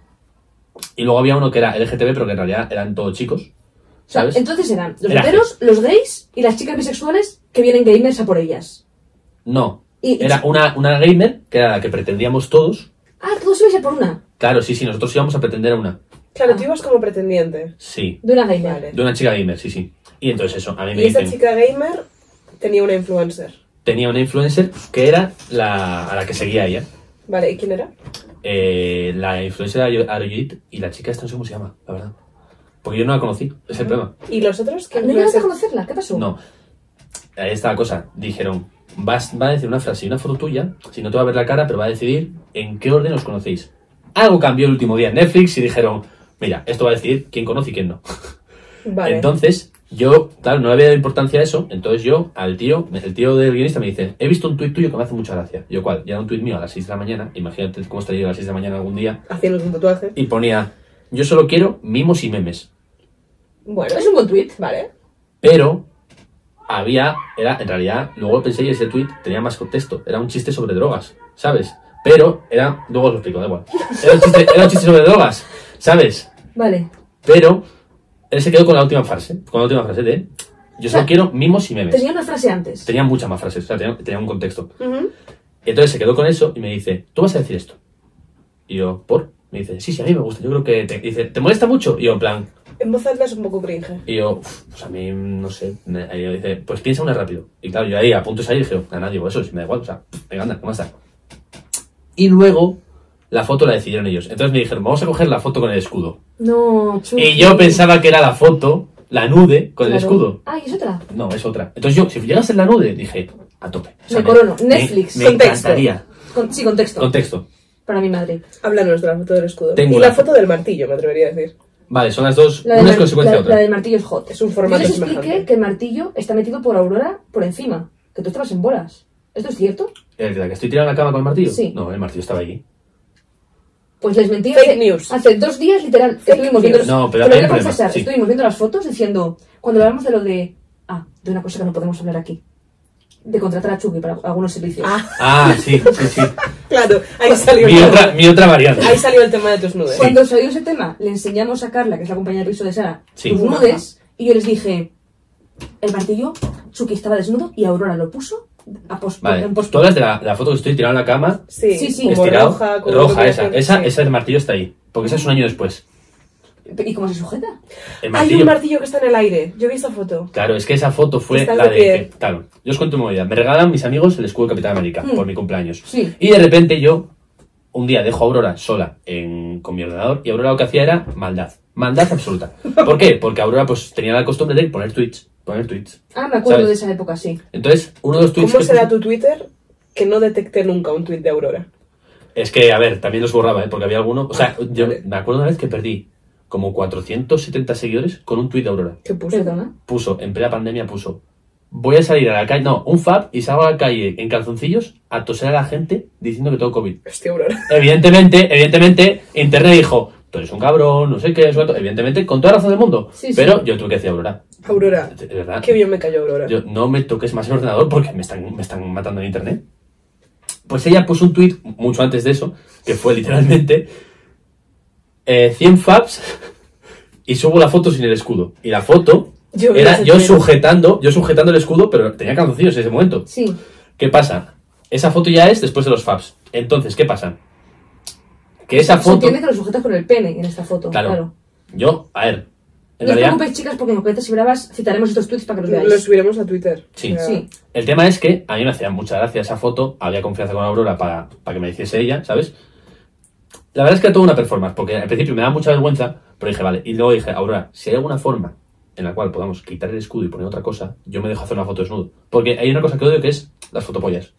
Speaker 4: Y luego había uno que era LGTB, pero que en realidad eran todos chicos.
Speaker 2: O sea,
Speaker 4: ¿Sabes?
Speaker 2: entonces eran los
Speaker 4: Era
Speaker 2: heteros, los gays y las chicas bisexuales que vienen gamers a por ellas.
Speaker 4: No.
Speaker 2: Y-
Speaker 4: Era una, una gamer, que era la que pretendíamos todos.
Speaker 2: Ah, todos ibais a por una.
Speaker 4: Claro, sí, sí, nosotros íbamos a pretender a una.
Speaker 3: Claro,
Speaker 4: Ah.
Speaker 3: tú ibas como pretendiente.
Speaker 4: Sí.
Speaker 2: De una gamer.
Speaker 3: Vale.
Speaker 4: De una chica gamer, sí, sí. Y entonces eso, a mí me
Speaker 3: Y esa
Speaker 4: dicen,
Speaker 3: chica gamer tenía una influencer.
Speaker 4: tenía una influencer que era la, a la que seguía ella.
Speaker 3: ¿Vale? ¿Y quién era?
Speaker 4: Eh, la influencer era Arjit y la chica esta no sé cómo se llama, la verdad. Porque yo no la conocí, ese es el problema.
Speaker 3: ¿Y los otros? ¿Qué
Speaker 2: ¿No llegaste a
Speaker 3: influencer?
Speaker 2: conocerla? ¿Qué pasó?
Speaker 4: No. Ahí está la cosa. Dijeron, vas, va a decir una frase y una foto tuya, si no te va a ver la cara, pero va a decidir en qué orden os conocéis. Algo cambió el último día en Netflix y dijeron, mira, esto va a decidir quién conoce y quién no.
Speaker 3: Vale.
Speaker 4: Entonces, yo, claro, no le había dado importancia a eso, entonces yo al tío, el tío del guionista me dice, he visto un tuit tuyo que me hace mucha gracia. Yo, ¿cuál? Ya era un tuit mío a las 6 de la mañana, imagínate cómo estaría yo a las 6 de la mañana algún día,
Speaker 3: Haciendo un tatuaje.
Speaker 4: y ponía, yo solo quiero mimos y memes.
Speaker 3: Bueno.
Speaker 2: Es un buen tweet.
Speaker 3: Vale.
Speaker 4: Pero había, era, en realidad, luego lo pensé y ese tweet tenía más contexto. Era un chiste sobre drogas, ¿sabes? Pero era. Luego os lo explico, da igual. Era un chiste, era un chiste sobre drogas, ¿sabes?
Speaker 2: Vale.
Speaker 4: Pero él se quedó con la última frase. Con la última frase de. Yo
Speaker 2: O sea,
Speaker 4: solo quiero mimos y memes.
Speaker 2: Tenía una frase antes.
Speaker 4: Tenía muchas más frases, o sea, tenía, tenía un contexto. Y entonces se quedó con eso y me dice, tú vas a decir esto. Y yo, ¿por? Me dice, sí, sí, a mí me gusta, yo creo que te, dice, ¿te molesta mucho? Y yo, en plan,
Speaker 3: En voz alta es un poco cringe.
Speaker 4: y yo, "Uf, pues a mí, no sé. Me- Ahí yo dice, pues piensa una rápido. Y claro, yo ahí apunto esa y dije, a nadie digo eso, si me da igual, o sea, pff, venga, anda, ¿cómo está? Y luego, la foto la decidieron ellos. Entonces me dijeron, vamos a coger la foto con el escudo.
Speaker 2: No, chulo.
Speaker 4: Y Eh, yo pensaba que era la foto, la nude, con el
Speaker 2: Claro.
Speaker 4: escudo.
Speaker 2: Ah, y es otra.
Speaker 4: No, es otra. Entonces yo, si llegas en la nude, dije, a tope.
Speaker 2: Me corono. Netflix,
Speaker 4: Me,
Speaker 3: contexto.
Speaker 4: encantaría.
Speaker 2: Con- sí, contexto.
Speaker 4: Contexto.
Speaker 2: Para mi madre.
Speaker 3: Háblanos de la foto del escudo.
Speaker 4: Tengo
Speaker 3: y
Speaker 4: una.
Speaker 3: la foto del martillo, me atrevería a decir.
Speaker 4: Vale, son las dos.
Speaker 2: La, del
Speaker 4: una es
Speaker 2: mar-
Speaker 4: consecuencia de
Speaker 2: la-
Speaker 4: otra.
Speaker 2: la del martillo es hot.
Speaker 3: Es un formato
Speaker 2: Yo les expliqué
Speaker 3: semejante.
Speaker 2: que el martillo está metido por Aurora por encima. Que tú estabas en bolas. ¿Esto es cierto?
Speaker 4: ¿El de Eh, la que estoy tirando a la cama con el martillo?
Speaker 2: Sí.
Speaker 4: No, el martillo estaba allí.
Speaker 2: Pues les mentí
Speaker 3: Fake
Speaker 2: hace,
Speaker 3: news.
Speaker 2: hace dos días, literal, que
Speaker 3: Fake
Speaker 2: estuvimos
Speaker 3: news.
Speaker 2: viendo los-
Speaker 4: No, pero
Speaker 2: te lo voy
Speaker 4: hay
Speaker 2: a
Speaker 4: un problema,
Speaker 2: confesar,
Speaker 4: sí.
Speaker 2: estuvimos viendo las fotos diciendo, cuando hablamos de lo de, ah, de una cosa que no podemos hablar aquí, de contratar a Chucky para algunos servicios.
Speaker 4: Ah, sí, sí, sí.
Speaker 3: Claro, ahí salió,
Speaker 4: mi,
Speaker 3: el
Speaker 4: otra,
Speaker 3: tema.
Speaker 4: mi otra variante.
Speaker 3: ahí salió el tema de tus nudes.
Speaker 2: Cuando salió ese tema, le enseñamos a Carla, que es la compañera de piso de Sara,
Speaker 4: Sí.
Speaker 2: tus nudes, y yo les dije, el martillo, Chucky estaba desnudo y Aurora lo puso a pos-
Speaker 4: Vale,
Speaker 2: en pos-
Speaker 4: tú hablas de la, la foto que estoy tirando a la cama,
Speaker 3: Sí,
Speaker 2: Sí, sí.
Speaker 3: Como
Speaker 4: estirado.
Speaker 3: roja, como
Speaker 4: roja, esa.
Speaker 3: combinación,
Speaker 4: Esa,
Speaker 3: sí.
Speaker 4: esa del martillo está ahí. Porque esa es un año después.
Speaker 2: ¿Y cómo se sujeta?
Speaker 4: El
Speaker 3: Hay
Speaker 4: martillo.
Speaker 3: un martillo que está en el aire. Yo vi esa foto.
Speaker 4: Claro, es que esa foto fue
Speaker 3: Está
Speaker 4: la
Speaker 3: de pie.
Speaker 4: de. Claro, yo os cuento mi movida. Me regalan mis amigos el escudo de Capitán América
Speaker 2: Mm.
Speaker 4: por mi cumpleaños.
Speaker 2: Sí.
Speaker 4: Y de repente yo, un día dejo a Aurora sola en- con mi ordenador y Aurora lo que hacía era maldad. Maldad absoluta. ¿Por qué? Porque Aurora pues tenía la costumbre de poner tweets. Poner tweets.
Speaker 2: Ah, me acuerdo
Speaker 4: ¿Sabes?
Speaker 2: de esa época, sí.
Speaker 4: Entonces, uno de los tweets.
Speaker 3: ¿Cómo
Speaker 4: que
Speaker 3: será tu
Speaker 4: puso-
Speaker 3: Twitter que no detecte nunca un tweet de Aurora?
Speaker 4: Es que, a ver, también los borraba, ¿eh? Porque había alguno. O
Speaker 2: Ah,
Speaker 4: sea, yo me acuerdo una vez que perdí como 470 seguidores con un tweet de Aurora.
Speaker 3: ¿Qué puso?
Speaker 2: Perdona.
Speaker 4: puso, en plena pandemia puso, voy a salir a la calle, no, un fab y salgo a la calle en calzoncillos a toser a la gente diciendo que tengo COVID.
Speaker 3: Hostia, Aurora.
Speaker 4: Evidentemente, evidentemente, Internet dijo, tú eres un cabrón, no sé qué, eso, evidentemente, con toda razón del mundo.
Speaker 2: Sí, sí.
Speaker 4: Pero yo tuve que decir, Aurora,
Speaker 3: Aurora.
Speaker 4: de de verdad,
Speaker 3: Qué bien me cayó Aurora.
Speaker 4: Ah. yo, no me toques más el ordenador porque me están, me están matando en Internet. Pues ella puso un tweet mucho antes de eso, que fue literalmente eh, 100 fabs y subo la foto sin el escudo. Y la foto
Speaker 3: Yo vi
Speaker 4: era
Speaker 3: ese
Speaker 4: yo
Speaker 3: tweet.
Speaker 4: sujetando, yo sujetando el escudo, pero tenía calzoncillos en ese momento.
Speaker 2: Sí.
Speaker 4: ¿Qué pasa? Esa foto ya es después de los fabs. Entonces, ¿qué pasa? Que esa
Speaker 2: Se
Speaker 4: foto...
Speaker 2: entiende que lo sujetas con el pene en esta foto,
Speaker 4: Claro.
Speaker 2: claro.
Speaker 4: Yo, a ver. En
Speaker 2: no os
Speaker 4: realidad,
Speaker 2: preocupéis, chicas, porque en cuentas y bravas citaremos estos tweets para que los veáis.
Speaker 3: Lo subiremos a Twitter.
Speaker 4: Sí.
Speaker 3: Ya.
Speaker 2: Sí.
Speaker 4: El tema es que a mí me hacía mucha gracia esa foto, había confianza con Aurora para, para que me hiciese ella, ¿sabes? La verdad es que era toda una performance, porque al principio me daba mucha vergüenza, pero dije, vale, y luego dije, Aurora, si hay alguna forma en la cual podamos quitar el escudo y poner otra cosa, yo me dejo hacer una foto desnudo. Porque hay una cosa que odio que es las fotopollas.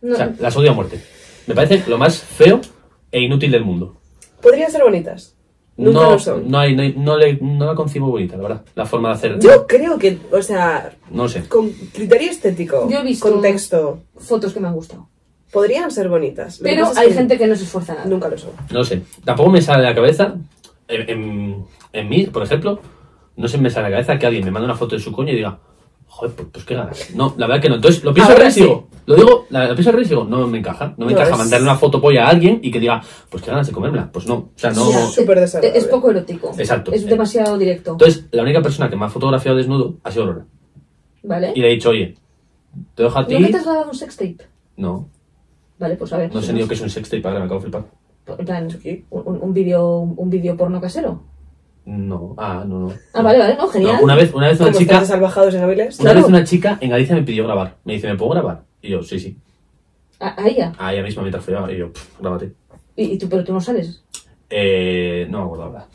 Speaker 2: No,
Speaker 4: O sea, las odio a muerte. Me parece lo más feo e inútil del mundo.
Speaker 3: Podrían ser bonitas. Nunca
Speaker 4: No,
Speaker 3: lo son.
Speaker 4: no, hay, no, hay- no le- no la concibo bonita, la verdad. La forma de hacer...
Speaker 3: Yo creo que, o sea,
Speaker 4: No lo sé.
Speaker 3: con criterio estético,
Speaker 2: Yo he visto-
Speaker 3: contexto,
Speaker 2: fotos que me han gustado.
Speaker 3: podrían ser bonitas. Lo que
Speaker 2: Pero
Speaker 3: pasa es
Speaker 2: hay gente que no se esfuerza nada.
Speaker 3: Nunca lo son.
Speaker 4: No lo sé. Tampoco me sale de la cabeza. En, en- en mí, por ejemplo, no se me sale de la cabeza que alguien me mande una foto de su coño y diga, joder, pues, pues qué ganas. No, la verdad que no. Entonces lo pienso al
Speaker 3: Ahora
Speaker 4: revés y
Speaker 3: sí.
Speaker 4: digo, lo digo, la, lo pienso al revés y digo, no me encaja. No me
Speaker 3: No,
Speaker 4: encaja
Speaker 3: es-
Speaker 4: mandarle una foto polla a alguien y que diga, pues qué ganas de comérmela. Pues no. O sea, no.
Speaker 3: Ya. súper
Speaker 2: Es-
Speaker 3: desagradable.
Speaker 2: Es poco erótico.
Speaker 4: Exacto.
Speaker 2: Es demasiado directo.
Speaker 4: Entonces, la única persona que me ha fotografiado desnudo ha sido Aurora.
Speaker 2: ¿Vale?
Speaker 4: Y le he dicho, oye, te dejo a ti.
Speaker 2: ¿Nunca te has grabado un sextape?
Speaker 4: No,
Speaker 2: Vale, pues a ver.
Speaker 4: no sé ni lo que es un sextape, ahora me acabo de flipar.
Speaker 2: En plan, un, un- un vídeo un vídeo porno casero.
Speaker 4: No, ah, no, no.
Speaker 2: Ah, vale, vale, no, genial. Pues
Speaker 4: No, una vez, una vez una
Speaker 3: Como
Speaker 4: chica.
Speaker 3: están salvajados en hábiles.
Speaker 4: Una
Speaker 2: Claro.
Speaker 4: vez una chica en Galicia me pidió grabar. Me dice, ¿me puedo grabar? Y yo, sí, sí.
Speaker 2: A, a ella.
Speaker 4: A ella misma mientras follaba. Y yo, "Pff, grábate.
Speaker 2: Ah, Y, y tú, pero tú no sales.
Speaker 4: Eh, no me acuerdo ahora.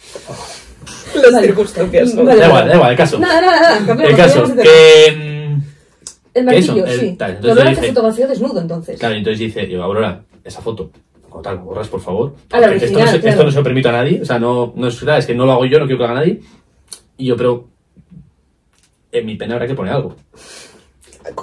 Speaker 3: Las
Speaker 2: Vale.
Speaker 3: circunstancias. ¿no?
Speaker 2: Vale.
Speaker 4: Da igual, da igual, el caso.
Speaker 2: Nada, nada, nada. cambiamos,
Speaker 4: el caso,
Speaker 2: cambiamos de tema.
Speaker 4: que... mm,
Speaker 2: El martillo,
Speaker 4: eso, el-
Speaker 2: sí.
Speaker 4: tal, entonces
Speaker 2: Pero
Speaker 4: yo
Speaker 2: ahora te
Speaker 4: dije-
Speaker 2: fotografía desnudo, entonces.
Speaker 4: Claro, y entonces dice, yo, Aurora, esa foto, o tal, la borras, por favor.
Speaker 2: A la
Speaker 4: Porque esto, no
Speaker 2: original,
Speaker 4: se,
Speaker 2: claro.
Speaker 4: esto no se lo permito a nadie. O sea, no, no es verdad, es que no lo hago yo, no quiero que lo haga nadie. Y yo, pero... En mi pena habrá que poner algo.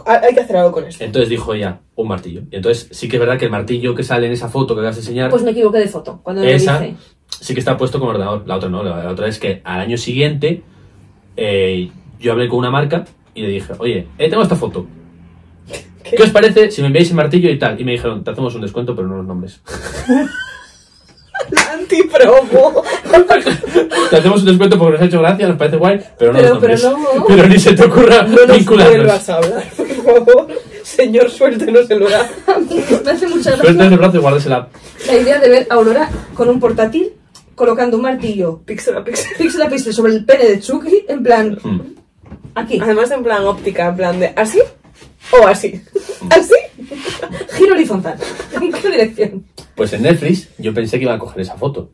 Speaker 3: Ha- Hay que hacer algo con esto.
Speaker 4: Entonces dijo ella, un martillo. Y entonces sí que es verdad que el martillo que sale en esa foto que acabas de enseñar...
Speaker 2: Pues me equivoqué de foto. Cuando le
Speaker 4: Esa
Speaker 2: dije.
Speaker 4: sí que está puesto con ordenador, la otra no. La, la otra es que al año siguiente eh, yo hablé con una marca y le dije, oye, eh, tengo esta foto. ¿Qué os parece si me enviáis el martillo y tal? Y me dijeron, te hacemos un descuento, pero no los nombres.
Speaker 3: Antipromo.
Speaker 4: Te hacemos un descuento porque nos ha hecho gracia, nos parece guay, pero no
Speaker 2: Pero-
Speaker 4: los nombres.
Speaker 2: pero no.
Speaker 4: Pero ni se te ocurra
Speaker 3: No nos
Speaker 4: vincularlos.
Speaker 3: vuelvas a hablar, por favor. Señor, suéltenos el lugar.
Speaker 2: A mí me hace mucha
Speaker 4: Pero este es
Speaker 2: gracia
Speaker 4: el brazo y guárdesela.
Speaker 2: la idea de ver a Aurora con un portátil colocando un martillo
Speaker 3: Pixel a pixel.
Speaker 2: pixel a pixel sobre el pene de Chucky, en plan,
Speaker 4: Mm.
Speaker 2: aquí,
Speaker 3: Además, en plan óptica, en plan de así o así. ¿Así?
Speaker 2: giro horizontal. ¿En qué dirección?
Speaker 4: Pues en Netflix yo pensé que iba a coger esa foto.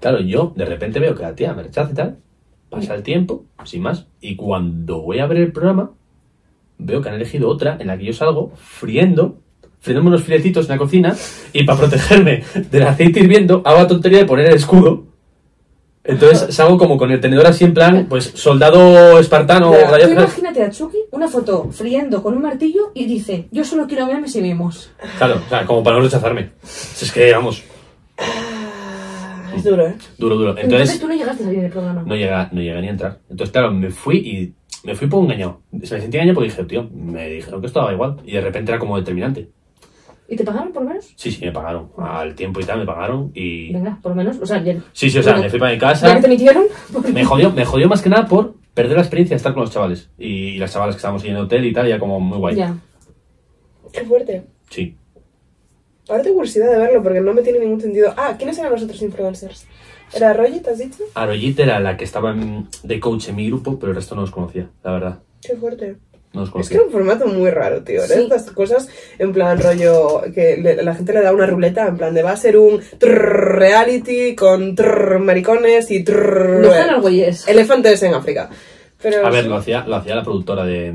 Speaker 4: Claro, yo de repente veo que la tía me rechaza y tal. Pasa el tiempo, sin más. Y cuando voy a ver el programa, veo que han elegido otra en la que yo salgo friendo, friéndome unos filetitos en la cocina. Y para protegerme del aceite hirviendo, hago la tontería de poner el escudo. Entonces salgo como con el tenedor así en plan, pues soldado espartano.
Speaker 2: Claro,
Speaker 4: rayo-
Speaker 2: tú imagínate a Chucky una foto friendo con un martillo y dice, yo solo quiero verme si vimos.
Speaker 4: Claro, o sea, como para no rechazarme. Si es que, vamos,
Speaker 3: Es duro, ¿eh?
Speaker 4: duro, duro.
Speaker 2: Entonces,
Speaker 4: Entonces,
Speaker 2: tú no llegaste a salir del programa.
Speaker 4: no llega no llega ni a entrar. Entonces, claro, me fui y me fui por engañado. Se me sentí engañado porque dije, tío, me dijeron que esto daba igual. Y de repente era como determinante.
Speaker 2: ¿Y te pagaron por lo menos?
Speaker 4: Sí, sí, me pagaron. Al tiempo y tal, me pagaron. Y.
Speaker 2: Venga, por lo menos. O sea, ya,
Speaker 4: Sí, sí, o sea,
Speaker 2: Bueno,
Speaker 4: me fui para mi
Speaker 2: ya
Speaker 4: casa.
Speaker 2: que te emitieron. porque-
Speaker 4: Me jodió, me jodió más que nada por perder la experiencia de estar con los chavales. Y, las chavalas que estábamos ahí en el hotel y tal, ya como muy guay.
Speaker 2: Ya.
Speaker 3: Qué fuerte.
Speaker 4: Sí.
Speaker 3: Ahora tengo curiosidad de verlo porque no me tiene ningún sentido. Ah, ¿quiénes eran los otros influencers? ¿Era Roger, te has dicho?
Speaker 4: Arollit era la que estaba en- de coach en mi grupo, pero el resto no los conocía, la verdad.
Speaker 3: Qué fuerte.
Speaker 4: No
Speaker 3: Es
Speaker 4: los
Speaker 3: que
Speaker 4: conocía.
Speaker 3: era un formato muy raro, tío. Eran
Speaker 2: Sí.
Speaker 3: Estas cosas, en plan rollo, que le- la gente le da una ruleta, en plan de va a ser un trrr reality con trrr maricones y trrr
Speaker 2: No eran güeyes.
Speaker 3: elefantes en África. Pero,
Speaker 4: A ver,
Speaker 3: sí.
Speaker 4: lo hacía, lo hacía la productora de,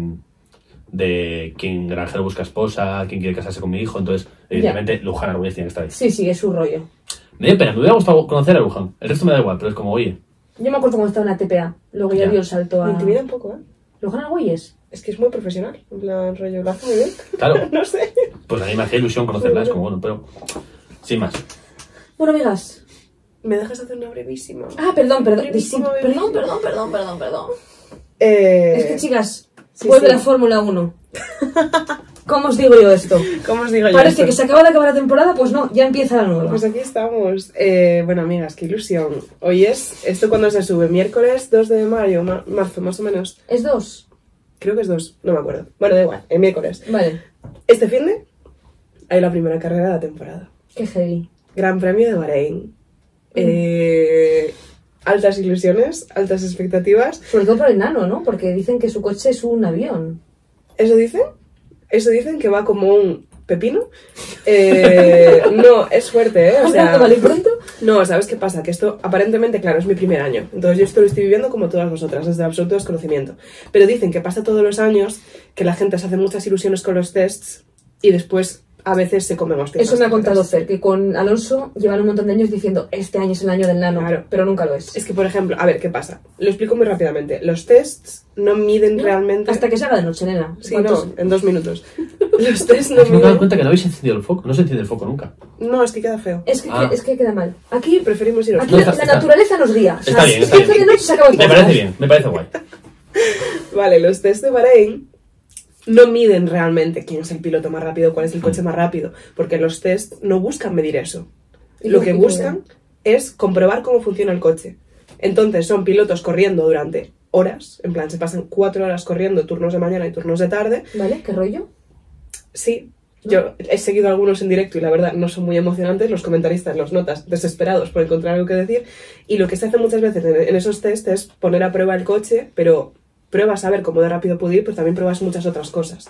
Speaker 4: de quien granjero busca esposa, quien quiere casarse con mi hijo. Entonces, evidentemente, Luján Argüelles tiene que estar ahí.
Speaker 2: Sí, sí, es su rollo.
Speaker 4: Me dio pena, me hubiera gustado conocer a Luján. El resto me da igual, pero es como, oye,
Speaker 2: Yo me acuerdo cuando estaba en la TPA. Luego ya,
Speaker 4: Ya.
Speaker 2: dio el salto
Speaker 3: Me
Speaker 2: a.
Speaker 3: intimida un poco, ¿eh?
Speaker 2: ¿Lo ganan güeyes?
Speaker 3: Es que es muy profesional, en plan rollo, lo hace muy bien.
Speaker 4: Claro.
Speaker 3: no sé.
Speaker 4: pues a mí me hacía ilusión conocerla. Es como, bueno, pero sin más.
Speaker 2: Bueno, amigas.
Speaker 3: ¿Me dejas hacer una brevísima?
Speaker 2: Ah, perdón, perdón.
Speaker 3: Brevísima,
Speaker 2: Disculpa,
Speaker 3: brevísima.
Speaker 2: Perdón, perdón, perdón, perdón, perdón.
Speaker 3: Eh,
Speaker 2: Es que, chicas,
Speaker 3: sí,
Speaker 2: vuelve
Speaker 3: sí.
Speaker 2: la Fórmula 1. ¿Cómo os digo yo esto?
Speaker 3: ¿Cómo os digo yo?
Speaker 2: Parece
Speaker 3: esto?
Speaker 2: que se acaba de acabar la temporada, pues no, ya empieza la nueva.
Speaker 3: Pues aquí estamos. Eh, bueno, amigas, qué ilusión. Hoy es, ¿esto cuando se sube? Miércoles 2 de mayo, ma- marzo más o menos.
Speaker 2: Es dos.
Speaker 3: Creo que es 2, no me acuerdo. Bueno, da igual, el miércoles.
Speaker 2: Vale.
Speaker 3: Este fin de hay la primera carrera de la temporada.
Speaker 2: Qué heavy.
Speaker 3: Gran Premio de
Speaker 2: Mm.
Speaker 3: Bahrein. Eh, altas ilusiones, altas expectativas.
Speaker 2: Sobre todo por el nano, ¿no? Porque dicen que su coche es un avión.
Speaker 3: ¿Eso dicen? Eso dicen que va como un pepino. Eh, no, es fuerte, ¿eh? O sea,
Speaker 2: ¿Vale pronto?
Speaker 3: No, ¿sabes qué pasa? Que esto, aparentemente, claro, es mi primer año. Entonces yo esto lo estoy viviendo como todas vosotras, desde absoluto desconocimiento. Pero dicen que pasa todos los años, que la gente se hace muchas ilusiones con los tests y después a veces se come más que
Speaker 2: Eso
Speaker 3: otras
Speaker 2: me ha contado
Speaker 3: cosas.
Speaker 2: Fer, que con Alonso llevan un montón de años diciendo este año es el año del nano,
Speaker 3: Claro.
Speaker 2: pero nunca lo es.
Speaker 3: Es que, por ejemplo, a ver, ¿qué pasa? Lo explico muy rápidamente. Los tests no miden realmente...
Speaker 2: Hasta que se haga de noche, nena.
Speaker 3: Sí,
Speaker 2: ¿Cuántos-
Speaker 3: no, en dos minutos. Los tests no
Speaker 4: Es que me he dado
Speaker 3: miden...
Speaker 4: cuenta que no habéis encendido el foco. No se enciende el foco nunca.
Speaker 3: No, es que queda feo.
Speaker 2: Es que,
Speaker 4: Ah.
Speaker 2: es que queda mal. Aquí,
Speaker 3: Preferimos ir a
Speaker 2: aquí
Speaker 4: No,
Speaker 2: la,
Speaker 4: está-
Speaker 2: la
Speaker 4: está-
Speaker 2: naturaleza nos guía. O sea,
Speaker 4: Está bien, está
Speaker 2: si
Speaker 4: bien.
Speaker 2: hace de noche se acaba el
Speaker 4: Me
Speaker 2: podcast.
Speaker 4: parece bien, me parece guay.
Speaker 3: Vale, los test de Bahrein no miden realmente quién es el piloto más rápido, cuál es el coche más rápido, porque los test no buscan medir eso.
Speaker 2: ¿Y
Speaker 3: Lo
Speaker 2: qué-
Speaker 3: que
Speaker 2: qué
Speaker 3: buscan es comprobar cómo funciona el coche. Entonces son pilotos corriendo durante horas, en plan se pasan cuatro horas corriendo, turnos de mañana y turnos de tarde.
Speaker 2: ¿Vale? ¿Qué rollo?
Speaker 3: Sí, yo he seguido algunos en directo y la verdad no son muy emocionantes, los comentaristas los notas desesperados por encontrar algo que decir y lo que se hace muchas veces en, en esos test es poner a prueba el coche, pero pruebas a ver cómo de rápido puede ir, pero también pruebas muchas otras cosas.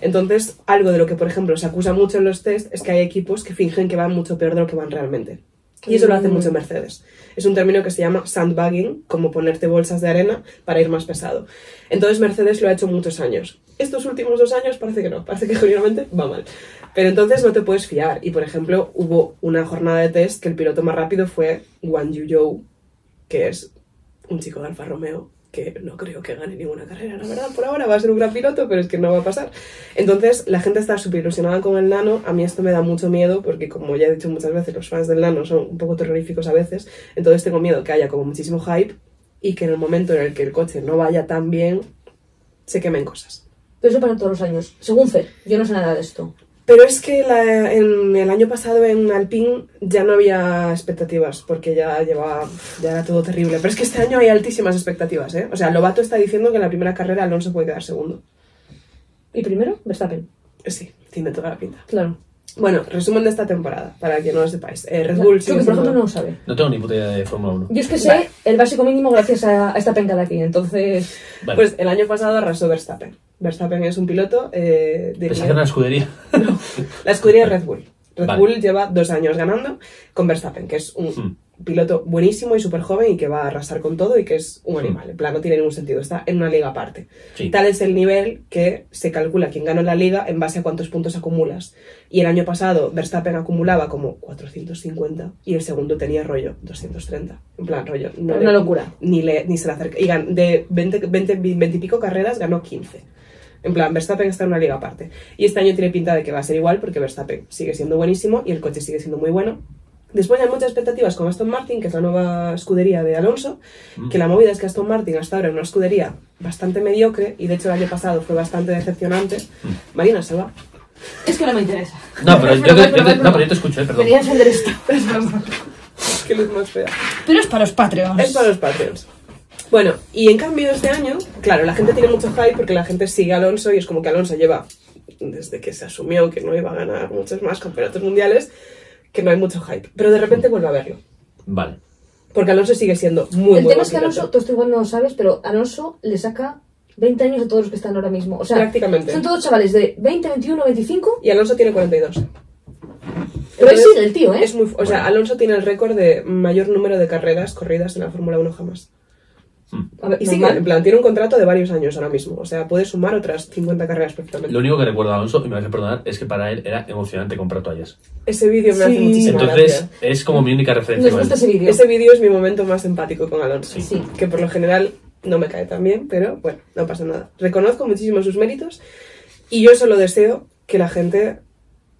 Speaker 3: Entonces, algo de lo que, por ejemplo, se acusa mucho en los test es que hay equipos que fingen que van mucho peor de lo que van realmente. Y eso lo hace
Speaker 2: Mm.
Speaker 3: mucho Mercedes. Es un término que se llama sandbagging, como ponerte bolsas de arena para ir más pesado. Entonces Mercedes lo ha hecho muchos años. Estos últimos dos años parece que no, parece que generalmente va mal. Pero entonces no te puedes fiar. Y por ejemplo, hubo una jornada de test que el piloto más rápido fue Wang Yuzhou, que es un chico de Alfa Romeo que no creo que gane ninguna carrera, la verdad, por ahora va a ser un gran piloto, pero es que no va a pasar. Entonces, la gente está súper ilusionada con el nano, a mí esto me da mucho miedo, porque como ya he dicho muchas veces, los fans del nano son un poco terroríficos a veces, entonces tengo miedo que haya como muchísimo hype y que en el momento en el que el coche no vaya tan bien, se quemen cosas.
Speaker 2: Pero eso pasa todos los años. Según Fer, yo no sé nada de esto.
Speaker 3: Pero es que la- en el año pasado en Alpine ya no había expectativas, porque ya llevaba, ya era todo terrible. Pero es que este año hay altísimas expectativas, ¿eh? O sea, Lobato está diciendo que en la primera carrera Alonso puede quedar segundo. Eh,
Speaker 2: Y primero, Verstappen.
Speaker 3: Sí, tiene toda la pinta.
Speaker 2: Claro.
Speaker 3: Bueno, resumen de esta temporada, para que no lo sepáis. Eh, Red Bull
Speaker 2: Yo
Speaker 3: sigue
Speaker 2: que, por ejemplo,
Speaker 3: siendo-
Speaker 2: no lo sabe.
Speaker 4: No tengo ni puta idea de Fórmula 1.
Speaker 2: Yo es que sé el básico mínimo gracias a, a esta penca de aquí. Entonces,
Speaker 4: Vale.
Speaker 3: Pues el año pasado arrasó Verstappen. Verstappen es un piloto eh, de...
Speaker 4: Pensé que era una escudería.
Speaker 3: La escudería es Red Bull. Red
Speaker 4: Vale. Hmm.
Speaker 3: Bull lleva dos años ganando con Verstappen, que es
Speaker 4: Mm,
Speaker 3: un piloto buenísimo y súper joven y que va a arrasar con todo y que es un animal. En plan, no tiene ningún sentido. Está en una liga aparte.
Speaker 4: Sí.
Speaker 3: Tal es el nivel que se calcula quién ganó la liga en base a cuántos puntos acumulas. Y el año pasado Verstappen acumulaba como 450 y el segundo tenía rollo 230. En plan, rollo. no
Speaker 2: Una
Speaker 3: le-
Speaker 2: locura.
Speaker 3: Ni, le, ni se le acerca. Y gan- de 20, 20, 20 y pico carreras ganó 15. En plan, Verstappen está en una liga aparte. Y este año tiene pinta de que va a ser igual porque Verstappen sigue siendo buenísimo y el coche sigue siendo muy bueno. Después hay muchas expectativas con Aston Martin, que es la nueva escudería de Alonso, que la movida es que Aston Martin hasta ahora era una escudería bastante mediocre y de hecho el año pasado fue bastante decepcionante. Marina se va.
Speaker 2: es que no me interesa.
Speaker 4: No, pero
Speaker 2: Es
Speaker 4: yo
Speaker 2: broma, es
Speaker 4: te-
Speaker 2: broma,
Speaker 4: yo te-
Speaker 2: es
Speaker 4: no,
Speaker 2: broma.
Speaker 4: pero yo te escucho, eh, perdón.
Speaker 2: Quería defender esto. Es broma.
Speaker 3: Qué luz más fea.
Speaker 7: Pero es para los Patreons.
Speaker 3: Es para los Patriots. Bueno, y en cambio este año, claro, la gente tiene mucho hype porque la gente sigue a Alonso y es como que Alonso lleva, desde que se asumió que no iba a ganar muchos más campeonatos mundiales, que no hay mucho hype. Pero de repente vuelve a verlo.
Speaker 4: Vale.
Speaker 3: Porque Alonso sigue siendo muy
Speaker 2: el
Speaker 3: muy
Speaker 2: tema
Speaker 3: buen
Speaker 2: es que
Speaker 3: piloto.
Speaker 2: Alonso, tú esto igual no lo sabes, pero Alonso le saca 20 años a todos los que están ahora mismo. O sea,
Speaker 3: Prácticamente.
Speaker 2: son todos chavales de 20, 21, 25.
Speaker 3: Y Alonso tiene 42.
Speaker 2: Pero es
Speaker 3: Entonces,
Speaker 2: el tío, ¿eh?
Speaker 3: Es muy, fu- o sea, Alonso tiene el récord de mayor número de carreras corridas en la Fórmula 1 jamás.
Speaker 4: mm.
Speaker 2: A ver,
Speaker 3: Y sigue,
Speaker 2: normal.
Speaker 3: en plan, tiene un contrato de varios años ahora mismo. O sea, puede sumar otras 50 carreras perfectamente.
Speaker 4: Lo único que recuerdo a Alonso, y me vas a perdonar, es que para él era emocionante comprar toallas.
Speaker 3: Ese vídeo me hace
Speaker 2: Sí.
Speaker 3: muchísima
Speaker 4: Entonces,
Speaker 3: gracia.
Speaker 4: es como mi única referencia.
Speaker 2: Nos
Speaker 4: con él.
Speaker 2: gusta ese vídeo.
Speaker 3: Ese vídeo es mi momento más empático con Alonso.
Speaker 2: Sí.
Speaker 3: Que por lo general no me cae tan bien, pero bueno, no pasa nada. Reconozco muchísimo sus méritos y yo solo deseo que la gente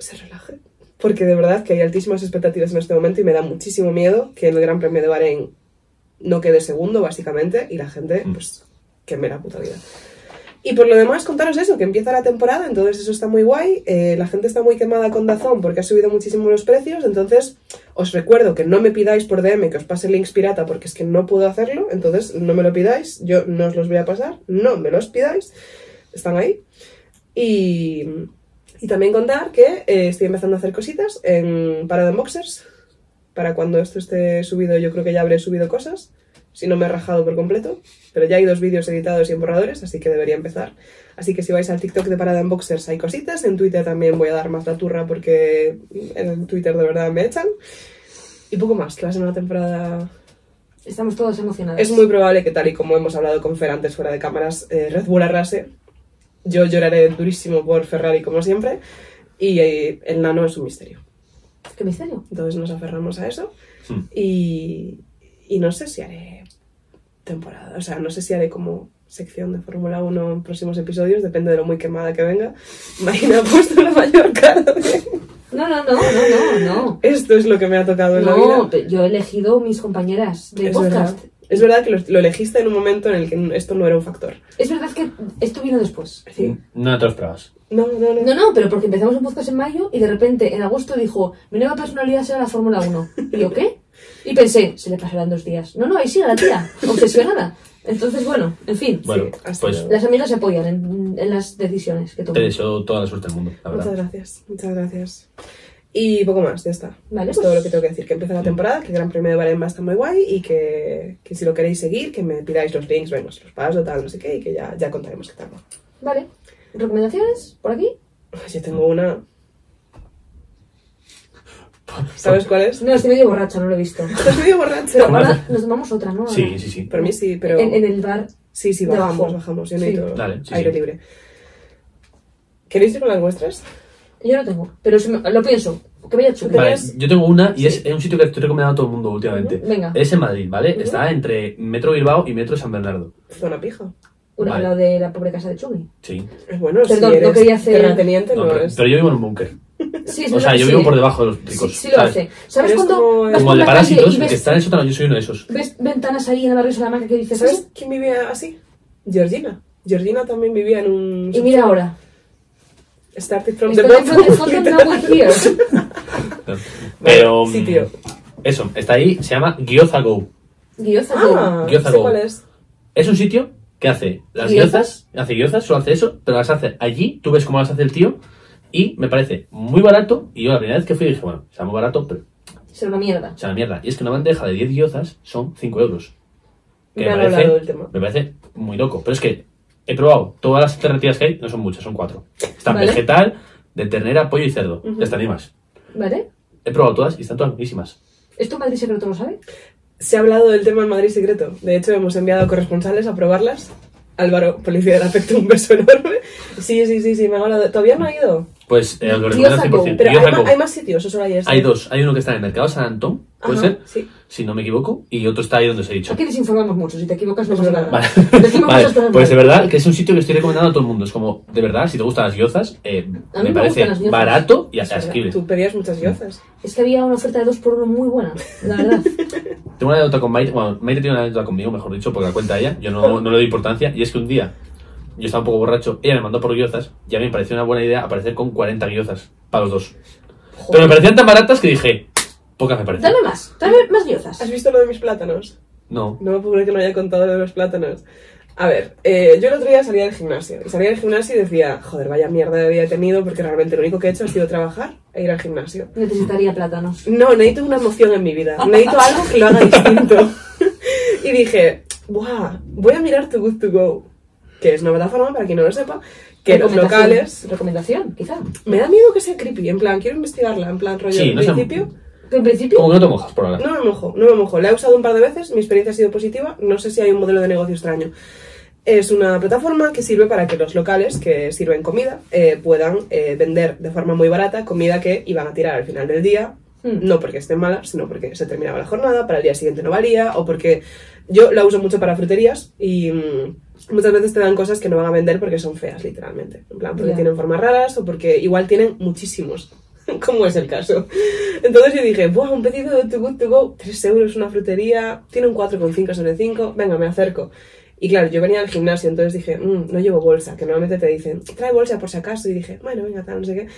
Speaker 3: se relaje. Porque de verdad que hay altísimas expectativas en este momento y me da muchísimo miedo que en el Gran Premio de Bahrein no quede segundo, básicamente, y la gente, pues, que me la puta vida. Y por lo demás, contaros eso, que empieza la temporada, entonces eso está muy guay. Eh, la gente está muy quemada con Dazón porque ha subido muchísimo los precios, entonces os recuerdo que no me pidáis por DM que os pase links pirata porque es que no puedo hacerlo, entonces no me lo pidáis, yo no os los voy a pasar, no me los pidáis, están ahí. Y, y también contar que eh, estoy empezando a hacer cositas en Parada en Boxers, para cuando esto esté subido yo creo que ya habré subido cosas, si no me he rajado por completo, pero ya hay dos vídeos editados y en borradores, así que debería empezar. Así que si vais al TikTok de Parada en Boxers hay cositas, en Twitter también voy a dar más la turra porque en Twitter de verdad me echan. Y poco más, que la segunda temporada...
Speaker 2: Estamos todos emocionados.
Speaker 3: Es muy probable que tal y como hemos hablado con Fer antes fuera de cámaras, eh, Red Bull arrase. Yo lloraré durísimo por Ferrari como siempre. Y eh, el nano es un misterio.
Speaker 2: Qué misterio.
Speaker 3: Entonces nos aferramos a eso.
Speaker 4: Hmm.
Speaker 3: Y, y no sé si haré temporada. O sea, no sé si haré como sección de Fórmula 1 en próximos episodios. Depende de lo muy quemada que venga. Marina ha puesto la mayor cara de...
Speaker 2: No, no, no, no, no,
Speaker 3: Esto es lo que me ha tocado
Speaker 2: no.
Speaker 3: en la vida.
Speaker 2: No, pe- yo he elegido mis compañeras de
Speaker 3: es verdad.
Speaker 2: podcast.
Speaker 3: Es verdad que lo, lo elegiste en un momento en el que esto no era un factor.
Speaker 2: Es verdad que esto vino después.
Speaker 3: Sí.
Speaker 4: No te lo esperabas.
Speaker 3: No, no, no.
Speaker 2: No, no, pero porque empezamos un podcast en mayo y de repente en agosto dijo, mi nueva personalidad será la Fórmula 1. ¿Y yo qué? Y pensé, se le pasarán dos días. No, no, ahí sigue la tía, obsesionada. Entonces, bueno, en fin.
Speaker 4: Bueno,
Speaker 3: hasta
Speaker 4: pues
Speaker 3: luego.
Speaker 2: Las amigas se apoyan en, en las decisiones que
Speaker 4: te
Speaker 2: toman.
Speaker 4: deseo toda la suerte del mundo, la
Speaker 3: Muchas
Speaker 4: verdad.
Speaker 3: gracias, muchas gracias. Y poco más, ya está.
Speaker 2: Vale,
Speaker 3: es todo
Speaker 2: pues-
Speaker 3: lo que tengo que decir. Que empieza la temporada, que el Gran Premio de Bahrein va a estar muy guay y que, que si lo queréis seguir, que me pidáis los links, bueno, os los paso, tal, no sé qué, y que ya, ya contaremos qué tal. va.
Speaker 2: Vale. ¿Recomendaciones? ¿Por aquí?
Speaker 3: Yo tengo una... ¿Sabes cuál es?
Speaker 2: No, estoy medio borracha, no lo he visto.
Speaker 3: Estás medio borracho.
Speaker 2: Pero ahora nos tomamos otra, ¿no?
Speaker 4: Pues, Sí, sí, sí.
Speaker 3: Por mí sí, pero...
Speaker 2: En, en el bar.
Speaker 3: Sí, sí,
Speaker 2: de
Speaker 3: bajamos,
Speaker 2: abajo.
Speaker 3: bajamos. Yo no
Speaker 2: Sí.
Speaker 3: necesito
Speaker 4: Dale, sí,
Speaker 3: aire
Speaker 4: sí.
Speaker 3: libre. ¿Queréis ir con las vuestras?
Speaker 2: Yo no tengo, pero si me- lo pienso. Que vaya chulo.
Speaker 4: Vale,
Speaker 3: tenías-
Speaker 4: yo tengo una y es, es un sitio que estoy recomendando a todo el mundo últimamente.
Speaker 2: Ujú, venga.
Speaker 4: Es en Madrid, ¿vale? Está entre Metro Bilbao y Metro San Bernardo.
Speaker 3: Zona pija.
Speaker 2: Una
Speaker 4: Vale.
Speaker 2: lo de la pobre casa de Chumi.
Speaker 4: Sí.
Speaker 2: Este
Speaker 3: Es bueno,
Speaker 2: Perdón,
Speaker 3: si
Speaker 2: no
Speaker 3: eres
Speaker 2: quería hacer-
Speaker 3: terrateniente,
Speaker 4: No,
Speaker 3: no
Speaker 4: pero,
Speaker 3: es.
Speaker 4: pero yo vivo en un búnker.
Speaker 2: Sí, es
Speaker 4: O sea,
Speaker 2: verdad,
Speaker 4: yo
Speaker 2: sí,
Speaker 4: vivo
Speaker 2: eh.
Speaker 4: por debajo de los
Speaker 2: Sí,
Speaker 4: ricos.
Speaker 2: sí lo
Speaker 4: ¿sabes?
Speaker 2: hace. ¿Sabes
Speaker 3: Pero es
Speaker 2: cuando
Speaker 3: como el-
Speaker 2: vas
Speaker 4: Como
Speaker 2: por
Speaker 4: el de
Speaker 2: la calle
Speaker 4: Parásitos,
Speaker 2: y
Speaker 4: el que
Speaker 2: ves,
Speaker 4: está en el sótano, yo soy uno de esos.
Speaker 2: ves ventanas ahí en el barrio de Salamanca que dices,
Speaker 3: ¿Sabes
Speaker 2: ¿sabes?
Speaker 3: quién vive así? Georgina. Georgina también vivía en un...
Speaker 2: Y mira ahora.
Speaker 3: Started from the
Speaker 2: Estoy dentro
Speaker 3: bottom,
Speaker 2: del fondo de
Speaker 3: literal.
Speaker 2: agua here.
Speaker 4: Pero.
Speaker 3: Sí, tío.
Speaker 4: mm, Eso, está ahí, se llama Gyoza Go.
Speaker 2: Guioza.
Speaker 3: Ah,
Speaker 4: Gyoza
Speaker 3: sé
Speaker 4: Go.
Speaker 3: cuál es.
Speaker 4: Es un sitio que hace las
Speaker 2: ¿Gyozas?
Speaker 4: gyozas, hace gyozas, solo hace eso, pero las hace allí, tú ves cómo las hace el tío, y me parece muy barato, y yo la primera vez que fui dije, bueno, está muy barato, pero
Speaker 2: Será una mierda.
Speaker 4: o sea, la mierda. Y es que una bandeja de 10 gyozas son 5 euros. Que
Speaker 3: Ya
Speaker 4: me
Speaker 3: lo he hablado del
Speaker 4: parece,
Speaker 3: tema.
Speaker 4: me parece muy loco. Pero es que he probado todas las alternativas que hay, no son muchas, son cuatro. Están
Speaker 2: Vale.
Speaker 4: vegetal, de ternera, pollo y cerdo. Ya están ni más.
Speaker 2: ¿Vale?
Speaker 4: He probado todas y están todas buenísimas.
Speaker 2: ¿Esto Madrid Secreto lo sabe?
Speaker 3: Se ha hablado del tema en Madrid Secreto. De hecho, hemos enviado corresponsales a probarlas. Álvaro, policía del afecto, un beso enorme. Sí, sí, sí, sí, me han hablado. Todavía no ha ido.
Speaker 4: Pues eh, os lo recomiendo
Speaker 2: Gyoza
Speaker 4: al
Speaker 2: Go,
Speaker 4: 100%.
Speaker 3: Pero hay,
Speaker 4: Gyoza
Speaker 3: ma-
Speaker 4: Go.
Speaker 3: hay más sitios, o solo hay este.
Speaker 4: Hay dos. Hay uno que está en el mercado San Antón, ¿puede
Speaker 3: Ajá,
Speaker 4: ser?
Speaker 3: Sí.
Speaker 4: Si no me equivoco. Y otro está ahí donde os he dicho.
Speaker 2: Aquí les informamos mucho. Si te equivocas, no
Speaker 3: Es
Speaker 2: pasa
Speaker 3: verdad.
Speaker 2: nada.
Speaker 4: Vale,
Speaker 2: Decimos
Speaker 4: Vale,
Speaker 2: cosas, pero no.
Speaker 4: pues de verdad que es un sitio que estoy recomendando a todo el mundo. Es como, de verdad, si te gustan las gyozas, eh,
Speaker 2: A mí
Speaker 4: me
Speaker 2: me
Speaker 4: parece
Speaker 2: gustan las gyozas.
Speaker 4: barato y
Speaker 3: Es verdad,
Speaker 4: asequible.
Speaker 3: Tú pedías
Speaker 4: Mm.
Speaker 3: muchas yozas.
Speaker 2: Es que había una oferta de dos por uno muy buena, la verdad.
Speaker 4: Tengo una anécdota con Maite, bueno, Maite tiene una anécdota conmigo, mejor dicho, porque la cuenta ella, yo no, no le doy importancia, y es que un día yo estaba un poco borracho, ella me mandó por guiozas, y a mí me pareció una buena idea aparecer con 40 guiozas para los dos. Pero me parecían tan baratas que dije, pocas me parecen.
Speaker 2: Dame más, dame más guiozas.
Speaker 3: ¿Has visto lo de mis plátanos?
Speaker 4: No.
Speaker 3: No me puedo creer que no haya contado lo de los plátanos. A ver, eh, yo el otro día salía del gimnasio. Y salía del gimnasio y decía, joder, vaya mierda de día he tenido porque realmente lo único que he hecho ha sido trabajar e ir al gimnasio.
Speaker 2: Necesitaría plátanos.
Speaker 3: No, necesito una emoción en mi vida. Necesito algo que lo haga distinto. y dije, ¡buah! Voy a mirar To Good To Go, que es una plataforma, para quien no lo sepa, que los
Speaker 2: Recomendación.
Speaker 3: locales...
Speaker 2: Recomendación, quizá.
Speaker 3: Me da miedo que sea creepy, en plan, quiero investigarla, en plan, rollo,
Speaker 4: Sí,
Speaker 3: en
Speaker 4: no sé-
Speaker 3: principio...
Speaker 2: Pero en principio,
Speaker 4: Como que no te mojas por ahora.
Speaker 3: No me mojo, no me mojo. La he usado un par de veces, mi experiencia ha sido positiva. No sé si hay un modelo de negocio extraño. Es una plataforma que sirve para que los locales que sirven comida eh, puedan eh, vender de forma muy barata comida que iban a tirar al final del día.
Speaker 2: Mm.
Speaker 3: No porque esté mala, sino porque se terminaba la jornada, para el día siguiente no valía, o porque yo la uso mucho para fruterías y mm, muchas veces te dan cosas que no van a vender porque son feas, literalmente. En plan, porque
Speaker 2: Ya.
Speaker 3: tienen formas raras o porque igual tienen muchísimos, como es el caso. Entonces yo dije, ¡buah! Un pedido de Too Good To Go, 3 euros una frutería, tiene un 4,5 sobre 5, venga, me acerco. Y claro, yo venía al gimnasio, entonces dije, "Mm, no llevo bolsa, que normalmente te dicen, trae bolsa por si acaso. Y dije, bueno, venga, tal, no sé qué.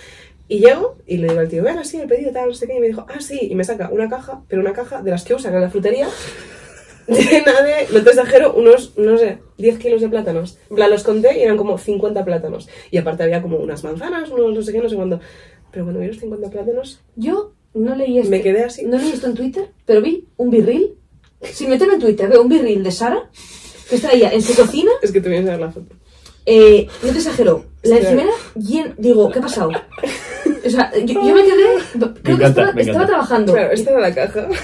Speaker 3: Y llego y le digo al tío, venga, sí, el pedido tal, no sé qué. Y me dijo, ah, sí. Y me saca una caja, pero una caja de las que usan en la frutería, llena de, no te exagero, unos, no sé, 10 kilos de plátanos. En plan, los conté y eran como 50 plátanos. Y aparte había como unas manzanas, unos no sé qué, no sé cuándo. Pero cuando vi los 50 plátanos,
Speaker 2: yo no leí este esto.
Speaker 3: Me quedé así.
Speaker 2: No leí esto en Twitter, pero vi un virril. Si meterme en Twitter, veo un virril de Sara que traía en su cocina.
Speaker 3: es que tuvieron que ver la foto.
Speaker 2: Eh, no te exagero. La
Speaker 3: Hostia.
Speaker 2: encimera, llen- digo, ¿qué ha pasado? O sea, yo, yo me quedé. Creo que
Speaker 4: encanta,
Speaker 2: estaba,
Speaker 4: me encanta.
Speaker 2: estaba trabajando.
Speaker 3: Claro, esta era la caja.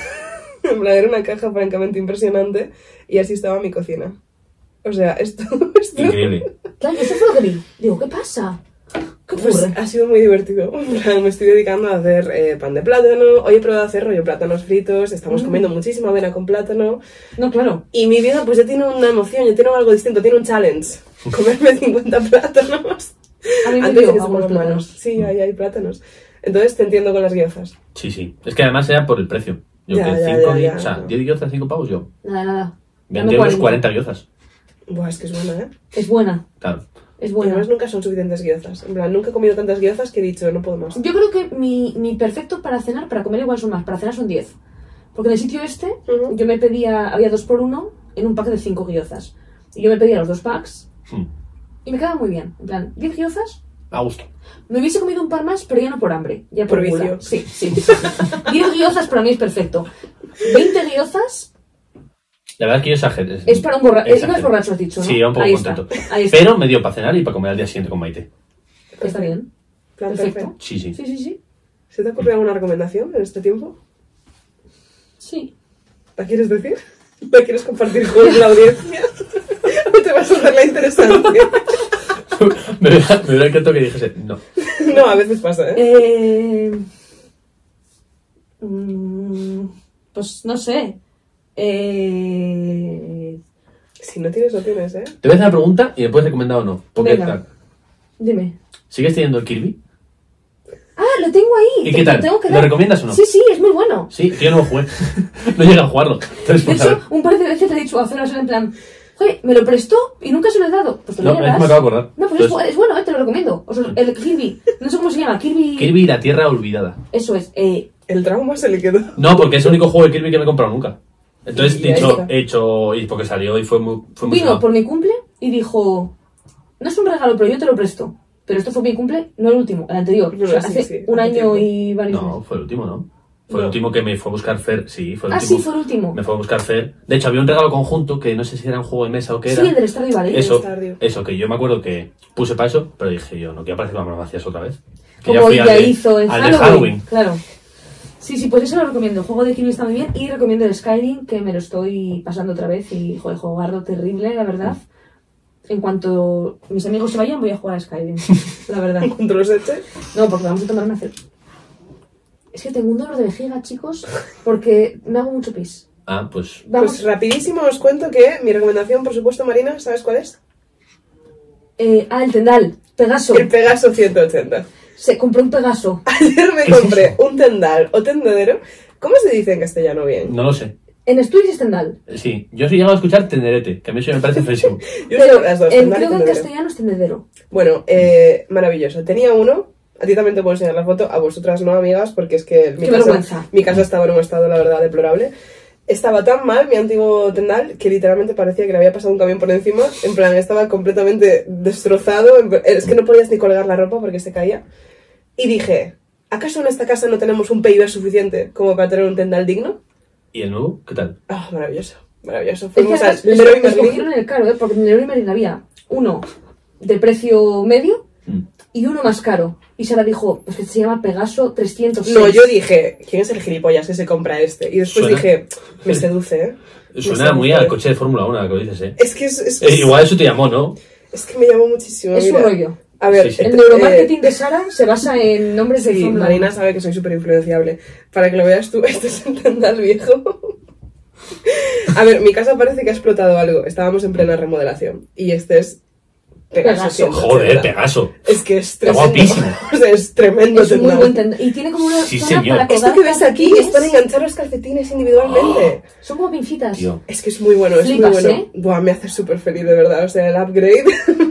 Speaker 3: En plan, era una caja francamente impresionante y así estaba mi cocina. O sea, esto, esto
Speaker 4: Increíble.
Speaker 2: Claro, eso fue lo que vi. Digo, ¿qué pasa? ¿Qué ocurre?
Speaker 3: Pues ha sido muy divertido. En plan, Me estoy dedicando a hacer eh, pan de plátano. Hoy he probado a hacer rollo plátanos fritos. Estamos comiendo muchísima avena con plátano.
Speaker 2: no, claro.
Speaker 3: Y mi vida, pues ya tiene una emoción, ya tiene algo distinto, tiene un challenge. Comerme 50 plátanos.
Speaker 2: A mí me
Speaker 3: Antes de
Speaker 2: dio
Speaker 3: que se
Speaker 2: algunos
Speaker 3: pongan malos.
Speaker 2: plátanos.
Speaker 3: Sí, ahí hay plátanos. Entonces te entiendo con las guiozas.
Speaker 4: Sí, sí. Es que además era por el precio. Yo
Speaker 3: Ya,
Speaker 4: que
Speaker 3: ya,
Speaker 4: 5
Speaker 3: ya, ya.
Speaker 4: O sea, 10 gyozas, 5 pavos, yo.
Speaker 2: Nada, nada.
Speaker 4: Vendí
Speaker 2: Dame
Speaker 4: unos 40 gyozas.
Speaker 3: Buah, es que es buena, ¿eh?
Speaker 2: Es buena,
Speaker 4: Claro.
Speaker 2: es
Speaker 3: Bueno.
Speaker 2: buena.
Speaker 3: Además nunca son suficientes guiozas. En plan, nunca he comido tantas guiozas que he dicho, no puedo más.
Speaker 2: Yo creo que mi, mi perfecto para cenar, para comer igual son más, para cenar son 10. Porque en el sitio este,
Speaker 3: Ujú.
Speaker 2: yo me pedía, había dos por uno en un pack de 5 guiozas. Y yo me pedía los dos packs
Speaker 4: Mm.
Speaker 2: y me quedaba muy bien. En plan, 10 guiozas.
Speaker 4: A gusto.
Speaker 2: Me hubiese comido un par más, pero ya no por hambre, ya por,
Speaker 3: Por
Speaker 2: gula.
Speaker 3: vicio.
Speaker 2: Sí, sí. 10 guiozas para mí es perfecto. 20 guiozas
Speaker 4: La verdad es que yo exagero.
Speaker 2: es para un borracho.
Speaker 4: exagero.
Speaker 2: Ibas borracho, has dicho, ¿no?
Speaker 4: Sí, iba un poco
Speaker 2: Ahí está,
Speaker 4: contento.
Speaker 2: ahí está.
Speaker 4: Pero me dio para cenar y para comer al día siguiente con Maite.
Speaker 2: Pues está bien.
Speaker 3: Plan
Speaker 2: Perfecto.
Speaker 3: perfecto.
Speaker 4: Sí, sí.
Speaker 2: Sí, sí, sí.
Speaker 3: ¿Se te ha ocurrido alguna recomendación en este tiempo?
Speaker 2: Sí.
Speaker 3: ¿La quieres decir? ¿La quieres compartir con la audiencia? ¿O te vas a hacer la interesante?
Speaker 4: me hubiera me hubiera encantado que dijese, no.
Speaker 3: No, a veces pasa, ¿eh?
Speaker 2: Eh, mm, pues no sé. Eh,
Speaker 3: Si no tienes, no tienes, ¿eh?
Speaker 4: Te voy a hacer la pregunta y me puedes recomendar o no. Porque
Speaker 2: Venga.
Speaker 4: tal,
Speaker 2: dime.
Speaker 4: ¿Sigues teniendo el Kirby?
Speaker 2: Ah, lo tengo ahí.
Speaker 4: ¿Y
Speaker 2: Te-
Speaker 4: qué tal?
Speaker 2: lo tengo que
Speaker 4: ¿Lo
Speaker 2: dar.
Speaker 4: recomiendas o no?
Speaker 2: Sí, sí, es muy bueno.
Speaker 4: Sí, que yo no lo jugué. no llegué a jugarlo. Entonces,
Speaker 2: De
Speaker 4: pues, a ver.
Speaker 2: hecho, un par de veces le he dicho a Fernando en plan, Oye, me lo prestó y nunca se lo he dado. Pues te lo
Speaker 4: No, es que
Speaker 2: llevas.
Speaker 4: me acabo de acordar.
Speaker 2: No, pues es, bu-
Speaker 4: Entonces-
Speaker 2: es bueno, eh, te lo recomiendo. O sea, el Kirby, no sé cómo se llama, Kirby.
Speaker 4: Kirby y la Tierra Olvidada.
Speaker 2: Eso es. Eh,
Speaker 3: El trauma se le quedó.
Speaker 4: No, porque es el único juego de Kirby que me he comprado nunca. Entonces,
Speaker 2: Y ya
Speaker 4: dicho,
Speaker 2: está.
Speaker 4: hecho, y porque salió y fue muy. Fue muy
Speaker 2: vino
Speaker 4: sonado.
Speaker 2: por mi cumple y dijo: No es un regalo, pero yo te lo presto. Pero esto fue mi cumple, no el último, el anterior.
Speaker 3: Yo
Speaker 2: o sea,
Speaker 3: sí,
Speaker 2: hace
Speaker 3: sí,
Speaker 2: un
Speaker 3: hace
Speaker 2: año
Speaker 3: tiempo.
Speaker 2: y varios
Speaker 4: No,
Speaker 2: meses.
Speaker 4: fue el último, ¿no? Fue el
Speaker 2: No.
Speaker 4: último que me fue a buscar Fer. Sí, fue el
Speaker 2: Ah,
Speaker 4: último.
Speaker 2: sí, fue el último.
Speaker 4: Me fue a buscar Fer. De hecho, había un regalo conjunto que no sé si era un juego de mesa o qué era.
Speaker 2: Sí, el del Stardew Valley.
Speaker 4: Eso,
Speaker 3: Stardew.
Speaker 4: eso, que yo me acuerdo que puse para eso, pero dije yo, no quiero aparecer con las mamacías otra vez. Que
Speaker 2: Como
Speaker 4: fui
Speaker 2: ella
Speaker 4: al de-
Speaker 2: hizo en
Speaker 4: al
Speaker 2: Halloween,
Speaker 4: de Halloween.
Speaker 2: Claro. Sí, sí, pues eso lo recomiendo. El juego de Kirby está muy bien y recomiendo el Skyrim, que me lo estoy pasando otra vez y joder, jugarlo terrible, la verdad. En cuanto mis amigos se vayan, voy a jugar a Skyrim, la verdad.
Speaker 3: Cuando los eche.
Speaker 2: No, porque vamos a tomar una cerveza. Es que tengo un dolor de vejiga, chicos, porque me hago mucho pis.
Speaker 4: Ah, pues.
Speaker 2: Vamos,
Speaker 3: Pues rapidísimo os cuento que mi recomendación, por supuesto, Marina, ¿sabes cuál es?
Speaker 2: eh, ah, el tendal, Pegaso.
Speaker 3: El Pegaso 180.
Speaker 2: Se compró un Pegaso.
Speaker 3: Ayer me
Speaker 4: ¿Qué es
Speaker 3: compré
Speaker 4: eso?
Speaker 3: un tendal o tendedero. ¿Cómo se dice en castellano bien?
Speaker 4: No lo sé.
Speaker 2: En Asturias es tendal.
Speaker 4: Sí, yo sí he llegado a escuchar Tenderete, que a mí eso me parece feísimo.
Speaker 3: Yo
Speaker 2: pero
Speaker 3: sé las dos,
Speaker 2: en-
Speaker 3: tendal y
Speaker 2: creo que en
Speaker 3: tendedero.
Speaker 2: castellano es tendedero.
Speaker 3: Bueno, eh, maravilloso. Tenía uno. A ti también te puedo enseñar la foto, a vosotras no, amigas, porque es que mi,
Speaker 2: Qué vergüenza.
Speaker 3: casa, mi casa estaba en un estado, la verdad, deplorable. Estaba tan mal mi antiguo tendal que literalmente parecía que le había pasado un camión por encima. En plan, estaba completamente destrozado. en plan, Es que no podías ni colgar la ropa porque se caía. Y dije, ¿acaso en esta casa no tenemos un PIB suficiente como para tener un tendal digno?
Speaker 4: ¿Y el nuevo? ¿Qué tal?
Speaker 3: Ah, maravilloso, maravilloso.
Speaker 2: Es que
Speaker 3: Fuimos al
Speaker 2: además, les-
Speaker 3: Leroy
Speaker 2: les
Speaker 3: Merlin.
Speaker 2: cogieron el caro, ¿eh? porque en Leroy Merlin había uno de precio medio
Speaker 4: Mm.
Speaker 2: y uno más caro. Y Sara dijo, pues que se llama Pegaso 300.
Speaker 3: No, yo dije, ¿quién es el gilipollas que se compra este? Y después
Speaker 4: Suena-
Speaker 3: dije, me seduce, ¿eh?
Speaker 2: Pues
Speaker 3: Me
Speaker 4: Suena
Speaker 3: seduce.
Speaker 4: muy al coche de Fórmula 1, que lo dices, ¿eh?
Speaker 3: Es que, es, es-
Speaker 4: Eh, Igual eso te llamó, ¿no?
Speaker 3: es que me llamó muchísimo.
Speaker 2: Es un
Speaker 3: mira.
Speaker 2: rollo.
Speaker 3: A ver,
Speaker 4: Sí, sí.
Speaker 2: El
Speaker 3: eh,
Speaker 2: neuromarketing de Sara se basa en nombres de
Speaker 3: Sí,
Speaker 2: Fórmula
Speaker 3: Marina
Speaker 2: Uno.
Speaker 3: sabe que soy súper influenciable. Para que lo veas tú, este es el tendal viejo. A ver, mi casa parece que ha explotado algo. Estábamos en plena remodelación. Y este es Pegaso.
Speaker 2: Pegaso.
Speaker 3: 180.
Speaker 4: Joder, Pegaso.
Speaker 3: Es que es
Speaker 4: Está
Speaker 3: tremendo.
Speaker 4: guapísimo.
Speaker 3: O sea, es tremendo
Speaker 2: Es un muy
Speaker 3: tendal.
Speaker 2: buen tendal. Y tiene como una
Speaker 4: Sí,
Speaker 2: zona
Speaker 4: señor.
Speaker 2: para colgar
Speaker 3: Esto que ves aquí
Speaker 2: calcetines.
Speaker 3: es para enganchar los calcetines
Speaker 4: Oh.
Speaker 3: individualmente.
Speaker 2: Son como pincitas.
Speaker 4: Tío.
Speaker 3: Es que es muy bueno, es
Speaker 2: Flipas,
Speaker 3: muy bueno.
Speaker 2: ¿eh?
Speaker 3: Buah, me hace súper feliz, de verdad. O sea, el upgrade.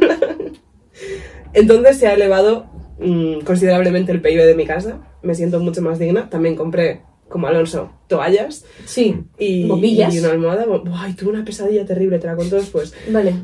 Speaker 3: Entonces se ha elevado mm, considerablemente el PIB de mi casa. Me siento mucho más digna. También compré, como Alonso, toallas
Speaker 2: Sí.
Speaker 3: y,
Speaker 2: Bombillas.
Speaker 3: y una almohada. Bu- Buah, y tuve una pesadilla terrible, te la cuento después.
Speaker 2: Vale.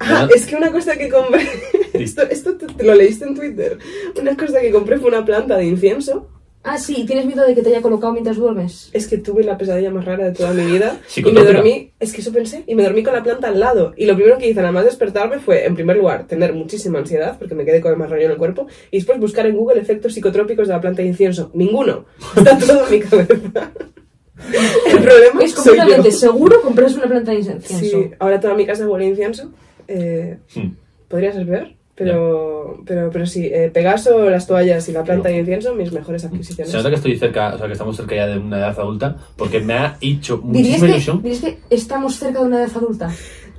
Speaker 3: Ah, es que una cosa que compré. esto esto te, te lo leíste en Twitter. Una cosa que compré fue una planta de incienso.
Speaker 2: Ah, sí. ¿Tienes miedo de que te haya colocado mientras duermes?
Speaker 3: Es que tuve la pesadilla más rara de toda mi vida. y me
Speaker 4: Psicotrópica.
Speaker 3: dormí, es que eso pensé, y me dormí con la planta al lado. Y lo primero que hice, nada más despertarme, fue, en primer lugar, tener muchísima ansiedad, porque me quedé con el más rollo en el cuerpo, y después buscar en Google efectos psicotrópicos de la planta de incienso. Ninguno. Está todo en mi cabeza. el problema
Speaker 2: Es
Speaker 3: soy yo.
Speaker 2: completamente seguro compras una planta de incienso.
Speaker 3: Sí, ahora toda mi casa huele a incienso. Eh,
Speaker 4: Hmm.
Speaker 3: Podría ser peor, pero, pero, pero sí, eh, Pegaso, las toallas y la planta de incienso, mis mejores adquisiciones.
Speaker 4: Se nota que estoy cerca, o sea, que estamos cerca ya de una edad adulta, porque me ha hecho
Speaker 2: ¿Dirías
Speaker 4: muchísima
Speaker 2: que,
Speaker 4: ilusión.
Speaker 2: dirías que estamos cerca de una edad adulta.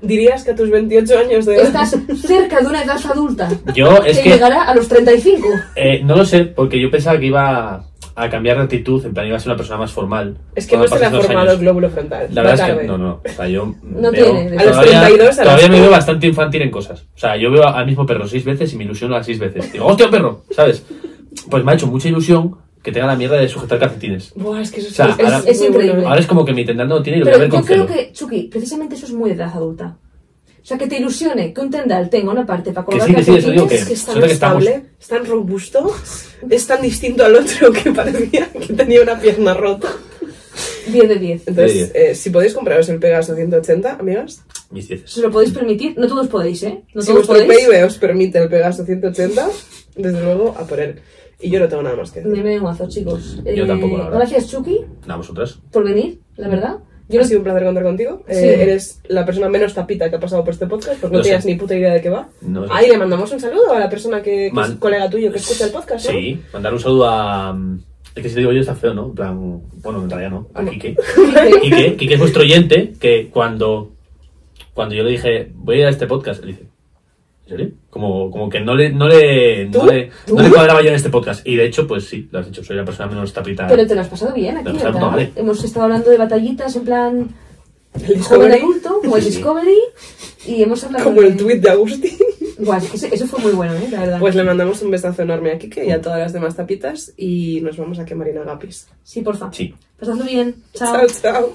Speaker 3: ¿Dirías que a tus 28 años de edad-
Speaker 2: Estás cerca de una edad adulta.
Speaker 4: Yo ¿Eh? es
Speaker 2: que,
Speaker 4: que
Speaker 2: llegará a los 35.
Speaker 4: eh, no lo sé, porque yo pensaba que iba a cambiar de actitud, en plan iba a ser una persona más formal.
Speaker 3: Es que no
Speaker 4: cuando
Speaker 3: se le ha
Speaker 4: pasen los
Speaker 3: formado
Speaker 4: años.
Speaker 3: el glóbulo frontal.
Speaker 4: La
Speaker 3: Va
Speaker 4: verdad es
Speaker 3: tarde.
Speaker 4: que no, no. O sea, yo
Speaker 2: No
Speaker 4: veo-
Speaker 2: tiene, desde-
Speaker 3: A los
Speaker 4: todavía,
Speaker 3: 32, a
Speaker 4: todavía
Speaker 3: los
Speaker 4: me veo
Speaker 3: 30.
Speaker 4: bastante infantil en cosas. O sea, yo veo a- al mismo perro seis veces y me ilusiono las seis veces. Digo, hostia, perro, ¿sabes? Pues me ha hecho mucha ilusión que tenga la mierda de sujetar calcetines.
Speaker 3: Buah, es que eso es-
Speaker 4: O sea,
Speaker 3: es,
Speaker 4: ahora-
Speaker 3: es muy
Speaker 2: increíble.
Speaker 3: bueno.
Speaker 4: Ahora es como que mi tendal no tiene y lo voy a
Speaker 2: Pero
Speaker 4: ver
Speaker 2: yo
Speaker 4: con
Speaker 2: creo
Speaker 4: celo.
Speaker 2: que, Chucky, precisamente eso es muy edad adulta. O sea, que te ilusione que un tendal tenga una parte para
Speaker 4: Que
Speaker 2: colgar
Speaker 4: sí, que sí, eso digo
Speaker 2: calcetines.
Speaker 3: Es que es tan
Speaker 4: Suerte que estamos-
Speaker 3: estable, es tan robusto, es tan distinto al otro que parecía que tenía una pierna rota.
Speaker 2: 10 de 10.
Speaker 3: Entonces,
Speaker 4: Sí.
Speaker 3: eh, si podéis compraros el Pegaso 180, amigas,
Speaker 4: Mis
Speaker 2: Si
Speaker 4: dieces.
Speaker 2: os lo podéis permitir, no todos podéis, ¿eh? No
Speaker 3: si
Speaker 2: todos
Speaker 3: vuestro
Speaker 2: podéis.
Speaker 3: PIB os permite el Pegaso 180, desde luego a por él. Y yo no tengo nada más que
Speaker 2: Me
Speaker 3: decir.
Speaker 2: me mazo, chicos. Eh,
Speaker 4: Yo tampoco, la verdad.
Speaker 2: Gracias, Chucky,
Speaker 4: Nada, vosotras.
Speaker 2: por venir, la verdad. Yo
Speaker 3: Mm. Ha
Speaker 2: no
Speaker 3: sido un placer contar contigo. Eh,
Speaker 2: Sí.
Speaker 3: eres la persona menos tapita que ha pasado por este podcast porque no,
Speaker 4: Lo sé.
Speaker 3: tenías ni puta idea de qué va.
Speaker 4: No sé.
Speaker 3: Ahí le mandamos un saludo a la persona que, que es
Speaker 4: Man-
Speaker 3: colega tuyo que escucha el podcast. ¿eh? ¿no?
Speaker 4: Sí, mandar un saludo a. mm, Es que si lo digo yo está feo, ¿no? En plan. Bueno, en realidad no. A Quique. Quique, Quique es vuestro oyente que cuando. Cuando yo le dije, voy a ir a este podcast, él dice. ¿En serio? Como, como que no le, no, le, no,
Speaker 3: ¿Tú?
Speaker 4: le, no le cuadraba yo en este podcast. Y de hecho, pues sí, lo has dicho, soy la persona menos tapita.
Speaker 2: Pero te lo has pasado bien aquí,
Speaker 4: Te lo has
Speaker 2: ¿verdad?
Speaker 4: pasado mal, ¿eh?
Speaker 2: Hemos estado hablando de batallitas en plan
Speaker 3: El
Speaker 2: joven
Speaker 3: Discovery.
Speaker 2: adulto, joven como el
Speaker 4: Sí, sí.
Speaker 2: Discovery y hemos hablado
Speaker 3: Como
Speaker 2: de-
Speaker 3: el tuit de Agustín.
Speaker 2: Guau, es que ese- eso fue muy bueno, ¿eh? La verdad.
Speaker 3: Pues le mandamos un besazo enorme a Kike y a todas las demás tapitas y nos vamos a quemar inagapis.
Speaker 2: Sí, porfa.
Speaker 4: Sí.
Speaker 2: Pasadlo bien.
Speaker 3: Chao, chao.